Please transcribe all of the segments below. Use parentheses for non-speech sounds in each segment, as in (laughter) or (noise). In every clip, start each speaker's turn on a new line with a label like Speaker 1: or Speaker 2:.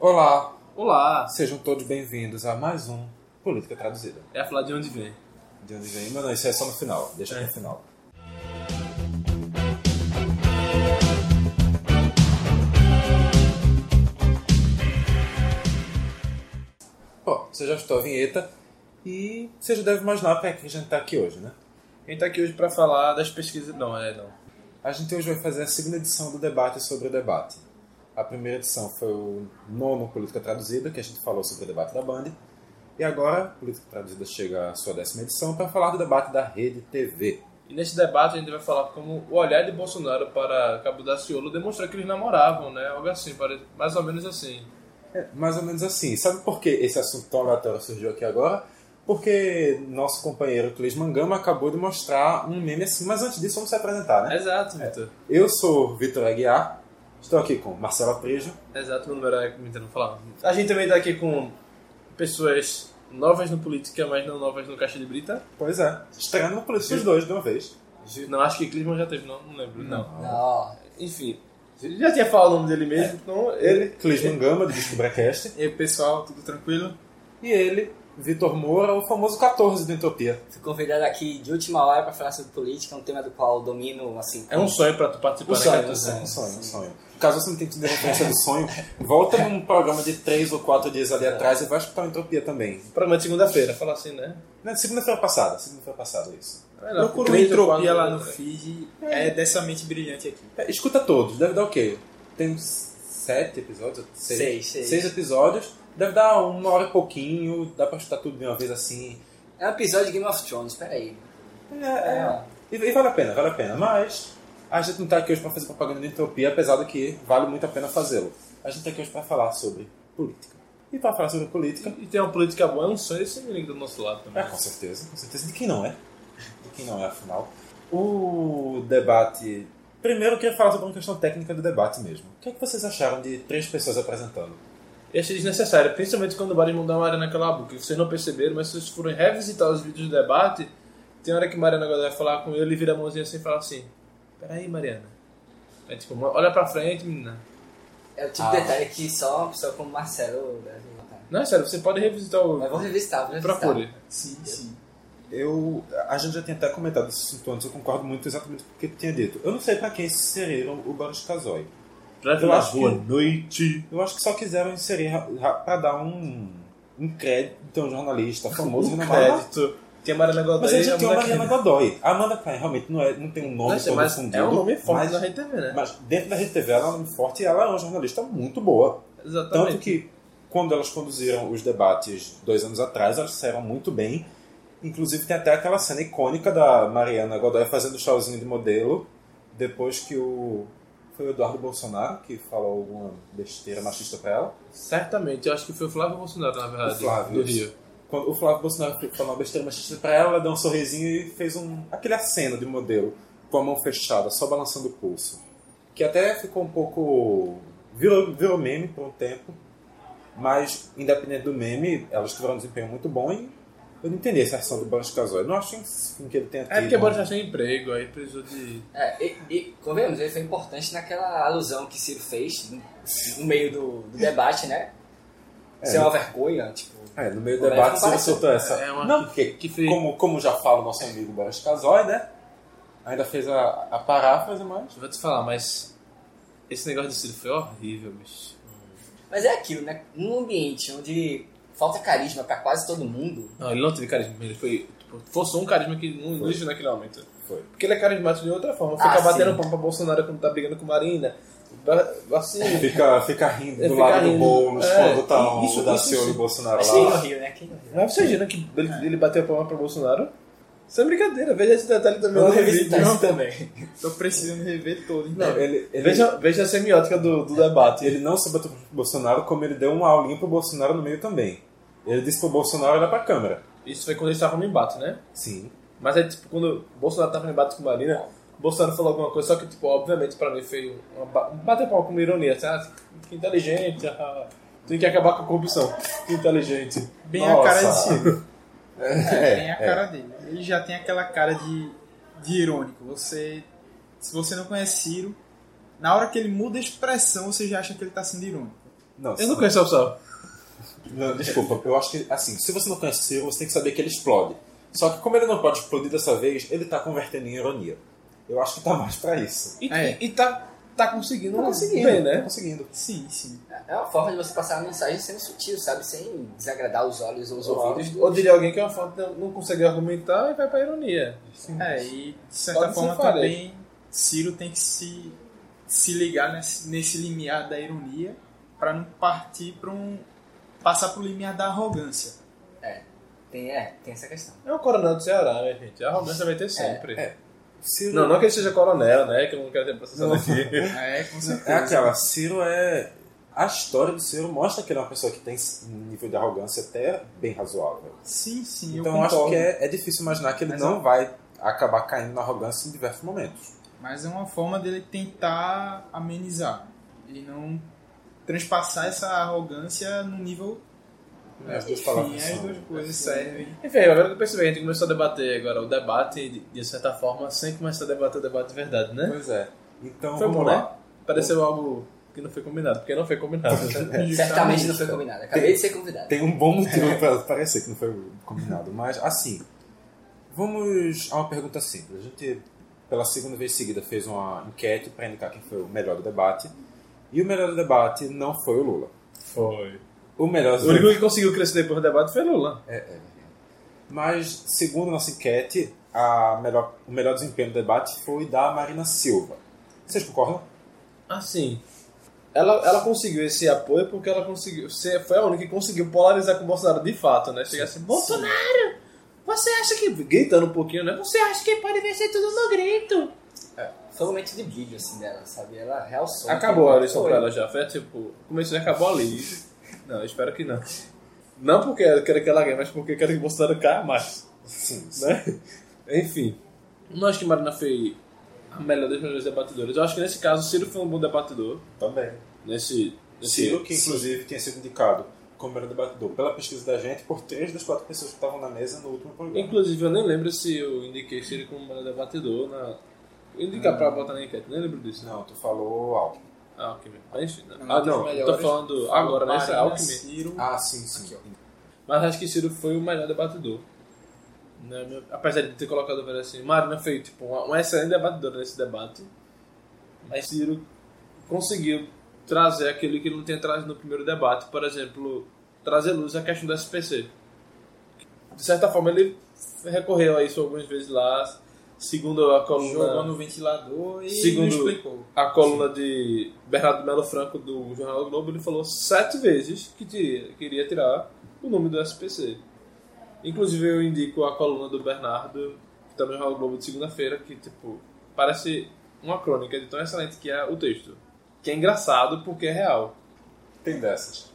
Speaker 1: Olá,
Speaker 2: Olá!
Speaker 1: sejam todos bem-vindos a mais um Política Traduzida.
Speaker 2: É a falar de onde vem.
Speaker 1: De onde vem? Mas não, isso é só no final, deixa pro final. Bom, você já escutou a vinheta e você já deve imaginar para que a gente tá aqui hoje, né?
Speaker 2: A gente tá aqui hoje pra falar das pesquisas. Não, é não.
Speaker 1: A gente hoje vai fazer a segunda edição do debate sobre o debate. A primeira edição foi o nono Política Traduzida, que a gente falou sobre o debate da Band. E agora, Política Traduzida chega à sua décima edição para falar do debate da Rede TV.
Speaker 2: E nesse debate a gente vai falar como o olhar de Bolsonaro para Cabo Daciolo demonstrou que eles namoravam, né? Algo assim, parece- mais ou menos assim.
Speaker 1: É, mais ou menos assim. Sabe por que esse assunto tão aleatório surgiu aqui agora? Porque nosso companheiro Clis Mangama acabou de mostrar um meme assim. Mas antes disso, vamos se apresentar, né?
Speaker 2: Exato, Vitor.
Speaker 1: Eu sou Vitor Aguiar, estou aqui com Marcela Prejo.
Speaker 2: Exato, meu número é que me entendo falar. A gente também tá aqui com pessoas novas no política, mas não novas no Caixa de Brita.
Speaker 1: Pois é, estreando no Política os dois de uma vez.
Speaker 2: Não, acho que Clisman já teve, não, não lembro. Não.
Speaker 3: Não,
Speaker 2: Enfim, ele já tinha falado o nome dele mesmo, então ele.
Speaker 1: Ele, Clis Mangama, do Descobracast.
Speaker 2: E aí, pessoal, tudo tranquilo?
Speaker 1: E ele, Vitor Moura, o famoso 14 do Entropia.
Speaker 3: fui convidado aqui de última hora para falar sobre política, um tema do qual eu domino, assim...
Speaker 2: É um sonho pra tu participar
Speaker 1: Um
Speaker 2: né,
Speaker 1: sonho,
Speaker 2: Catu?
Speaker 1: um sonho, um sonho, um sonho. Caso você não tenha tido referência do sonho, volta num programa de 3 ou 4 dias ali atrás e vai escutar o Entropia também.
Speaker 2: Programa de segunda-feira, fala assim, né?
Speaker 1: Na segunda-feira passada, segunda-feira passada, isso.
Speaker 2: Procura
Speaker 4: Procura
Speaker 2: o
Speaker 4: o Entropia lá no
Speaker 2: fim.
Speaker 4: feed. É dessa mente brilhante aqui.
Speaker 1: É, escuta todos, deve dar o quê? Tem uns 7 episódios? 6?
Speaker 3: Seis, seis.
Speaker 1: episódios, deve dar uma hora e pouquinho, dá pra escutar tudo de uma vez assim.
Speaker 3: É um episódio de Game of Thrones, peraí.
Speaker 1: É, é. E, e vale a pena, vale a pena. Mas a gente não tá aqui hoje pra fazer propaganda de entropia, apesar de que vale muito a pena fazê-lo. A gente tá aqui hoje pra falar sobre política. E pra falar sobre política,
Speaker 2: E tem uma política boa, é um sonho esse menino do nosso lado
Speaker 1: é
Speaker 2: também.
Speaker 1: com certeza, com certeza. De quem não é? De quem não é, afinal. O debate. Primeiro eu queria falar sobre uma questão técnica do debate mesmo. O que é que vocês acharam de três pessoas apresentando?
Speaker 2: E achei desnecessário, principalmente quando o Mari mudou uma Arena Calabo, que vocês não perceberam, mas se vocês forem revisitar os vídeos do debate, tem hora que Mariana agora vai falar com ele, ele vira a mãozinha assim e fala assim: Peraí, Mariana. É tipo, olha pra frente, menina.
Speaker 3: É o tipo de detalhe que só uma pessoa como Marcelo deve notar.
Speaker 2: Não é sério, você pode revisitar o.
Speaker 3: Mas vou revisitar, vou revisitar.
Speaker 2: Procure.
Speaker 4: Sim, sim.
Speaker 1: Eu, a gente já tinha até comentado esses sintomas, eu concordo muito exatamente com o que tu tinha dito. Eu não sei pra quem se inseriram o Boris Casoy.
Speaker 2: Pra
Speaker 1: Eu
Speaker 2: ver
Speaker 1: acho que-
Speaker 2: boa noite.
Speaker 1: Eu acho que só quiseram inserir ra- ra- pra dar um, um crédito a um jornalista famoso
Speaker 2: Um
Speaker 1: renomado.
Speaker 2: crédito. Tem a Mariana Godoy
Speaker 1: Mas ele já
Speaker 2: a
Speaker 1: tem é uma
Speaker 2: Mariana-
Speaker 1: Mariana Godoy. A Amanda Klein realmente não, é, não tem um nome
Speaker 2: Nossa,
Speaker 1: todo
Speaker 2: mas
Speaker 1: fundido.
Speaker 2: é um nome forte
Speaker 1: mas,
Speaker 2: na Rede TV, né?
Speaker 1: mas dentro da RedeTV ela é um nome forte e ela é uma jornalista muito boa.
Speaker 2: Exatamente.
Speaker 1: Tanto que quando elas conduziram os debates dois anos atrás, elas saíram muito bem. Inclusive tem até aquela cena icônica da Mariana Godoy fazendo o showzinho de modelo, depois que o... Foi o Eduardo Bolsonaro que falou alguma besteira machista pra ela.
Speaker 2: Certamente, eu acho que foi o Flávio Bolsonaro, na verdade.
Speaker 1: O Flávio,
Speaker 2: do Rio.
Speaker 1: Quando o Flávio Bolsonaro falou uma besteira machista pra ela, ela deu um sorrisinho e fez um, aquele aceno de modelo, com a mão fechada, só balançando o pulso. Que até ficou um pouco. virou, virou meme por um tempo, mas independente do meme, elas tiveram um desempenho muito bom e eu não entendi essa ação do Boris Casoy. Eu Não acho enfim, que ele tenha tido. um-
Speaker 2: É porque Boris já tem emprego, aí precisou de.
Speaker 3: É, e, e, convenhamos, ele foi importante naquela alusão que Ciro fez no, no meio do, do debate, né?
Speaker 1: É,
Speaker 3: Ser uma vergonha, tipo...
Speaker 1: É, no meio do
Speaker 3: Não
Speaker 1: debate
Speaker 3: parece-
Speaker 1: você soltou essa.
Speaker 2: É uma-
Speaker 1: Não, porque
Speaker 2: que fez-
Speaker 1: como, como já fala o nosso amigo Boris Casoy, né? Ainda fez a, a paráfrase, mas.
Speaker 2: Vou te falar, mas. Esse negócio de Ciro foi horrível, bicho.
Speaker 3: Mas é aquilo, né? Num ambiente onde falta carisma pra quase todo mundo,
Speaker 2: Não, ele não teve carisma, ele foi. Tipo, forçou um carisma que não não existiu naquele momento.
Speaker 1: Foi.
Speaker 2: Porque ele é carismático de outra forma.
Speaker 3: Ah,
Speaker 2: Fica batendo
Speaker 3: sim.
Speaker 2: palma pra Bolsonaro quando tá brigando com Marina. Ba- Assim.
Speaker 1: Fica, fica rindo
Speaker 2: É,
Speaker 1: do
Speaker 2: fica
Speaker 1: lado
Speaker 2: rindo.
Speaker 1: do Boulos
Speaker 2: É,
Speaker 1: quando tá
Speaker 2: e isso-
Speaker 1: o da
Speaker 2: isso-
Speaker 1: senhora e o
Speaker 2: isso.
Speaker 1: Bolsonaro
Speaker 3: mas quem não
Speaker 1: lá.
Speaker 3: riu, né? Quem não riu?
Speaker 2: Mas você imagina que ele,
Speaker 1: É.
Speaker 2: ele bateu palma pra Bolsonaro? Isso é brincadeira, veja esse detalhe (laughs) também.
Speaker 3: Vamos
Speaker 2: no vídeo.
Speaker 3: revisitar isso também.
Speaker 4: Tô precisando rever todo.
Speaker 2: Não,
Speaker 1: Ele, ele,
Speaker 2: veja, veja a semiótica do, do debate.
Speaker 1: ele não se bateu pro Bolsonaro, como ele deu uma aulinha pro Bolsonaro no meio também. Ele disse pro Bolsonaro olhar pra câmera.
Speaker 2: Isso foi quando eles estavam no embate, né?
Speaker 1: Sim.
Speaker 2: Mas é tipo, quando o Bolsonaro tava no embate com o Marina, o Bolsonaro falou alguma coisa, só que, tipo, obviamente pra mim foi uma ba- um bater pau com uma ironia, assim, ah, que inteligente, ah, tem que acabar com a corrupção, que inteligente.
Speaker 4: Bem
Speaker 1: Nossa.
Speaker 4: a cara de Ciro.
Speaker 1: É,
Speaker 4: Bem a
Speaker 1: é.
Speaker 4: cara dele. Ele já tem aquela cara de, de irônico. Você, se você não conhece Ciro, na hora que ele muda a expressão, você já acha que ele tá sendo irônico.
Speaker 1: Não,
Speaker 2: Eu não conheço o pessoal.
Speaker 1: Não, desculpa, eu acho que, assim, se você não conhece o Ciro, você tem que saber que ele explode. Só que como ele não pode explodir dessa vez, ele tá convertendo em ironia. Eu acho que tá mais pra isso.
Speaker 2: E,
Speaker 4: É.
Speaker 2: e tá, tá conseguindo,
Speaker 1: Tá conseguindo,
Speaker 2: bem,
Speaker 1: Tá
Speaker 2: né?
Speaker 1: conseguindo.
Speaker 4: Sim, sim.
Speaker 3: É uma forma de você passar uma mensagem sendo sutil, sabe? Sem desagradar os olhos ou os ouvidos do
Speaker 2: Ou diria alguém que é uma foto não- não consegue argumentar e vai pra ironia.
Speaker 4: É, e de certa
Speaker 2: Pode ser
Speaker 4: forma
Speaker 2: falha.
Speaker 4: também Ciro tem que se, se ligar nesse, nesse limiar da ironia para não partir para um. passar pro limiar da arrogância.
Speaker 3: Tem, é, tem essa questão.
Speaker 2: É o coronel do Ceará, minha gente. A arrogância vai ter sempre.
Speaker 1: é. Ciro...
Speaker 2: Não, não que ele seja coronel, né? Que eu não quero ter processado aqui.
Speaker 4: É, com certeza.
Speaker 1: É aquela, Ciro é... A história do Ciro mostra que ele é uma pessoa que tem um nível de arrogância até bem razoável.
Speaker 4: Sim, sim,
Speaker 1: Então
Speaker 4: eu
Speaker 1: eu
Speaker 4: concordo.
Speaker 1: acho que é, é difícil imaginar que ele
Speaker 4: Mas
Speaker 1: não vai acabar caindo na arrogância em diversos momentos.
Speaker 4: Mas é uma forma dele tentar amenizar e não transpassar essa arrogância no nível.
Speaker 1: É, as duas
Speaker 4: Enfim,
Speaker 1: palavras
Speaker 4: as
Speaker 1: são- assim.
Speaker 4: duas coisas servem.
Speaker 2: Enfim, agora que eu percebi, a gente começou a debater agora o debate, de, de certa forma, sem começar a debater o debate de verdade, né?
Speaker 1: Pois é. Então
Speaker 2: Foi
Speaker 1: vamos
Speaker 2: bom,
Speaker 1: lá.
Speaker 2: né? Pareceu algo que não foi combinado, porque não foi combinado. né?
Speaker 3: (laughs) É, Certamente não foi combinado. Acabei de ser convidado.
Speaker 1: Tem um bom motivo para parecer que não foi combinado, mas assim. Vamos a uma pergunta simples. A gente, pela segunda vez seguida, fez uma enquete para indicar quem foi o melhor do debate. E o melhor do debate não foi o Lula.
Speaker 2: Foi.
Speaker 1: O melhor
Speaker 2: O único que conseguiu crescer depois do debate foi Lula.
Speaker 1: Mas, segundo a nossa enquete, a melhor, o melhor desempenho do debate foi da Marina Silva. Vocês concordam?
Speaker 2: Assim, ela, ela conseguiu esse apoio porque ela conseguiu. Você foi a única que conseguiu polarizar com o Bolsonaro de fato, né? Chegar assim, Bolsonaro! Você acha que. Gritando um pouquinho, né? Você acha que pode vencer tudo no grito?
Speaker 3: Foi um momento de brilho, assim, dela, sabe? Ela realçou.
Speaker 4: Então,
Speaker 2: Acabou a eleição
Speaker 3: Foi.
Speaker 2: pra ela já. Foi tipo, começou e acabou ali. Não, eu espero que não. Não porque eu quero que ela ganhe, mas porque eu quero que o Bolsonaro caia mais.
Speaker 1: Sim.
Speaker 2: né? Enfim. Não acho que Marina foi a melhor das melhores debatedores. Eu acho que nesse caso o Ciro foi um bom debatedor.
Speaker 1: Também.
Speaker 2: Nesse. nesse
Speaker 1: Ciro, que inclusive tinha sido indicado como melhor debatedor pela pesquisa da gente por três das quatro pessoas que estavam na mesa no último programa.
Speaker 2: Inclusive, eu nem lembro se eu indiquei Ciro como melhor debatedor na. Indicar
Speaker 4: Ah.
Speaker 2: pra botar na enquete, nem lembro disso.
Speaker 1: Não, tu falou alto.
Speaker 2: Ah, Alckmin. Mas Enfim, não.
Speaker 4: Não,
Speaker 2: Ah,
Speaker 4: dos
Speaker 2: não, eu tô
Speaker 4: melhores,
Speaker 2: falando agora, né? Essa é
Speaker 4: Marina,
Speaker 2: Alckmin.
Speaker 4: Ciro,
Speaker 1: Ah, sim, sim.
Speaker 2: Mas acho que Ciro foi o melhor debatedor. Né, meu- Apesar de ter colocado o velho assim, Marina foi tipo, uma, uma excelente debatedora nesse debate. Mas Ciro conseguiu trazer aquilo que ele não tinha trazido no primeiro debate. Por exemplo, trazer luz à questão do SPC. De certa forma, ele recorreu a isso algumas vezes lá, segundo a coluna
Speaker 4: jogou no ventilador e
Speaker 2: Segundo-
Speaker 4: não explicou.
Speaker 2: a coluna de Bernardo Melo Franco do Jornal Globo, ele falou sete vezes que ti- queria tirar o nome do SPC. Inclusive eu indico a coluna do Bernardo, que tá no Jornal Globo de segunda-feira, que tipo, parece uma crônica de tão excelente que é o texto. Que é engraçado porque é real.
Speaker 1: Tem dessas.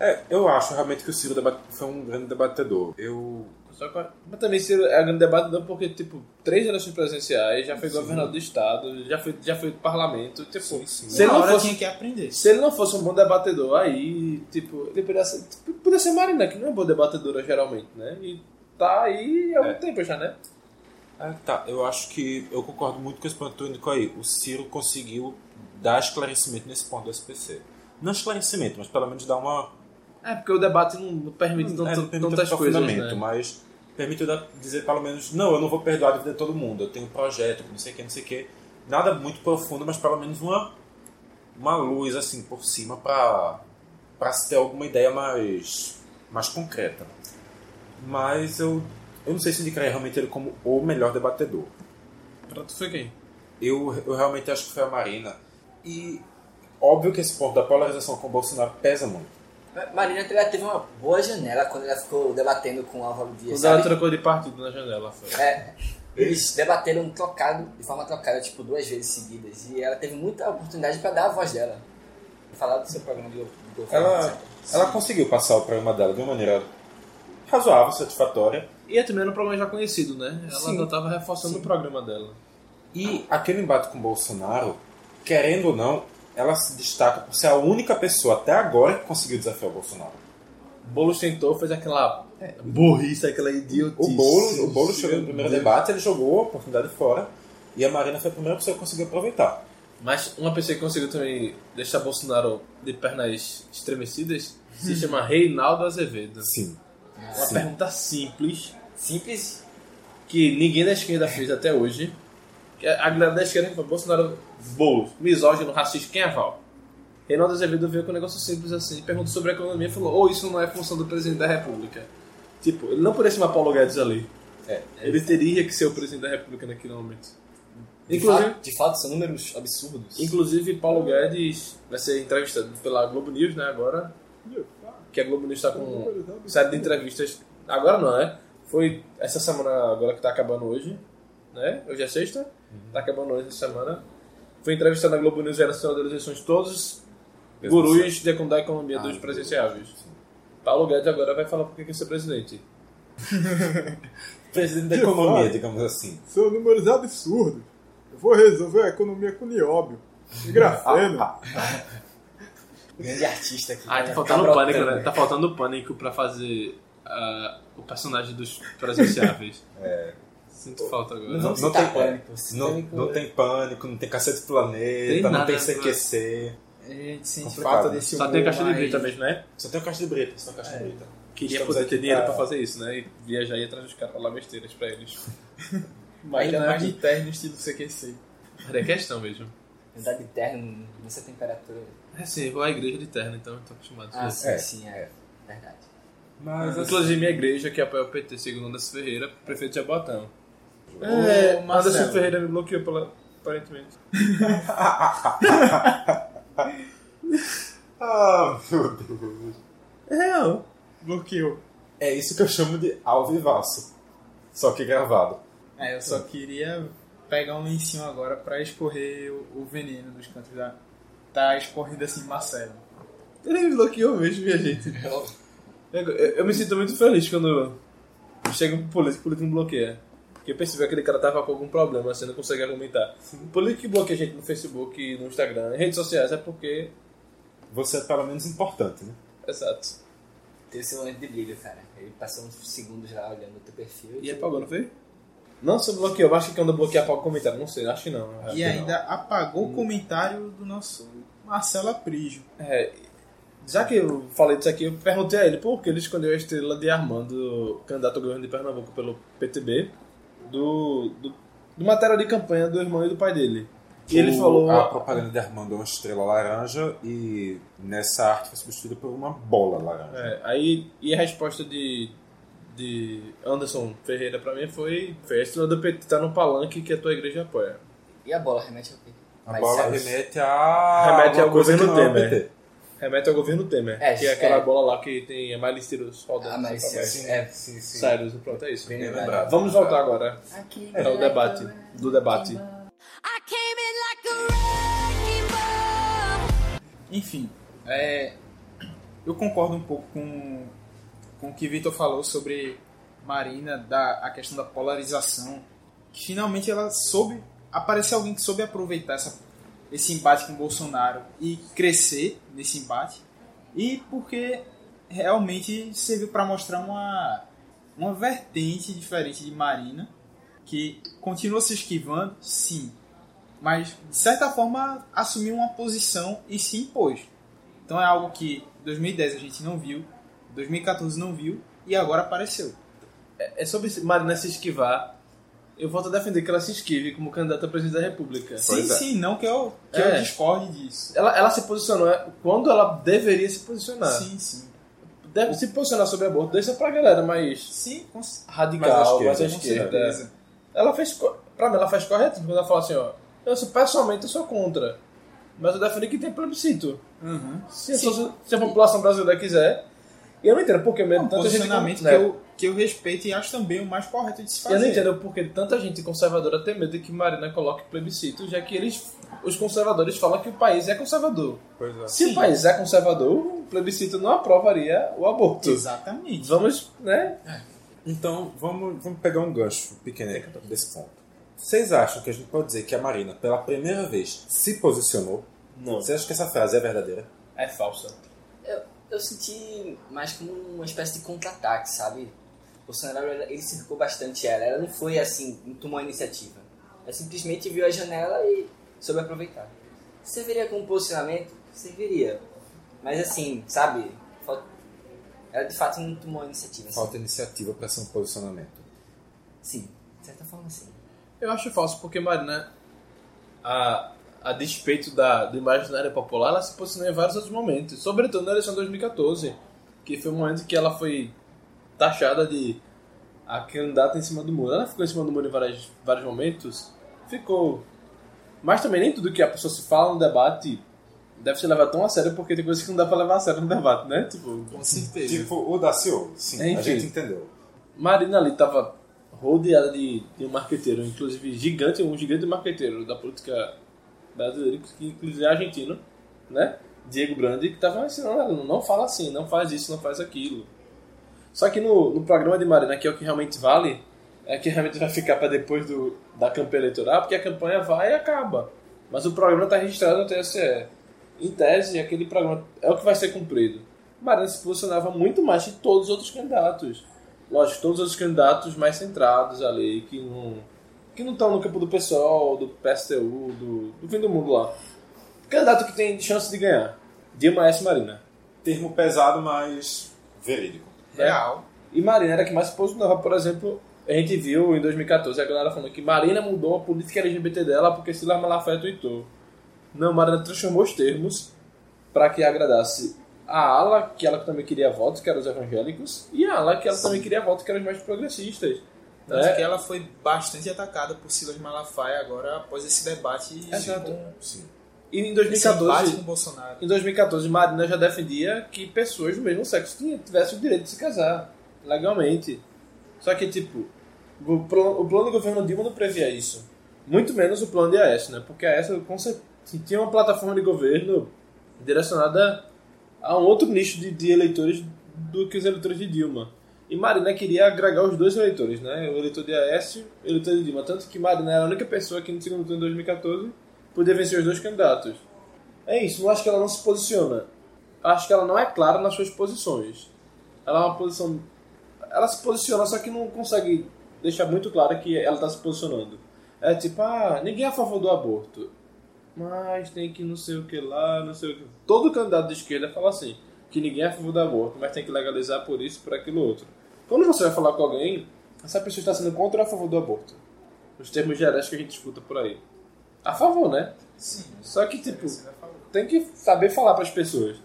Speaker 1: É, eu acho realmente que o Ciro deba- foi um grande debatedor. Eu.
Speaker 2: Só que, mas também Ciro é grande debate não porque, tipo, três eleições presidenciais, já foi
Speaker 1: Sim.
Speaker 2: governador do estado, já foi, já foi parlamento, tipo, se
Speaker 4: Se
Speaker 2: ele
Speaker 4: na
Speaker 2: não
Speaker 4: hora
Speaker 2: fosse
Speaker 4: tinha que aprender.
Speaker 2: Se ele não fosse um bom debatedor, aí, tipo, ele poderia ser, tipo, poderia ser Marina, que não é boa debatedora geralmente, né? E tá aí
Speaker 1: É.
Speaker 2: há muito tempo já, né?
Speaker 1: Ah, tá, eu acho que. Eu concordo muito com esse ponto que tu indicou aí. O Ciro conseguiu dar esclarecimento nesse ponto do SPC. Não esclarecimento, mas pelo menos dar uma.
Speaker 2: É, porque o debate não, não permite
Speaker 1: é,
Speaker 2: tanto,
Speaker 1: permitiu
Speaker 2: tantas coisas,
Speaker 1: aprofundamento,
Speaker 2: né?
Speaker 1: mas permitiu dar- dizer pelo menos. Não, eu não vou perdoar a vida de todo mundo. Eu tenho um projeto, não sei o que, não sei o que. Nada muito profundo, mas pelo menos uma. Uma luz assim por cima pra. pra se ter alguma ideia mais. mais concreta. mas eu, eu não sei se indicaria realmente ele como o melhor debatedor.
Speaker 2: Pra tu foi quem?
Speaker 1: Eu, eu realmente acho que foi a Marina. E óbvio que esse ponto da polarização com o Bolsonaro pesa muito.
Speaker 3: Marina ela teve uma boa janela quando ela ficou debatendo com o Álvaro Dias,
Speaker 2: Quando ela
Speaker 3: sabe?
Speaker 2: trocou de partido na janela, foi.
Speaker 3: É, eles debateram um trocado, de forma trocada, tipo, duas vezes seguidas. E ela teve muita oportunidade pra dar a voz dela. Falar do seu programa de go- de governo.
Speaker 1: Ela,
Speaker 3: etc.
Speaker 1: ela conseguiu passar o programa dela de uma maneira razoável, satisfatória.
Speaker 2: E também era um programa já conhecido, né? Ela
Speaker 1: Sim.
Speaker 2: já tava reforçando o programa dela.
Speaker 1: E aquele embate com o Bolsonaro, querendo ou não, ela se destaca por ser a única pessoa até agora que conseguiu desafiar o Bolsonaro.
Speaker 2: Boulos tentou, fez aquela
Speaker 1: É.
Speaker 2: burrice, aquela idiotice.
Speaker 1: O Boulos, o Boulos chegou no primeiro debate, ele jogou a oportunidade fora. E a Marina foi a primeira pessoa que conseguiu aproveitar.
Speaker 2: Mas uma pessoa que conseguiu também deixar Bolsonaro de pernas estremecidas se chama Reinaldo Azevedo.
Speaker 1: Hum. Sim.
Speaker 2: Uma pergunta simples
Speaker 3: Simples.
Speaker 2: que ninguém da
Speaker 3: É.
Speaker 2: esquerda fez até hoje. Que A galera da esquerda falou, Bolsonaro, Boulos, misógino, racista, quem aval? Reinaldo Azevedo veio com um negócio simples assim, perguntou sobre a economia e falou, ou isso não é função do presidente da república. Tipo, ele não poderia chamar Paulo Guedes ali.
Speaker 3: É,
Speaker 2: Ele teria que ser o presidente da república naquele momento.
Speaker 3: De,
Speaker 2: Inclusive,
Speaker 3: fato, de fato, são números absurdos.
Speaker 2: Inclusive, Paulo Guedes vai ser entrevistado pela Globo News, né, agora. Que a Globo News está com série de entrevistas. Agora não, né? Foi essa semana agora que tá acabando hoje, né? Hoje é sexta, tá acabando hoje essa semana. Foi entrevistado na Globo News e Nacional das Eleições todos os
Speaker 1: Mesmo
Speaker 2: gurus de como da economia
Speaker 1: Ah,
Speaker 2: dos
Speaker 1: sim.
Speaker 2: presidenciáveis. Paulo Guedes agora vai falar por que quer ser presidente.
Speaker 1: Presidente da
Speaker 5: De
Speaker 1: economia,
Speaker 5: fato.
Speaker 1: digamos assim.
Speaker 5: São números absurdos. Eu vou resolver a economia com nióbio. E grafeno.
Speaker 3: Grande artista aqui.
Speaker 2: Ah,
Speaker 3: né?
Speaker 2: tá faltando
Speaker 3: Cabrotando.
Speaker 2: pânico, né? Tá faltando pânico pra fazer ah, o personagem dos presenciáveis. é. Sinto falta agora.
Speaker 3: Não vamos
Speaker 1: Não
Speaker 3: citar
Speaker 1: tem-
Speaker 3: pânico. Esse
Speaker 1: Não,
Speaker 3: pânico
Speaker 1: não
Speaker 3: é-
Speaker 1: tem pânico, não tem cacete do
Speaker 2: Tem
Speaker 1: planeta,
Speaker 2: nada,
Speaker 1: não tem
Speaker 2: né?
Speaker 1: CQC.
Speaker 4: A gente sente
Speaker 1: Complicado.
Speaker 4: falta desse
Speaker 2: Só
Speaker 4: humor
Speaker 2: tem caixa de
Speaker 4: mais-
Speaker 2: brita mesmo, né?
Speaker 1: Só tem o caixa de brita, só caixa de brita.
Speaker 2: Queria
Speaker 1: Estamos
Speaker 2: poder
Speaker 1: aqui
Speaker 2: ter dinheiro pra
Speaker 1: pra
Speaker 2: fazer isso, né? E viajar e ir atrás dos caras falar besteiras pra eles.
Speaker 4: Ainda
Speaker 2: né?
Speaker 4: mais de terno, estilo CQC.
Speaker 2: Mas é questão mesmo.
Speaker 3: Andar de terno nessa temperatura.
Speaker 2: É assim, eu vou à igreja de terno, então eu tô acostumado com
Speaker 3: Ah,
Speaker 2: isso.
Speaker 3: sim,
Speaker 1: É.
Speaker 3: sim, é. Verdade.
Speaker 1: Mas
Speaker 2: Inclusive minha igreja, que apoia o PT, segundo Anderson Ferreira, prefeito de Jabotão.
Speaker 4: É,
Speaker 2: Anderson
Speaker 4: Marcelo.
Speaker 2: Ferreira me bloqueou, pela- aparentemente.
Speaker 1: Ah, meu Deus.
Speaker 4: Real. Bloqueou.
Speaker 1: É isso que eu chamo de ao vivaço. Só que gravado.
Speaker 4: É, eu só queria pegar um lencinho agora pra escorrer o, o veneno dos cantos da... Tá escorrendo assim, Marcelo.
Speaker 2: Ele me bloqueou mesmo, minha gente.
Speaker 3: Eu-
Speaker 2: Eu, eu- eu me sinto muito feliz quando chega um político, o político me bloqueia. Porque eu percebi que aquele cara tava com algum problema, assim, não consegue argumentar. O político que bloqueia a gente no Facebook, no Instagram, em redes sociais, é porque...
Speaker 1: Você é pelo menos importante, né?
Speaker 2: Exato.
Speaker 3: Teve seu momento de brilho, cara. Ele passou uns segundos lá olhando o teu perfil.
Speaker 2: E é- apagou, não foi? Não, só bloqueou. Eu acho que quando bloquear apagou o comentário. Não sei, acho que não. É, Acho que
Speaker 4: E
Speaker 2: não.
Speaker 4: ainda apagou o comentário do nosso Marcelo Aprijo.
Speaker 2: É, já que eu falei disso aqui, eu perguntei a ele por que ele escondeu a estrela de Armando, candidato ao governo de Pernambuco pelo PTB, do, do, do material de campanha do irmão e do pai dele. E ele
Speaker 1: O-
Speaker 2: falou.
Speaker 1: A propaganda de Armando é uma estrela laranja e nessa arte foi substituída por uma bola laranja.
Speaker 2: É, aí, e a resposta de, de Anderson Ferreira pra mim foi: foi a estrela do PT tá no palanque que a tua igreja apoia.
Speaker 3: E a bola remete ao quê?
Speaker 1: A
Speaker 3: Mas
Speaker 1: bola
Speaker 3: sabe-
Speaker 1: remete a.
Speaker 2: Remete ao
Speaker 1: alguma coisa
Speaker 2: governo
Speaker 1: que não é o
Speaker 2: Temer.
Speaker 1: PT.
Speaker 2: Remete ao governo Temer,
Speaker 3: É,
Speaker 2: que é aquela
Speaker 3: é.
Speaker 2: bola lá que tem a Miley Cyrus rodando.
Speaker 3: Ah, mas
Speaker 2: sabe?
Speaker 3: sim, é, sim, sim.
Speaker 2: Sérios, pronto, é isso.
Speaker 3: Bem lembrado.
Speaker 1: lembrado.
Speaker 2: Vamos voltar agora
Speaker 3: Aqui,
Speaker 2: ao debate. Do debate.
Speaker 6: I came in like a wrecking ball.
Speaker 4: Enfim, é, eu concordo um pouco com, com o que Vitor falou sobre Marina, da, a questão da polarização. Que finalmente ela soube. Apareceu alguém que soube aproveitar essa, esse embate com Bolsonaro e crescer nesse embate. E porque realmente serviu para mostrar uma, uma vertente diferente de Marina, que continua se esquivando, sim, mas de certa forma assumiu uma posição e se impôs. Então é algo que 2010 a gente não viu, 2014 não viu e agora apareceu.
Speaker 2: É sobre se- Marina se esquivar. Eu volto a defender que ela se esquive como candidata a presidente da República.
Speaker 4: Sim,
Speaker 1: é.
Speaker 4: sim, não que eu, que
Speaker 2: É.
Speaker 4: eu discorde disso.
Speaker 2: Ela, ela se posicionou quando ela deveria se posicionar.
Speaker 4: Sim, sim.
Speaker 2: Deve se posicionar sobre aborto, deixa pra galera mais
Speaker 4: Sim, com, c-
Speaker 2: radical,
Speaker 1: Mais
Speaker 2: mais à
Speaker 1: à
Speaker 4: com
Speaker 2: esquerda.
Speaker 4: certeza.
Speaker 2: Ela fez. co- Pra mim, ela faz correto quando ela fala assim: ó, eu sou- pessoalmente eu sou contra. Mas eu defendo que tem plebiscito.
Speaker 4: Uhum.
Speaker 2: Se, a so- se a população brasileira quiser. E eu não entendo porque
Speaker 4: É
Speaker 2: mesmo
Speaker 4: um
Speaker 2: tanta gente.
Speaker 4: posicionamento que,
Speaker 2: né?
Speaker 4: eu, que eu respeito e acho também o mais correto de se fazer.
Speaker 2: Eu não entendo porque tanta gente conservadora tem medo de que Marina coloque plebiscito, já que eles, os conservadores falam que o país é conservador.
Speaker 1: Pois é.
Speaker 2: Se o país é conservador, o plebiscito não aprovaria o aborto.
Speaker 4: Exatamente.
Speaker 2: Vamos, né?
Speaker 1: Então, vamos, vamos pegar um gancho pequeno aí desse ponto. Vocês acham que a gente pode dizer que a Marina, pela primeira vez, se posicionou?
Speaker 2: Não.
Speaker 1: Vocês acham que essa frase é verdadeira?
Speaker 2: É falsa.
Speaker 3: Eu, eu senti mais como uma espécie de contra-ataque, sabe? O Bolsonaro, ele ele cercou bastante ela. Ela não foi assim, não tomou a iniciativa. Ela simplesmente viu a janela e soube aproveitar. Serviria como posicionamento? Serviria. Mas assim, sabe? fal- Ela de fato não tomou a iniciativa. assim.
Speaker 1: É Falta iniciativa pra ser um posicionamento.
Speaker 3: Sim, de certa forma sim.
Speaker 2: Eu acho falso, porque Marina, a, a despeito da, do imaginário popular, ela se posicionou em vários outros momentos. Sobretudo na eleição de 2014, que foi o momento que ela foi taxada de a candidata em cima do muro. Ela ficou em cima do muro em vários, vários momentos. Ficou. Mas também nem tudo que a pessoa se fala no debate deve ser levado tão a sério, porque tem coisas que não dá pra levar a sério no debate, né? Tipo,
Speaker 4: Com certeza.
Speaker 1: Tipo o Daciolo, sim,
Speaker 2: Enfim.
Speaker 1: a gente entendeu.
Speaker 2: Marina ali tava rodeada de, de um marqueteiro, inclusive gigante, um gigante marqueteiro da política brasileira, que inclusive é argentino, né? Diego Brandi, que tava ensinando ela, não fala assim, não faz isso, não faz aquilo. Só que no, no programa de Marina, que é o que realmente vale, é que realmente vai ficar para depois do, da campanha eleitoral, porque a campanha vai e acaba. Mas o programa está registrado no TSE. Em tese, aquele programa é o que vai ser cumprido. Marina se posicionava muito mais que todos os outros candidatos. Lógico, todos os outros candidatos mais centrados ali, que não que não estão no campo do PSOL, do PSTU, do, do fim do mundo lá. Candidato que tem chance de ganhar. Dilma S. Marina.
Speaker 1: Termo pesado, mas verídico.
Speaker 2: né?
Speaker 4: Real.
Speaker 2: E Marina era a que mais se posicionava, por exemplo, a gente viu em 2014 a galera falando que Marina mudou a política LGBT dela porque Sila Malafaia tweetou. Não, Marina transformou os termos para que agradasse a ala que ela também queria voto, que eram os evangélicos, e a ala que ela também queria voto, que eram os mais progressistas.
Speaker 4: Tanto
Speaker 2: né?
Speaker 4: que ela foi bastante atacada por Silas Malafaia agora após esse debate
Speaker 2: Exato.
Speaker 4: com
Speaker 1: Sim.
Speaker 2: E em
Speaker 4: esse embate
Speaker 2: 2014,
Speaker 4: com Bolsonaro.
Speaker 2: Em 2014, Marina já defendia que pessoas do mesmo sexo tinham- tivessem o direito de se casar, legalmente. Só que, tipo, o plano, o plano do governo Dilma não previa isso. Muito menos o plano de AES, né? Porque a AES com cer- tinha uma plataforma de governo direcionada a um outro nicho de, de eleitores do que os eleitores de Dilma. E Marina queria agregar os dois eleitores, né? O eleitor de Aécio e o eleitor de Dilma. Tanto que Marina era a única pessoa que no segundo turno de 2014 podia vencer os dois candidatos. É isso, eu acho que ela não se posiciona. Acho que ela não é clara nas suas posições. Ela é uma posição. Ela se posiciona, só que não consegue deixar muito claro que ela está se posicionando. É tipo, ah, ninguém é a favor do aborto. Mas tem que não sei o que lá, não sei o que. Todo candidato de esquerda fala assim: que ninguém é a favor do aborto, mas tem que legalizar por isso, por aquilo outro. Quando você vai falar com alguém, essa pessoa está sendo contra ou a favor do aborto? Os termos gerais que a gente escuta por aí. A favor, né?
Speaker 4: Sim.
Speaker 2: Só que, tipo, tem que saber falar para as pessoas.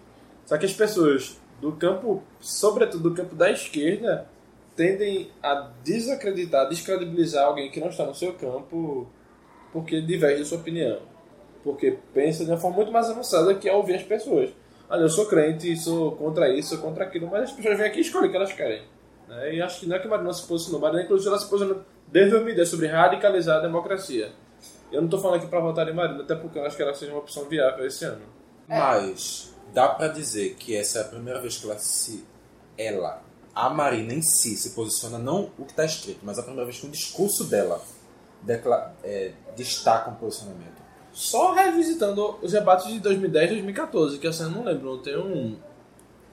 Speaker 2: Só que as pessoas do campo, sobretudo do campo da esquerda, tendem a desacreditar, descredibilizar alguém que não está no seu campo porque diverge da sua opinião. Porque pensa de uma forma muito mais avançada que é ouvir as pessoas. Olha, eu sou crente, sou contra isso, sou contra aquilo, mas as pessoas vêm aqui e escolhem o que elas querem. né? E acho que não é que Marina se posicionou, Marina, inclusive, ela se posicionou desde 2010 sobre radicalizar a democracia. Eu não tô falando aqui pra votar em Marina, até porque eu acho que ela seja uma opção viável esse ano.
Speaker 1: Mas dá pra dizer que essa é a primeira vez que ela se. Ela, a Marina em si, se posiciona, não o que tá escrito, mas a primeira vez que o discurso dela decla- é, destaca um posicionamento.
Speaker 2: Só revisitando os debates de 2010 e 2014, que assim eu não lembro, não tenho um.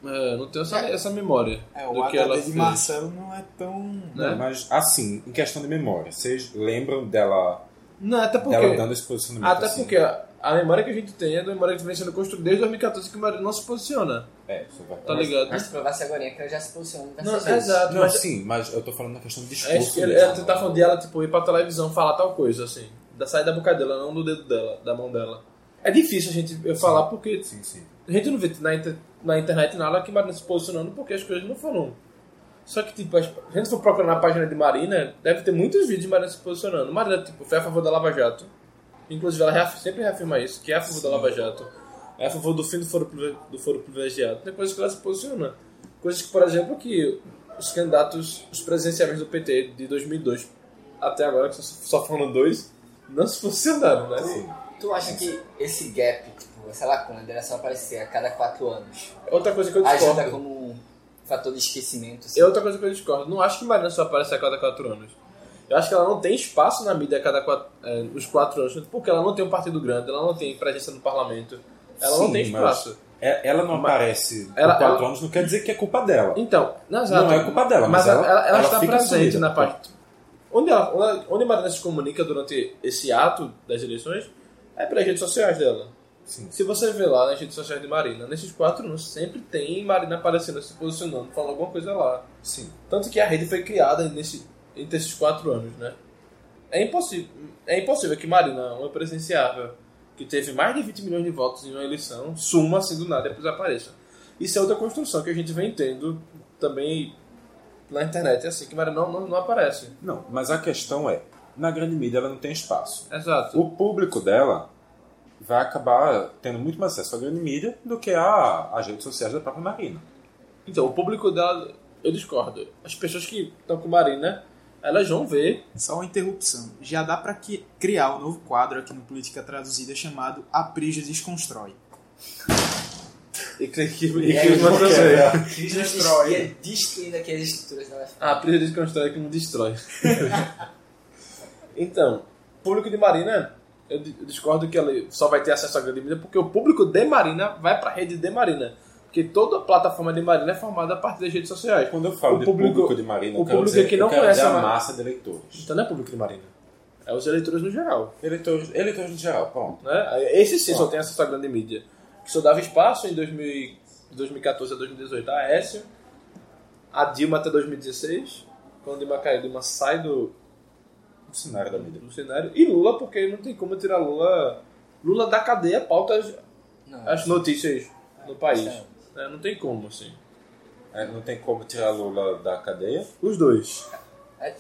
Speaker 2: é, não tenho essa, essa memória
Speaker 4: É, o
Speaker 2: do que
Speaker 4: HD
Speaker 2: ela
Speaker 4: de
Speaker 2: fez.
Speaker 4: Marcelo não é tão...
Speaker 2: né?
Speaker 1: Mas, assim, em questão de memória, vocês lembram dela,
Speaker 2: Não, até porque.
Speaker 1: dela tá dando esse posicionamento?
Speaker 2: Até
Speaker 1: assim?
Speaker 2: porque a a memória que a gente tem é da memória que vem sendo construída desde 2014 que o Marina não se posiciona,
Speaker 1: É, isso vai
Speaker 2: tá ligado?
Speaker 3: Mas se provasse agora que ela já se posicionou
Speaker 2: Não,
Speaker 3: diversas vezes.
Speaker 2: exato,
Speaker 1: Não,
Speaker 2: mas
Speaker 1: sim, mas eu tô falando na questão do
Speaker 2: É,
Speaker 1: discurso.
Speaker 2: acho que ele-
Speaker 1: mesmo.
Speaker 2: ela tentar falando de ela, tipo, ir pra televisão falar tal coisa, assim. Da sair da boca dela, não do dedo dela, da mão dela. É difícil a gente eu falar porque
Speaker 1: Sim, sim.
Speaker 2: a gente não vê na, inter- na internet nada que Marina se posicionando porque as coisas não foram. Só que, tipo, as- se a gente for procurar na página de Marina, deve ter muitos vídeos de Marina se posicionando. Marina, tipo, foi a favor da Lava Jato. Inclusive, ela reaf- sempre reafirma isso, que é a favor da Lava Jato. É a favor do fim do foro, privi- do foro privilegiado. Tem coisas que ela se posiciona. Coisas que, por exemplo, que os candidatos, os presidenciáveis do PT de 2002 até agora, que só, só foram dois, não se posicionaram, né?
Speaker 3: Tu acha que esse gap, tipo, essa lacuna dela só aparecer a cada quatro anos,
Speaker 2: Outra coisa que eu discordo...
Speaker 3: ajuda como um fator de esquecimento? assim?
Speaker 2: É outra coisa que eu discordo. Não acho que Marina só aparece a cada quatro anos. Eu acho que ela não tem espaço na mídia a cada quatro, eh, os quatro anos, porque ela não tem um partido grande, ela não tem presença no parlamento, ela não
Speaker 1: Sim,
Speaker 2: tem
Speaker 1: mas
Speaker 2: espaço.
Speaker 1: É- Ela não aparece por
Speaker 2: Ela-
Speaker 1: quatro
Speaker 2: ela-
Speaker 1: anos, não quer dizer que é culpa dela.
Speaker 2: Então, não, exato.
Speaker 1: Não é culpa dela, mas
Speaker 2: ela,
Speaker 1: ela-
Speaker 2: ela,
Speaker 1: ela
Speaker 2: está
Speaker 1: fica
Speaker 2: presente
Speaker 1: sumida.
Speaker 2: na parte. Onde, ela, onde- onde Marina se comunica durante esse ato das eleições é pelas redes sociais dela.
Speaker 1: Sim.
Speaker 2: Se você vê lá nas redes sociais de Marina, nesses quatro anos sempre tem Marina aparecendo, se posicionando, falando alguma coisa lá.
Speaker 1: Sim.
Speaker 2: Tanto que a rede foi criada nesse, entre esses quatro anos, né? É impossível, é impossível que Marina, uma presenciável, que teve mais de 20 milhões de votos em uma eleição, suma assim do nada e depois apareça. Isso é outra construção que a gente vem tendo também na internet. É assim, que Marina não, não, não aparece.
Speaker 1: Não, mas a questão é, na grande mídia ela não tem espaço.
Speaker 2: Exato.
Speaker 1: O público dela vai acabar tendo muito mais acesso à grande mídia do que a- às redes sociais da própria Marina.
Speaker 2: Então, o público dela, eu discordo. As pessoas que estão com Marina, elas vão ver.
Speaker 4: Só uma interrupção. Já dá pra que- criar um novo quadro aqui no Política Traduzida chamado A Prija Desconstrói.
Speaker 2: E que, que,
Speaker 3: E
Speaker 2: e
Speaker 3: aí,
Speaker 2: que
Speaker 3: como
Speaker 2: você
Speaker 3: que
Speaker 2: vê.
Speaker 3: Destrói. E é destruindo aquelas estruturas da UFPE.
Speaker 2: Ah, precisa desconstrói que não destrói. (laughs) então, público de Marina, eu di- eu discordo que ele só vai ter acesso à grande mídia porque o público de Marina vai pra rede de Marina. Porque toda a plataforma de Marina é formada a partir das redes sociais.
Speaker 1: Quando eu falo
Speaker 2: O
Speaker 1: de
Speaker 2: público-
Speaker 1: público, de Marina,
Speaker 2: o
Speaker 1: eu quero
Speaker 2: público é
Speaker 1: dizer,
Speaker 2: que não
Speaker 1: eu quero
Speaker 2: conhece
Speaker 1: dizer
Speaker 2: a
Speaker 1: a
Speaker 2: Marina.
Speaker 1: massa de eleitores.
Speaker 2: Então não é público de Marina. É os eleitores no geral.
Speaker 1: Eleitores, eleitores no geral, pronto.
Speaker 2: Né? Aí, Esse sim só tem acesso à grande mídia. Que só dava espaço em 2000, e- 2014 a 2018 a Aécio, a Dilma até 2016, quando Dilma caiu, Dilma sai do,
Speaker 1: O cenário da mídia.
Speaker 2: do cenário. E Lula, porque não tem como tirar Lula. Lula da cadeia pauta as,
Speaker 3: Não.
Speaker 2: as notícias no país.
Speaker 3: Sim.
Speaker 2: né? Não tem como, assim.
Speaker 1: É, não tem como tirar Lula da cadeia.
Speaker 2: Os dois.
Speaker 3: É,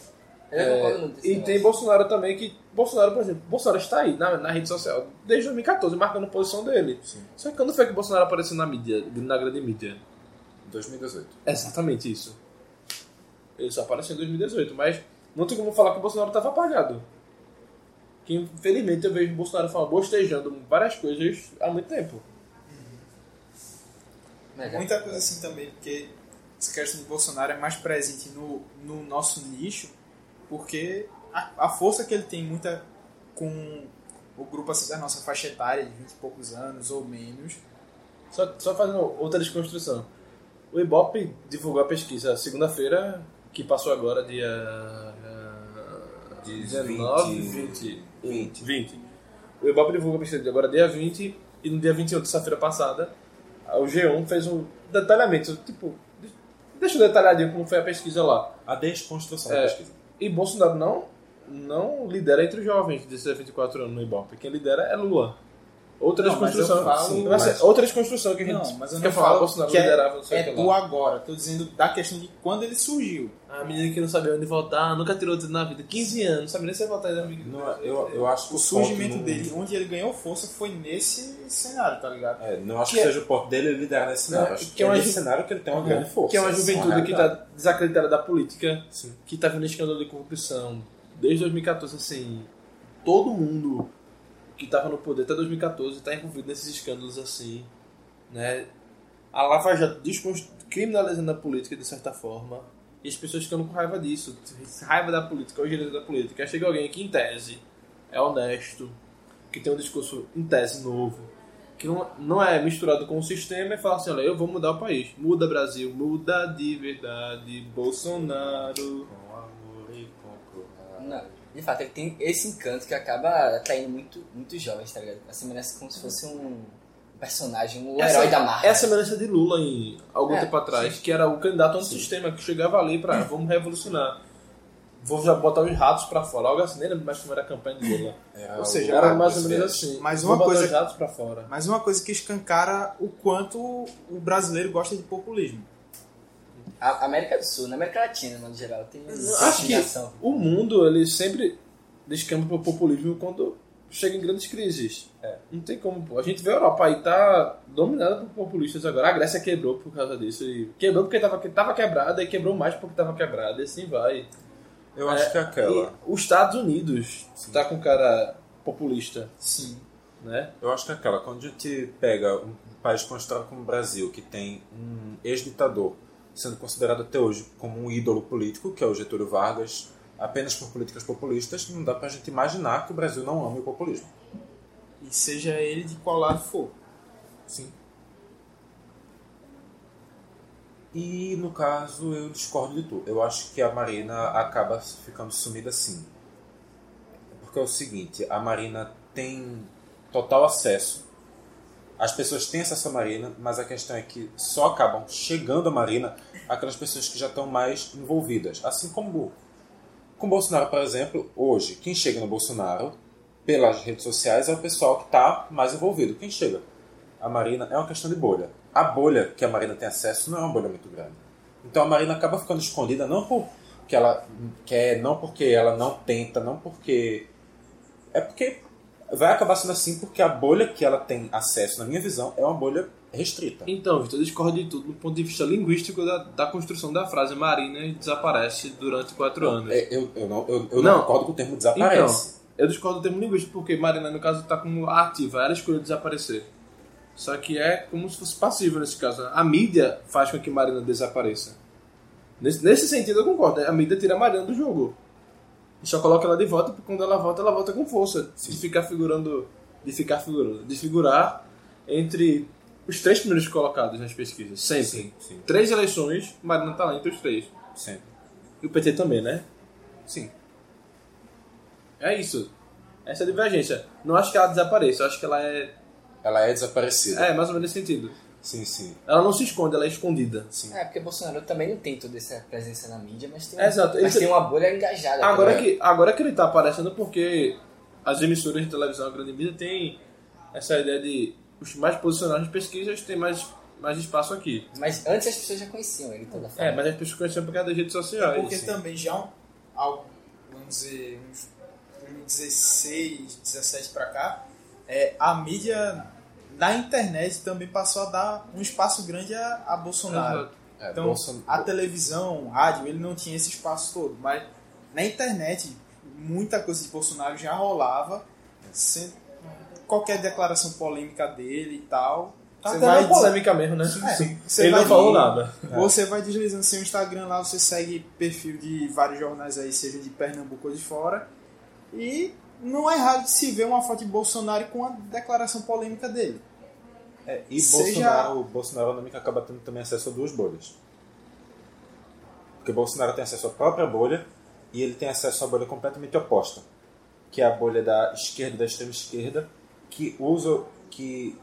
Speaker 3: Eu não concordo muito. com esse
Speaker 2: é, E tem
Speaker 3: negócio.
Speaker 2: Bolsonaro também, que. Bolsonaro, por exemplo, Bolsonaro está aí na, na rede social desde 2014, marcando a posição dele. Só que quando foi que Bolsonaro apareceu na mídia, na grande mídia?
Speaker 1: 2018.
Speaker 2: É exatamente isso. Ele só apareceu em 2018, mas não tem como falar que o Bolsonaro estava apagado. Que infelizmente eu vejo o Bolsonaro falar bostejando várias coisas há muito tempo.
Speaker 3: Mas é.
Speaker 4: Muita coisa assim também, porque essa questão do Bolsonaro é mais presente no, no nosso nicho, porque a, a força que ele tem muita com o grupo assim da nossa faixa etária, de 20 e poucos anos ou menos,
Speaker 2: Só, só fazendo outra desconstrução. O Ibope divulgou a pesquisa segunda-feira, que passou agora, dia. ah, 19, 20.
Speaker 1: 20.
Speaker 2: 20. O Ibope divulgou a pesquisa de agora, dia 20, e no dia 28, sexta-feira passada, a- o G1 fez um detalhamento. Tipo, de- deixa eu detalhadinho como foi a pesquisa lá.
Speaker 1: A desconstrução
Speaker 2: É.
Speaker 1: da pesquisa.
Speaker 2: E Bolsonaro não, não lidera entre os jovens de 24 anos no Ibope. Quem lidera é Lula. Outra
Speaker 4: Não, mas eu
Speaker 2: desconstrução.
Speaker 4: falo-
Speaker 2: Sim,
Speaker 4: mas-
Speaker 2: mas é Outra desconstrução que a gente
Speaker 4: Não, mas eu
Speaker 2: quer
Speaker 4: não
Speaker 2: falar.
Speaker 4: falo
Speaker 2: Bolsonaro
Speaker 4: que é-
Speaker 2: liderava, não sei o
Speaker 4: é
Speaker 2: que lá.
Speaker 4: do agora. Tô dizendo da questão de quando ele surgiu.
Speaker 2: A menina que não sabia onde voltar, nunca tirou tudo na vida. 15 anos, não sabia nem se ia né, voltar ainda.
Speaker 1: Não, é, eu, eu acho que
Speaker 4: O
Speaker 1: o
Speaker 4: surgimento
Speaker 1: ponto não-
Speaker 4: dele, onde ele ganhou força, foi nesse cenário, tá ligado?
Speaker 1: É, não acho que,
Speaker 2: Que é-
Speaker 1: seja o ponto dele liderar nesse cenário.
Speaker 2: Não,
Speaker 1: acho que,
Speaker 2: que é
Speaker 1: é
Speaker 2: uma
Speaker 1: nesse
Speaker 2: ju-
Speaker 1: cenário que ele tem uma grande força.
Speaker 2: Que é uma
Speaker 1: Isso
Speaker 2: juventude que
Speaker 1: realidade.
Speaker 2: tá desacreditada da política,
Speaker 1: Sim.
Speaker 2: que tá vendo escândalo de corrupção. Desde 2014, assim, todo mundo que tava no poder até 2014 tá envolvido nesses escândalos, assim, né? A Lava Jato desconst- criminalizando a política, de certa forma, e as pessoas ficando com raiva disso. Raiva da política, hoje da política. Aí Chega alguém que, em tese, é honesto, que tem um discurso, em tese, novo, que não, não é misturado com o sistema e fala assim, olha, eu vou mudar o país. Muda Brasil, muda de verdade, Bolsonaro.
Speaker 1: Com amor e com coragem.
Speaker 3: Não, de fato, ele tem esse encanto que acaba atraindo muito, muito jovens, tá ligado? Assim, merece como se fosse um personagem, um herói da Marvel.
Speaker 2: Essa semelhança de Lula em algum
Speaker 3: É,
Speaker 2: tempo atrás, que era o candidato antissistema, que chegava ali pra vamos revolucionar. Vou já botar os ratos pra fora. Algo assim, nem lembro mais como era a campanha de Lula.
Speaker 1: Era
Speaker 4: Ou
Speaker 1: o-
Speaker 4: seja,
Speaker 2: Era
Speaker 1: era
Speaker 2: mais ou
Speaker 1: esse
Speaker 2: menos
Speaker 1: velho.
Speaker 2: assim.
Speaker 4: Mas
Speaker 2: vou
Speaker 4: uma
Speaker 2: botar
Speaker 4: coisa-
Speaker 2: os ratos pra fora.
Speaker 4: Mas uma coisa que escancara o quanto o brasileiro gosta de populismo.
Speaker 3: A América do Sul, na América Latina, no geral, tem essa
Speaker 2: acho que
Speaker 3: fascinação.
Speaker 2: o mundo ele sempre descamba pro populismo quando chega em grandes crises. Não tem como, pô. A gente vê a Europa aí tá dominada por populistas agora. A Grécia quebrou por causa disso. E quebrou porque tava, que- tava quebrada e quebrou mais porque tava quebrada. E assim vai.
Speaker 1: Eu acho que é aquela.
Speaker 2: E os Estados Unidos tá com cara populista,
Speaker 4: Sim.
Speaker 2: né?
Speaker 1: Eu acho que é aquela, quando a gente pega um país constado como o Brasil, que tem um ex-ditador sendo considerado até hoje como um ídolo político, que é o Getúlio Vargas, apenas por políticas populistas, não dá pra gente imaginar que o Brasil não ame o populismo.
Speaker 4: E seja ele de qual lado for.
Speaker 1: Sim. E no caso eu discordo de tu. Eu acho que a Marina acaba ficando sumida sim. Porque é o seguinte, a Marina tem total acesso As pessoas têm acesso à Marina, mas a questão é que só acabam chegando à Marina aquelas pessoas que já estão mais envolvidas. Assim como com Bolsonaro, por exemplo, hoje, quem chega no Bolsonaro pelas redes sociais é o pessoal que está mais envolvido. Quem chega? A Marina é uma questão de bolha. A bolha que a Marina tem acesso não é uma bolha muito grande. Então a Marina acaba ficando escondida não porque ela quer, não porque ela não tenta, não porque. É porque vai acabar sendo assim porque a bolha que ela tem acesso, na minha visão, é uma bolha restrita.
Speaker 2: Então, Vitor, eu discordo de tudo do ponto de vista linguístico da, da construção da frase Marina desaparece durante quatro anos.
Speaker 1: É, Eu, eu não, eu, eu não
Speaker 2: Não.
Speaker 1: concordo com o termo
Speaker 2: Então,
Speaker 1: desaparece.
Speaker 2: eu discordo do termo linguístico, porque Marina, no caso, tá como ativa, ela escolheu desaparecer. Só que é como se fosse passiva nesse caso. né? A mídia faz com que Marina desapareça. Nesse, nesse sentido, eu concordo. né? A mídia tira a Marina do jogo. E só coloca ela de volta, porque quando ela volta, ela volta com força. De ficar figurando. De ficar figurando. De figurar entre os três primeiros colocados nas pesquisas. Sempre.
Speaker 1: Sim, sim.
Speaker 2: Três eleições, Marina tá lá entre os três.
Speaker 1: Sempre.
Speaker 2: E o PT também, né?
Speaker 1: Sim.
Speaker 2: É isso. Essa é a divergência. Não acho que ela desapareça, eu acho que ela é.
Speaker 1: Ela é desaparecida.
Speaker 2: É, mais ou menos nesse sentido.
Speaker 1: Sim, sim.
Speaker 2: Ela não se esconde, ela é escondida.
Speaker 1: sim.
Speaker 3: É, porque Bolsonaro também não tem toda essa presença na mídia, mas tem,
Speaker 2: Exato, ele
Speaker 3: mas
Speaker 4: um
Speaker 2: tem-
Speaker 3: tem uma bolha engajada.
Speaker 2: Agora,
Speaker 3: né?
Speaker 2: que, agora que ele tá aparecendo porque as emissoras de televisão, a grande mídia, tem essa ideia de os mais posicionados nas pesquisas têm mais, mais espaço aqui.
Speaker 3: Mas antes as pessoas já conheciam ele de toda forma.
Speaker 2: É, mas as pessoas conhecem por causa das redes sociais.
Speaker 4: Porque também já há um- há, um- vamos dizer, uns 2016, 17 pra cá, é, a mídia na internet também passou a dar um espaço grande a, a Bolsonaro.
Speaker 2: Exato.
Speaker 1: É,
Speaker 4: Então,
Speaker 1: Bolson-
Speaker 4: a televisão, rádio, ele não tinha esse espaço todo, mas na internet muita coisa de Bolsonaro já rolava, sem qualquer declaração polêmica dele e tal.
Speaker 2: Tá
Speaker 4: Você
Speaker 2: até uma
Speaker 4: vai dizer-
Speaker 2: polêmica mesmo, né?
Speaker 4: É, você
Speaker 2: Ele
Speaker 4: vai
Speaker 2: não falou
Speaker 4: ver-
Speaker 2: nada.
Speaker 4: Você vai deslizando seu Instagram lá, você segue perfil de vários jornais aí, seja de Pernambuco ou de fora. E não é raro de se ver uma foto de Bolsonaro com a declaração polêmica dele.
Speaker 1: é, e
Speaker 4: seja-
Speaker 1: Bolsonaro, o Bolsonaro Anômico acaba tendo também acesso a duas bolhas. Porque Bolsonaro tem acesso à própria bolha e ele tem acesso a uma bolha completamente oposta, que é a bolha da esquerda, da extrema esquerda, que usa, que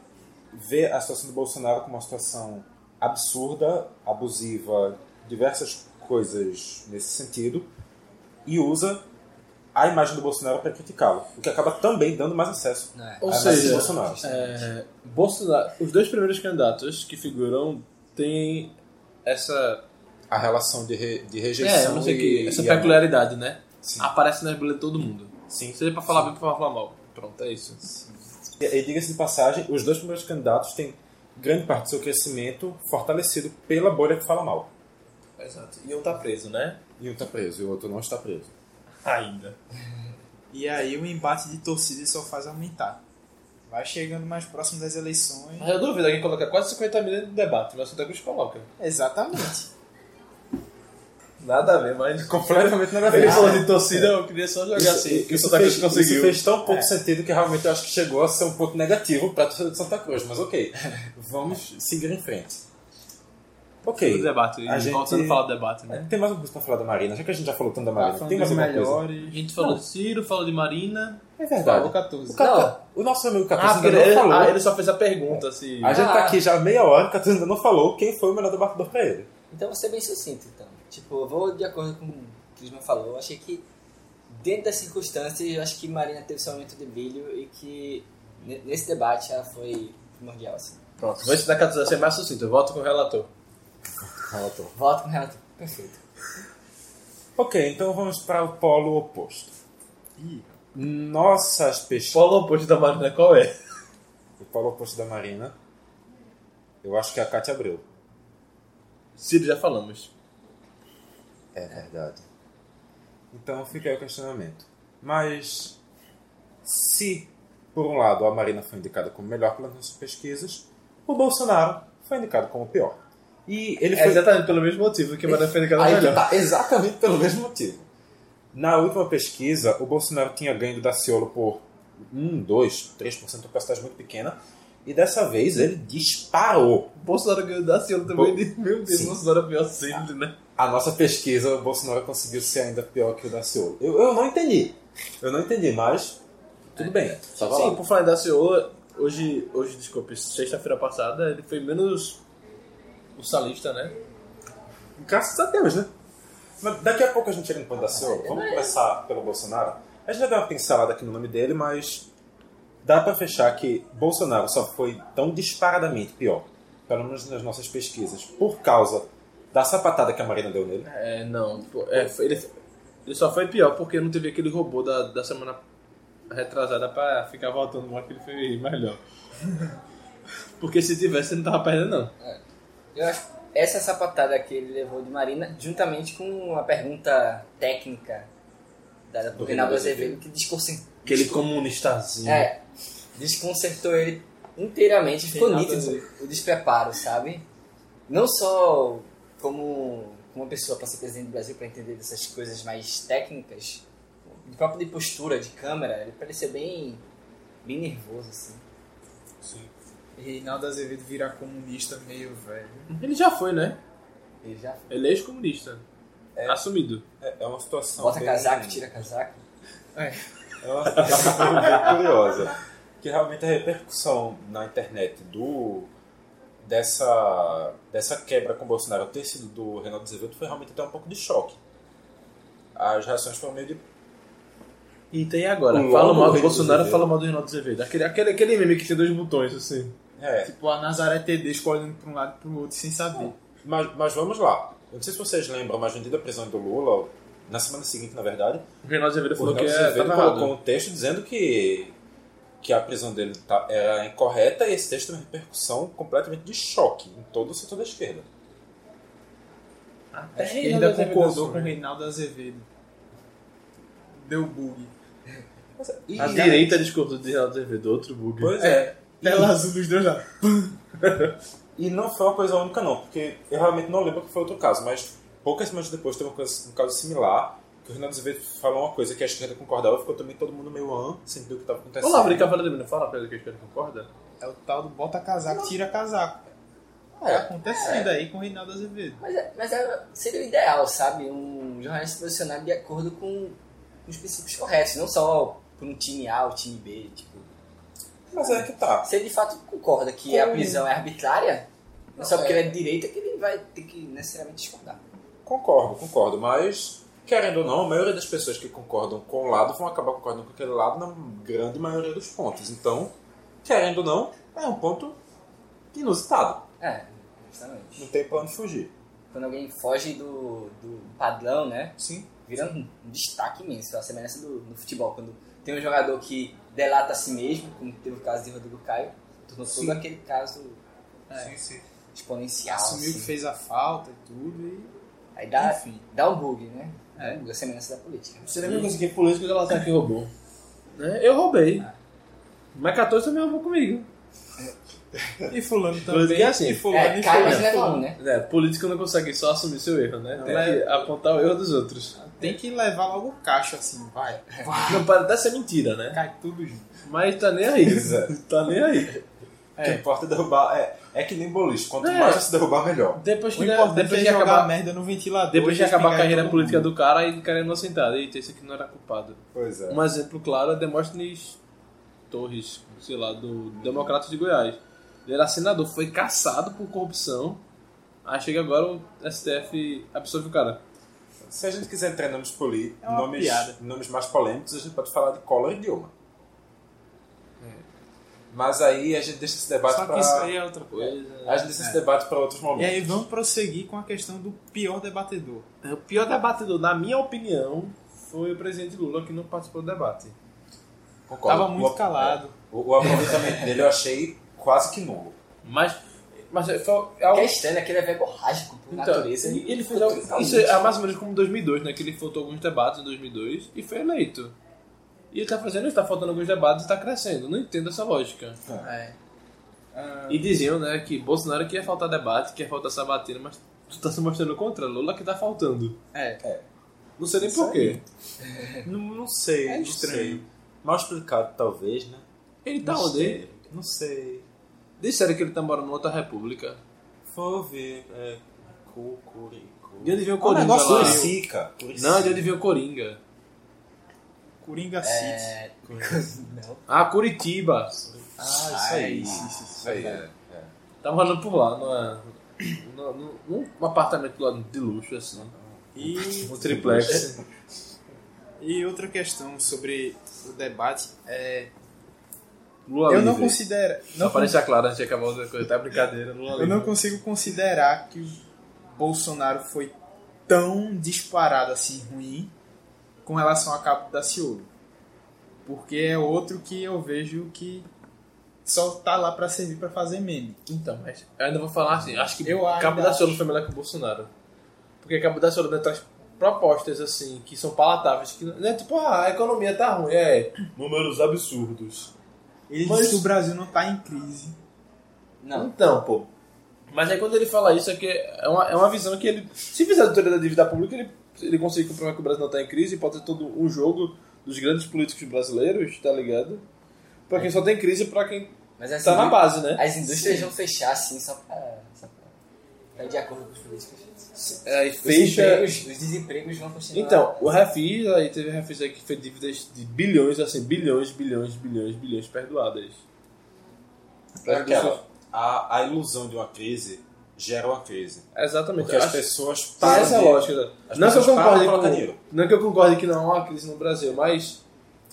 Speaker 1: vê a situação do Bolsonaro como uma situação absurda, abusiva, diversas coisas nesse sentido, e usa a imagem do Bolsonaro para criticá-lo, o que acaba também dando mais acesso
Speaker 3: Não é.
Speaker 2: Ou
Speaker 1: à imagem do
Speaker 2: seja,
Speaker 1: Bolsonaro.
Speaker 2: É, Bolsonaro, os dois primeiros candidatos que figuram têm essa
Speaker 1: a relação de, re- de
Speaker 2: É,
Speaker 1: rejeição
Speaker 2: eu É, não sei o
Speaker 1: e,
Speaker 2: que. Essa
Speaker 1: e
Speaker 2: peculiaridade, né?
Speaker 1: Sim.
Speaker 2: Aparece nas boletas de todo mundo.
Speaker 1: Sim.
Speaker 2: Seja pra falar bem, pra falar mal. Pronto, é isso.
Speaker 1: E, e diga-se de passagem, os dois primeiros candidatos têm grande parte do seu crescimento fortalecido pela bolha que fala mal.
Speaker 2: Exato. E um tá preso, né?
Speaker 1: E um está preso e o outro não está preso.
Speaker 2: Ainda.
Speaker 4: E aí o embate de torcida só faz aumentar. Vai chegando mais próximo das eleições.
Speaker 2: Mas eu duvido alguém colocar quase 50 mil no debate, mas o Santa Cruz coloca.
Speaker 4: Exatamente.
Speaker 2: Nada a ver, (laughs) mas.
Speaker 1: Completamente nada a ver.
Speaker 2: Ele falou de torcida, É. eu queria só jogar assim. Que o Santa Cruz
Speaker 1: fez,
Speaker 2: conseguiu. É.
Speaker 1: isso fez tão pouco sentido que realmente eu acho que chegou a ser um ponto negativo para a torcida de Santa Cruz, mas
Speaker 2: (laughs)
Speaker 1: ok. Vamos seguir em frente. Ok.
Speaker 2: O debate,
Speaker 1: A gente-
Speaker 2: voltando a falar do debate, né? Ah,
Speaker 1: Tem mais uma coisa para falar da Marina, já que a gente já falou tanto da
Speaker 4: Tá
Speaker 1: Marina.
Speaker 4: falando
Speaker 1: tem
Speaker 4: dos
Speaker 1: mais alguma coisa?
Speaker 2: A
Speaker 4: melhores.
Speaker 2: gente falou de Ciro, falou de Marina.
Speaker 1: É
Speaker 4: Falou
Speaker 1: verdade.
Speaker 4: 14.
Speaker 1: O, Cata- o nosso amigo Catarina
Speaker 2: porque
Speaker 1: não
Speaker 2: ele,
Speaker 1: falou.
Speaker 2: ah, ele só fez a pergunta, se.
Speaker 1: A gente
Speaker 3: Ah.
Speaker 1: tá aqui já há meia hora, o Catarina ainda não falou quem foi o melhor debatedor pra ele.
Speaker 3: Então você bem sucinto, então. Tipo, eu vou de acordo com o que o Clisman falou. Eu achei que, dentro das circunstâncias, eu acho que Marina teve seu momento de brilho e que, ne- nesse debate, ela foi primordial, assim.
Speaker 2: Pronto, vou ensinar a Catuza a ser mais sucinto, eu volto com o relator.
Speaker 1: Relator.
Speaker 3: Volto com o relato. Perfeito.
Speaker 1: Ok, então vamos para o polo oposto. Nossas pesquisas.
Speaker 2: Polo oposto da Marina, qual é?
Speaker 1: O polo oposto da Marina. Eu acho que é a Cátia Abreu.
Speaker 2: Ciro, já falamos.
Speaker 1: É verdade. Então fica aí o questionamento. Mas se, por um lado, a Marina foi indicada como melhor pelas nossas pesquisas, o Bolsonaro foi indicado como pior. E ele
Speaker 2: É
Speaker 1: foi
Speaker 2: exatamente pelo mesmo motivo que Marina foi indicada
Speaker 1: Aí que
Speaker 2: melhor.
Speaker 1: tá, exatamente pelo mesmo motivo. Na última pesquisa, o Bolsonaro tinha ganho do Daciolo por 1, 2, 3%, uma porcentagem muito pequena. E dessa vez ele disparou.
Speaker 2: Bolsonaro ganhou da Ciro também. de- Meu Deus,
Speaker 1: Sim.
Speaker 2: Bolsonaro é pior sempre, né?
Speaker 1: A nossa pesquisa, o Bolsonaro conseguiu ser ainda pior que o Daciolo. Eu, eu não entendi. Eu não entendi, mas tudo bem. Tava
Speaker 2: Sim,
Speaker 1: lá.
Speaker 2: por falar em da Ciro, Hoje, hoje desculpe, sexta-feira passada, ele foi menos o salista, né?
Speaker 1: Graças a Deus, né? Mas daqui a pouco a gente chega no ponto da Ciola. Vamos começar pelo Bolsonaro. A gente já deu uma pincelada aqui no nome dele, mas dá pra fechar que Bolsonaro só foi tão disparadamente pior, pelo menos nas nossas pesquisas, por causa da sapatada que a Marina deu nele.
Speaker 2: É, não. pô, é, foi- ele, ele só foi pior porque não teve aquele robô da, da semana retrasada pra ficar voltando lá que ele foi melhor. (laughs) porque se tivesse, ele não tava perdendo, não.
Speaker 3: Eu acho que essa é sapatada que ele levou de Marina, juntamente com a pergunta técnica dada por
Speaker 2: Do Reinaldo
Speaker 3: Reinaldo Azevedo, que desconcert-
Speaker 2: Aquele comunistazinho.
Speaker 3: é, desconcertou ele inteiramente. Ficou
Speaker 2: Reinaldo
Speaker 3: nítido o despreparo, sabe? Não só como como uma pessoa para ser presidente do Brasil, para entender dessas coisas mais técnicas, de próprio de postura, de câmera, ele parecia bem, bem nervoso, assim.
Speaker 4: Reinaldo Azevedo virar comunista meio velho.
Speaker 2: Ele já foi, né?
Speaker 3: Ele já
Speaker 2: Ele é ex-comunista. Assumido.
Speaker 1: É, é uma situação.
Speaker 3: bota
Speaker 1: bem-
Speaker 3: casaco, tira casaco.
Speaker 1: É uma situação bem curiosa. Que realmente a repercussão na internet do dessa, dessa quebra com o Bolsonaro ter sido do Renato Azevedo foi realmente até um pouco de choque. As reações foram meio de
Speaker 2: Eita, e agora?
Speaker 1: Logo
Speaker 2: fala mal do
Speaker 1: Reinaldo
Speaker 2: Bolsonaro
Speaker 1: Azevedo.
Speaker 2: fala mal do Reinaldo Azevedo. Aquele, aquele, aquele meme que tem dois botões, assim.
Speaker 1: É,
Speaker 4: Tipo, a Nazaré Tedesco olhando pra um lado e pro outro sem saber.
Speaker 1: mas, mas vamos lá. Eu não sei se vocês lembram, mas no dia da prisão do Lula, na semana seguinte, na verdade,
Speaker 2: O Reinaldo Azevedo
Speaker 1: o
Speaker 2: falou que
Speaker 1: Renato
Speaker 2: é,
Speaker 1: Azevedo
Speaker 2: tava
Speaker 1: colocou
Speaker 2: errado.
Speaker 1: um texto dizendo que, que a prisão dele tá- era incorreta e esse texto teve uma repercussão completamente de choque em todo o setor da esquerda.
Speaker 4: Até
Speaker 2: Acho que
Speaker 4: ele ainda
Speaker 2: Azevedo
Speaker 4: concordou
Speaker 2: assume.
Speaker 4: com o Reinaldo Azevedo. Deu bug.
Speaker 2: A direita discordou de Reinaldo Azevedo, outro bug. um
Speaker 1: Pois é,
Speaker 4: Tela azul dos dois lados.
Speaker 1: E não foi uma coisa única, não, porque eu realmente não lembro que foi outro caso, mas poucas semanas depois teve uma coisa- um caso similar, que o Renato Azevedo falou uma coisa que a esquerda concordava, ficou também todo mundo meio an, sem entender o que estava acontecendo.
Speaker 2: Olá, Brica Vale do Menino, fala pra ele que a esquerda concorda.
Speaker 4: É o tal do bota casaco, tira casaco.
Speaker 1: É.
Speaker 4: Tá acontecendo aí com o Reinaldo Azevedo.
Speaker 3: Mas, é- mas é- seria o ideal, sabe? Um jornalista se posicionar de acordo com os princípios corretos, não só por um time A ou time B. Tipo.
Speaker 1: Mas é que tá.
Speaker 3: Se ele de fato concorda que a prisão é arbitrária, não é só porque ele é de direita que ele vai ter que necessariamente discordar.
Speaker 1: Concordo, concordo, mas querendo ou não, a maioria das pessoas que concordam com o lado vão acabar concordando com aquele lado na grande maioria dos pontos. Então, querendo ou não, é um ponto inusitado.
Speaker 3: É,
Speaker 1: Não
Speaker 3: justamente.
Speaker 1: tem pra onde fugir.
Speaker 3: Quando alguém foge do, do padrão, né?
Speaker 1: Sim.
Speaker 3: Vira um, um destaque imenso, a semelhança do, do futebol. Quando tem um jogador que delata a si mesmo, como teve o caso de Rodrigo Caio, tornou todo aquele caso é,
Speaker 4: Sim, sim.
Speaker 3: exponencial.
Speaker 4: Assumiu
Speaker 3: assim.
Speaker 4: que fez a falta e tudo e.
Speaker 3: Aí dá,
Speaker 4: Enfim.
Speaker 3: dá um bug, né?
Speaker 4: É.
Speaker 3: É. A semelhança da política. É,
Speaker 2: Você lembra que eu político que ela tá aqui roubou? Né? Eu roubei. Mas 14 também roubou comigo.
Speaker 4: E fulano
Speaker 2: Política
Speaker 4: também.
Speaker 2: é assim.
Speaker 4: E fulano
Speaker 3: É,
Speaker 4: e
Speaker 3: cai, mas
Speaker 4: fulano.
Speaker 3: leva um, né?
Speaker 2: É, político não consegue só assumir seu erro, né? Tem
Speaker 4: é.
Speaker 2: que apontar o erro dos outros.
Speaker 4: Tem que levar logo o cacho assim, vai.
Speaker 2: Não, pode até ser mentira, né?
Speaker 4: Cai tudo junto.
Speaker 2: Mas tá nem aí.
Speaker 1: Exato.
Speaker 2: (laughs) Tá nem aí.
Speaker 1: O que importa é derrubar. É, é que nem boliche. Quanto
Speaker 2: É.
Speaker 1: mais você derrubar, melhor.
Speaker 2: Depois
Speaker 4: O
Speaker 2: que,
Speaker 4: importante
Speaker 2: depois
Speaker 4: é
Speaker 2: que
Speaker 4: jogar
Speaker 2: acabar,
Speaker 4: a merda é no ventilador.
Speaker 2: depois que
Speaker 4: e
Speaker 2: acabar a
Speaker 4: espingar em
Speaker 2: carreira
Speaker 4: todo
Speaker 2: política
Speaker 4: mundo.
Speaker 2: do cara, aí o cara é inocentado. Eita, esse aqui não era culpado.
Speaker 1: Pois é.
Speaker 2: Um exemplo claro é Demóstenes Torres, sei lá, do Democratas de Goiás. Ele era senador, foi caçado por corrupção. Aí chega agora o STF absolve o cara.
Speaker 1: Se a gente quiser entrar em nomes, poli...
Speaker 4: É uma
Speaker 1: nomes,
Speaker 4: piada.
Speaker 1: nomes mais polêmicos, a gente pode falar de Collor e Dilma. É. Mas aí a gente deixa esse debate
Speaker 4: Só
Speaker 1: para
Speaker 4: que isso aí é outra coisa.
Speaker 1: a gente deixa esse debate para outros
Speaker 4: E
Speaker 1: momentos.
Speaker 4: aí vamos prosseguir com a questão do pior debatedor.
Speaker 2: é. O pior debatedor, na minha opinião, foi o presidente Lula que não participou do debate.
Speaker 1: Concordo.
Speaker 4: Tava muito
Speaker 1: O-
Speaker 4: calado.
Speaker 1: O, o aproveitamento dele eu achei quase que nulo.
Speaker 2: Mas, mas foi
Speaker 3: O que
Speaker 2: algo
Speaker 3: é estranho é que ele é verborrágico por
Speaker 2: Então,
Speaker 3: natureza. né?
Speaker 2: e ele fez algo,
Speaker 3: culturalmente.
Speaker 2: isso é mais ou menos como 2002, né? Que ele faltou alguns debates em 2002 e foi eleito. E ele tá fazendo isso, tá faltando alguns debates e tá crescendo. Não entendo essa lógica.
Speaker 4: É.
Speaker 2: E diziam, né, que Bolsonaro que ia faltar debate, que ia faltar sabatina, mas tu tá se mostrando contra Lula que tá faltando.
Speaker 4: É.
Speaker 2: Não sei nem
Speaker 1: Isso
Speaker 2: porquê.
Speaker 1: Não, não sei.
Speaker 4: É
Speaker 1: não
Speaker 4: estranho.
Speaker 1: sei. Mal explicado, talvez, né?
Speaker 2: Ele tá onde?
Speaker 1: Não sei.
Speaker 2: Disseram que ele tá morando em outra república.
Speaker 1: Vou ver. É. Cucuricu.
Speaker 2: De onde veio o
Speaker 4: um
Speaker 2: Coringa
Speaker 4: negócio
Speaker 2: lá?
Speaker 1: assim.
Speaker 4: desse.
Speaker 1: Curicica. Curicica.
Speaker 2: Não, de onde veio o Coringa.
Speaker 4: Coringa City.
Speaker 3: É,
Speaker 2: Ah, Curitiba.
Speaker 1: Ah,
Speaker 4: isso, isso, isso.
Speaker 1: Isso aí, é. é.
Speaker 2: Tava rolando Tá por lá, não é? Num, num- num apartamento lá de luxo, assim.
Speaker 4: E
Speaker 2: Um triplex.
Speaker 4: E outra questão sobre o debate é.
Speaker 2: Lula
Speaker 4: Eu não
Speaker 2: livre.
Speaker 4: considero.
Speaker 2: Não
Speaker 4: Não, con-
Speaker 2: aparece a Clara antes de acabar outra coisa, tá brincadeira. Lula
Speaker 4: eu
Speaker 2: livre.
Speaker 4: não consigo considerar que o Bolsonaro foi tão disparado assim ruim com relação a Cabo da Ciolo. Porque é outro que eu vejo que só tá lá pra servir pra fazer meme.
Speaker 2: Então, mas eu ainda vou falar assim, acho que
Speaker 4: Eu ainda
Speaker 2: Cabo da Ciolo foi melhor que o Bolsonaro. Porque Cabo da Ciolo né, traz propostas assim, que são palatáveis, que não é tipo, ah, a economia tá ruim, é números absurdos.
Speaker 4: Ele
Speaker 2: Mas-
Speaker 4: diz que o Brasil não tá em crise.
Speaker 3: não,
Speaker 2: Então, pô. Mas aí quando ele fala isso, é que é uma, é uma visão que ele. Se fizer a teoria da dívida pública, ele, ele consegue comprovar que o Brasil não tá em crise, pode ser todo um jogo dos grandes políticos brasileiros, tá ligado? Porque só tem crise pra quem
Speaker 3: mas assim,
Speaker 2: tá na base, né?
Speaker 3: as indústrias vão fechar assim só pra, só pra, pra ir de acordo com os políticos.
Speaker 2: Aí
Speaker 3: Os
Speaker 2: fecha.
Speaker 3: empregos- os desempregos vão continuar.
Speaker 2: Então, o Refis, aí teve Refis aí que fez dívidas de bilhões, assim, bilhões, bilhões, bilhões, bilhões perdoadas.
Speaker 1: É aquela, a, a ilusão de uma crise gera uma crise.
Speaker 2: Exatamente.
Speaker 1: Porque as
Speaker 2: Acho-
Speaker 1: pessoas
Speaker 2: Tem
Speaker 1: param
Speaker 2: essa
Speaker 1: de-
Speaker 2: lógica. né?
Speaker 1: as
Speaker 2: Não que, eu
Speaker 1: pessoas param de colocar
Speaker 2: concorde
Speaker 1: dinheiro.
Speaker 2: com, não que eu concorde que não há uma crise no Brasil, mas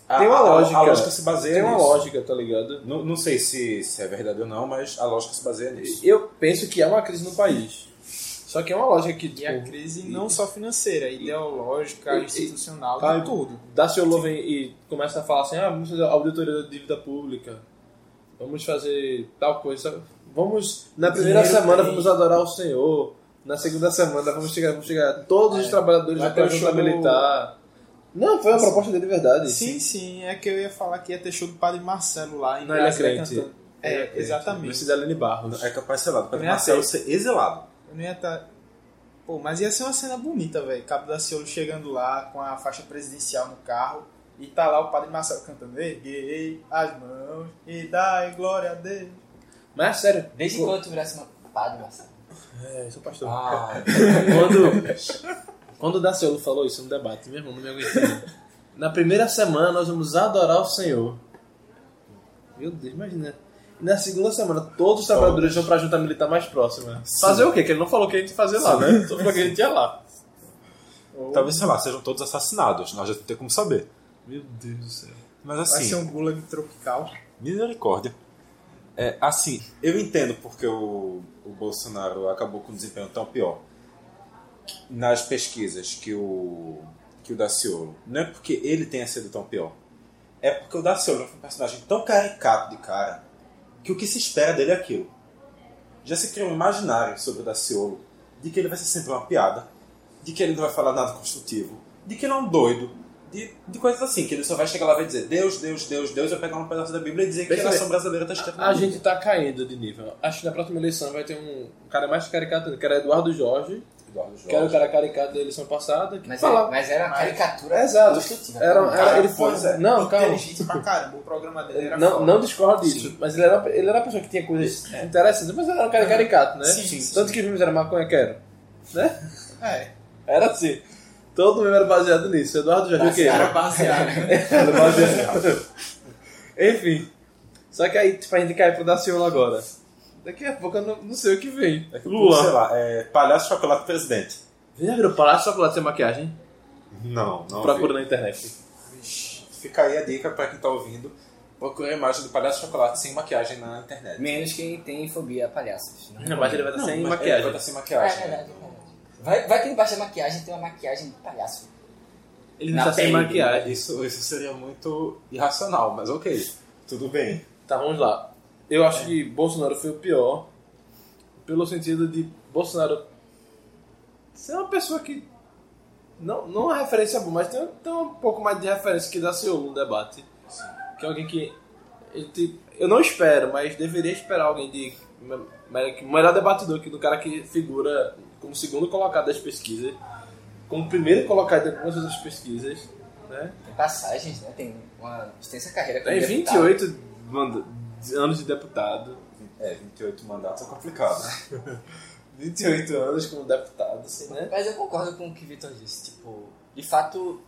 Speaker 1: A-
Speaker 2: Tem uma
Speaker 1: a-
Speaker 2: lógica.
Speaker 1: A, lógica se baseia
Speaker 2: tem uma
Speaker 1: nisso.
Speaker 2: lógica, tá ligado?
Speaker 1: Não, não sei se, se é verdade ou não, mas a lógica se baseia nisso.
Speaker 2: Eu penso que há uma crise no país. Só que é uma lógica que,
Speaker 4: E a
Speaker 2: tipo,
Speaker 4: crise não só financeira, ideológica,
Speaker 2: e-
Speaker 4: institucional,
Speaker 2: tá,
Speaker 4: de tudo.
Speaker 2: Daciolo vem e começa a falar assim, ah, vamos fazer auditoria da dívida pública, vamos fazer tal coisa, vamos, na primeira
Speaker 4: Dinheiro
Speaker 2: semana
Speaker 4: tem.
Speaker 2: vamos adorar o Senhor, na segunda semana vamos chegar, vamos chegar todos os trabalhadores
Speaker 4: É. Vai
Speaker 2: da
Speaker 4: ter o
Speaker 2: Junta
Speaker 4: show do-
Speaker 2: Militar. Não, foi uma proposta dele de verdade.
Speaker 4: Sim, sim, é que eu ia falar que ia ter show do Padre Marcelo lá em
Speaker 2: Não, ele é
Speaker 4: Brasília
Speaker 2: crente.
Speaker 4: cantando. É, exatamente.
Speaker 2: Luiz Aline Barros.
Speaker 1: É capaz, sei lá, do Pedro
Speaker 4: Também
Speaker 1: Marcelo ser exilado.
Speaker 4: Eu não ia estar. Pô, mas ia ser uma cena bonita, velho. Cabo da Ciolo chegando lá com a faixa presidencial no carro e tá lá o Padre Marcelo cantando: Erguei as mãos e dai glória a Deus.
Speaker 2: Mas é sério,
Speaker 3: Desde quando tu virasse uma padre, Marcelo?
Speaker 2: É, sou pastor.
Speaker 1: Ah,
Speaker 2: Quando, quando o Daciolo falou isso no debate, meu irmão, não me aguentei. Na primeira semana nós vamos adorar o Senhor. Meu Deus, imagina. E na segunda semana, todos os trabalhadores vão pra junta militar mais próxima. Fazer o quê? Que ele não falou que a gente ia fazer lá, né? Só falou que a gente ia lá.
Speaker 1: talvez, sei lá, sejam todos assassinados. Nós já não tem como saber.
Speaker 2: Meu Deus do céu.
Speaker 1: Mas
Speaker 4: Vai
Speaker 1: assim,
Speaker 4: ser um gulag tropical.
Speaker 1: misericórdia. É, assim, eu entendo porque o, o Bolsonaro acabou com um desempenho tão pior nas pesquisas que o, que o Daciolo. Não é porque ele tenha sido tão pior. É porque o Daciolo foi um personagem tão caricato de cara que o que se espera dele é aquilo. Já se criou um imaginário sobre o Daciolo de que ele vai ser sempre uma piada, de que ele não vai falar nada construtivo, de que ele é um doido, de, de coisas assim, que ele só vai chegar lá e vai dizer Deus, Deus, Deus, Deus, eu pegar um pedaço da Bíblia e dizer que
Speaker 2: Pensa
Speaker 1: a nação brasileira está escrita na
Speaker 2: A
Speaker 1: Bíblia.
Speaker 2: gente tá caindo de nível. Acho que na próxima eleição vai ter um cara mais caricato, que era Eduardo Jorge,
Speaker 1: Eduardo Jorge.
Speaker 2: que era o cara caricato da eleição passada. Que
Speaker 3: Mas,
Speaker 2: fala-
Speaker 3: era- mas era uma caricatura.
Speaker 2: Exato.
Speaker 3: construtiva.
Speaker 2: Era, era, ele foi.
Speaker 1: Pois é.
Speaker 2: Não, calma.
Speaker 4: Inteligente pra caramba. O programa dele era
Speaker 2: Não,
Speaker 4: foda.
Speaker 2: não discordo disso, mas ele era, ele era uma pessoa que tinha coisas interessantes, mas era um cara caricato, né?
Speaker 4: Sim, sim,
Speaker 2: Tanto que os memes eram maconha quero. Né?
Speaker 4: É,
Speaker 2: Era assim. Todo meme era baseado nisso. Eduardo Jardim o quê?
Speaker 4: era
Speaker 2: (laughs)
Speaker 4: baseado.
Speaker 2: Era baseado. Enfim. Só que aí, tipo, a gente cai pro Daciolo agora. Daqui a pouco eu não, não sei o que vem.
Speaker 1: Daqui a pouco, Sei
Speaker 2: Lula.
Speaker 1: lá, é Palhaço Chocolate Presidente.
Speaker 2: Já virou palácio de chocolate sem maquiagem?
Speaker 1: Não, não.
Speaker 2: Procura na internet.
Speaker 1: Fica aí a dica pra quem tá ouvindo. Procura a imagem do Palhaço Chocolate sem maquiagem na internet.
Speaker 3: Menos quem tem fobia a palhaços. Não,
Speaker 2: Não, mas ele vai estar
Speaker 1: Não,
Speaker 2: sem
Speaker 1: mas ele
Speaker 2: maquiagem.
Speaker 1: vai tá sem
Speaker 3: é
Speaker 1: maquiagem.
Speaker 3: verdade. é
Speaker 1: né?
Speaker 3: verdade. Vai, vai que embaixo da maquiagem tem uma maquiagem de palhaço.
Speaker 2: Ele
Speaker 3: na
Speaker 2: não tá sem
Speaker 3: pele.
Speaker 1: é,
Speaker 2: maquiagem.
Speaker 1: Isso, isso seria muito irracional, mas ok. Tudo bem.
Speaker 2: Tá, vamos lá. Eu acho que Bolsonaro foi o pior, pelo sentido de Bolsonaro ser uma pessoa que. Não, não é uma referência boa, mas tem, tem um pouco mais de referência que dá seu no debate. Que é alguém que. ele te- eu não espero, mas deveria esperar alguém de. O melhor debatedor que do cara que figura como segundo colocado das pesquisas, como primeiro colocado de algumas outras pesquisas, né?
Speaker 3: Tem passagens, né? Tem uma extensa carreira como
Speaker 2: Tem
Speaker 3: deputado.
Speaker 2: 28 manda- anos de deputado.
Speaker 1: É, 28 mandatos é complicado.
Speaker 2: 28 anos como deputado, assim, né?
Speaker 3: Mas eu concordo com o que o Vitor disse. Tipo, de fato,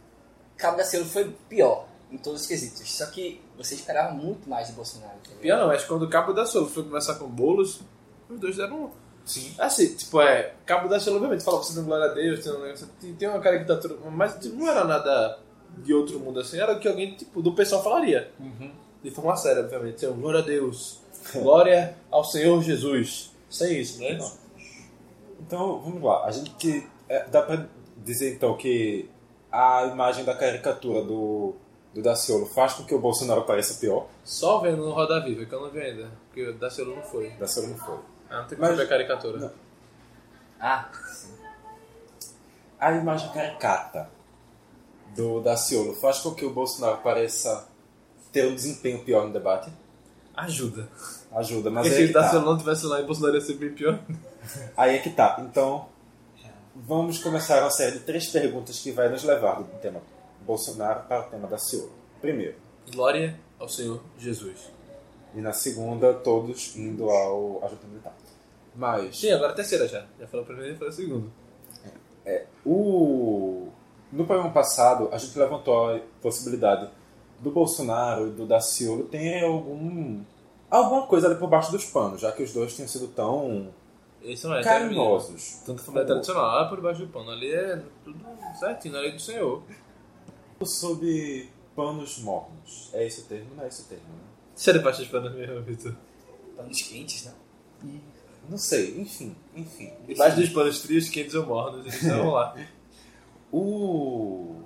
Speaker 3: Cabo da Cielo foi pior. em todos os quesitos. Só que você esperava muito mais de Bolsonaro. tá ligado?
Speaker 2: Pior não, mas quando o Cabo da Solo foi conversar com o Boulos, os dois deram. Sim. Assim, tipo, é. Cabo da Solo, obviamente, fala pra você dando glória a Deus, tem, um negócio- tem- tem uma caricatura, mas tipo, não era nada de outro mundo assim, era o que alguém, tipo, do pessoal falaria. De forma séria, obviamente. Então, glória a Deus. Glória ao Senhor Jesus. Sem isso, né?
Speaker 1: Então, vamos lá. A gente que. é, dá pra dizer então que a imagem da caricatura do, do Daciolo faz com que o Bolsonaro pareça pior.
Speaker 2: Só vendo no Roda Viva, que eu não vi ainda. Porque o da Solo não foi.
Speaker 1: Daciolo não foi.
Speaker 2: Ah, não tem que
Speaker 1: Mas-
Speaker 2: saber a caricatura.
Speaker 1: Não.
Speaker 3: Ah,
Speaker 1: A imagem caricata do Daciolo faz com que o Bolsonaro pareça ter um desempenho pior no debate.
Speaker 2: Ajuda.
Speaker 1: Ajuda, mas
Speaker 2: Porque
Speaker 1: aí é
Speaker 2: se
Speaker 1: que
Speaker 2: o da
Speaker 1: tá.
Speaker 2: Solo não tivesse lá e Bolsonaro ia ser bem pior.
Speaker 1: Aí é que tá. Então, vamos começar uma série de três perguntas que vai nos levar do tema Bolsonaro para o tema Daciolo. Primeiro,
Speaker 2: Glória ao Senhor Jesus.
Speaker 1: e na segunda, todos indo ao, à junta militar. Mas,
Speaker 2: Sim, agora é a terceira já. Já falou a primeira e falou a segunda.
Speaker 1: O... No programa passado, a gente levantou a possibilidade do Bolsonaro e do Daciolo terem algum... alguma coisa ali por baixo dos panos, já que os dois tinham sido tão
Speaker 2: Esse não é terminado.
Speaker 1: carinhosos.
Speaker 2: Tanto família é tradicional, lá por baixo do pano. Ali é tudo certinho, na lei do Senhor.
Speaker 1: Como sob panos mornos. É esse o termo? Não é esse o termo, né?
Speaker 2: Você é baixo dos panos mesmo, Vitor.
Speaker 3: panos quentes, né?
Speaker 1: Não sei, enfim, enfim.
Speaker 2: Debaixo dos panos frios, quentes ou mornos, eles estavam lá.
Speaker 1: O...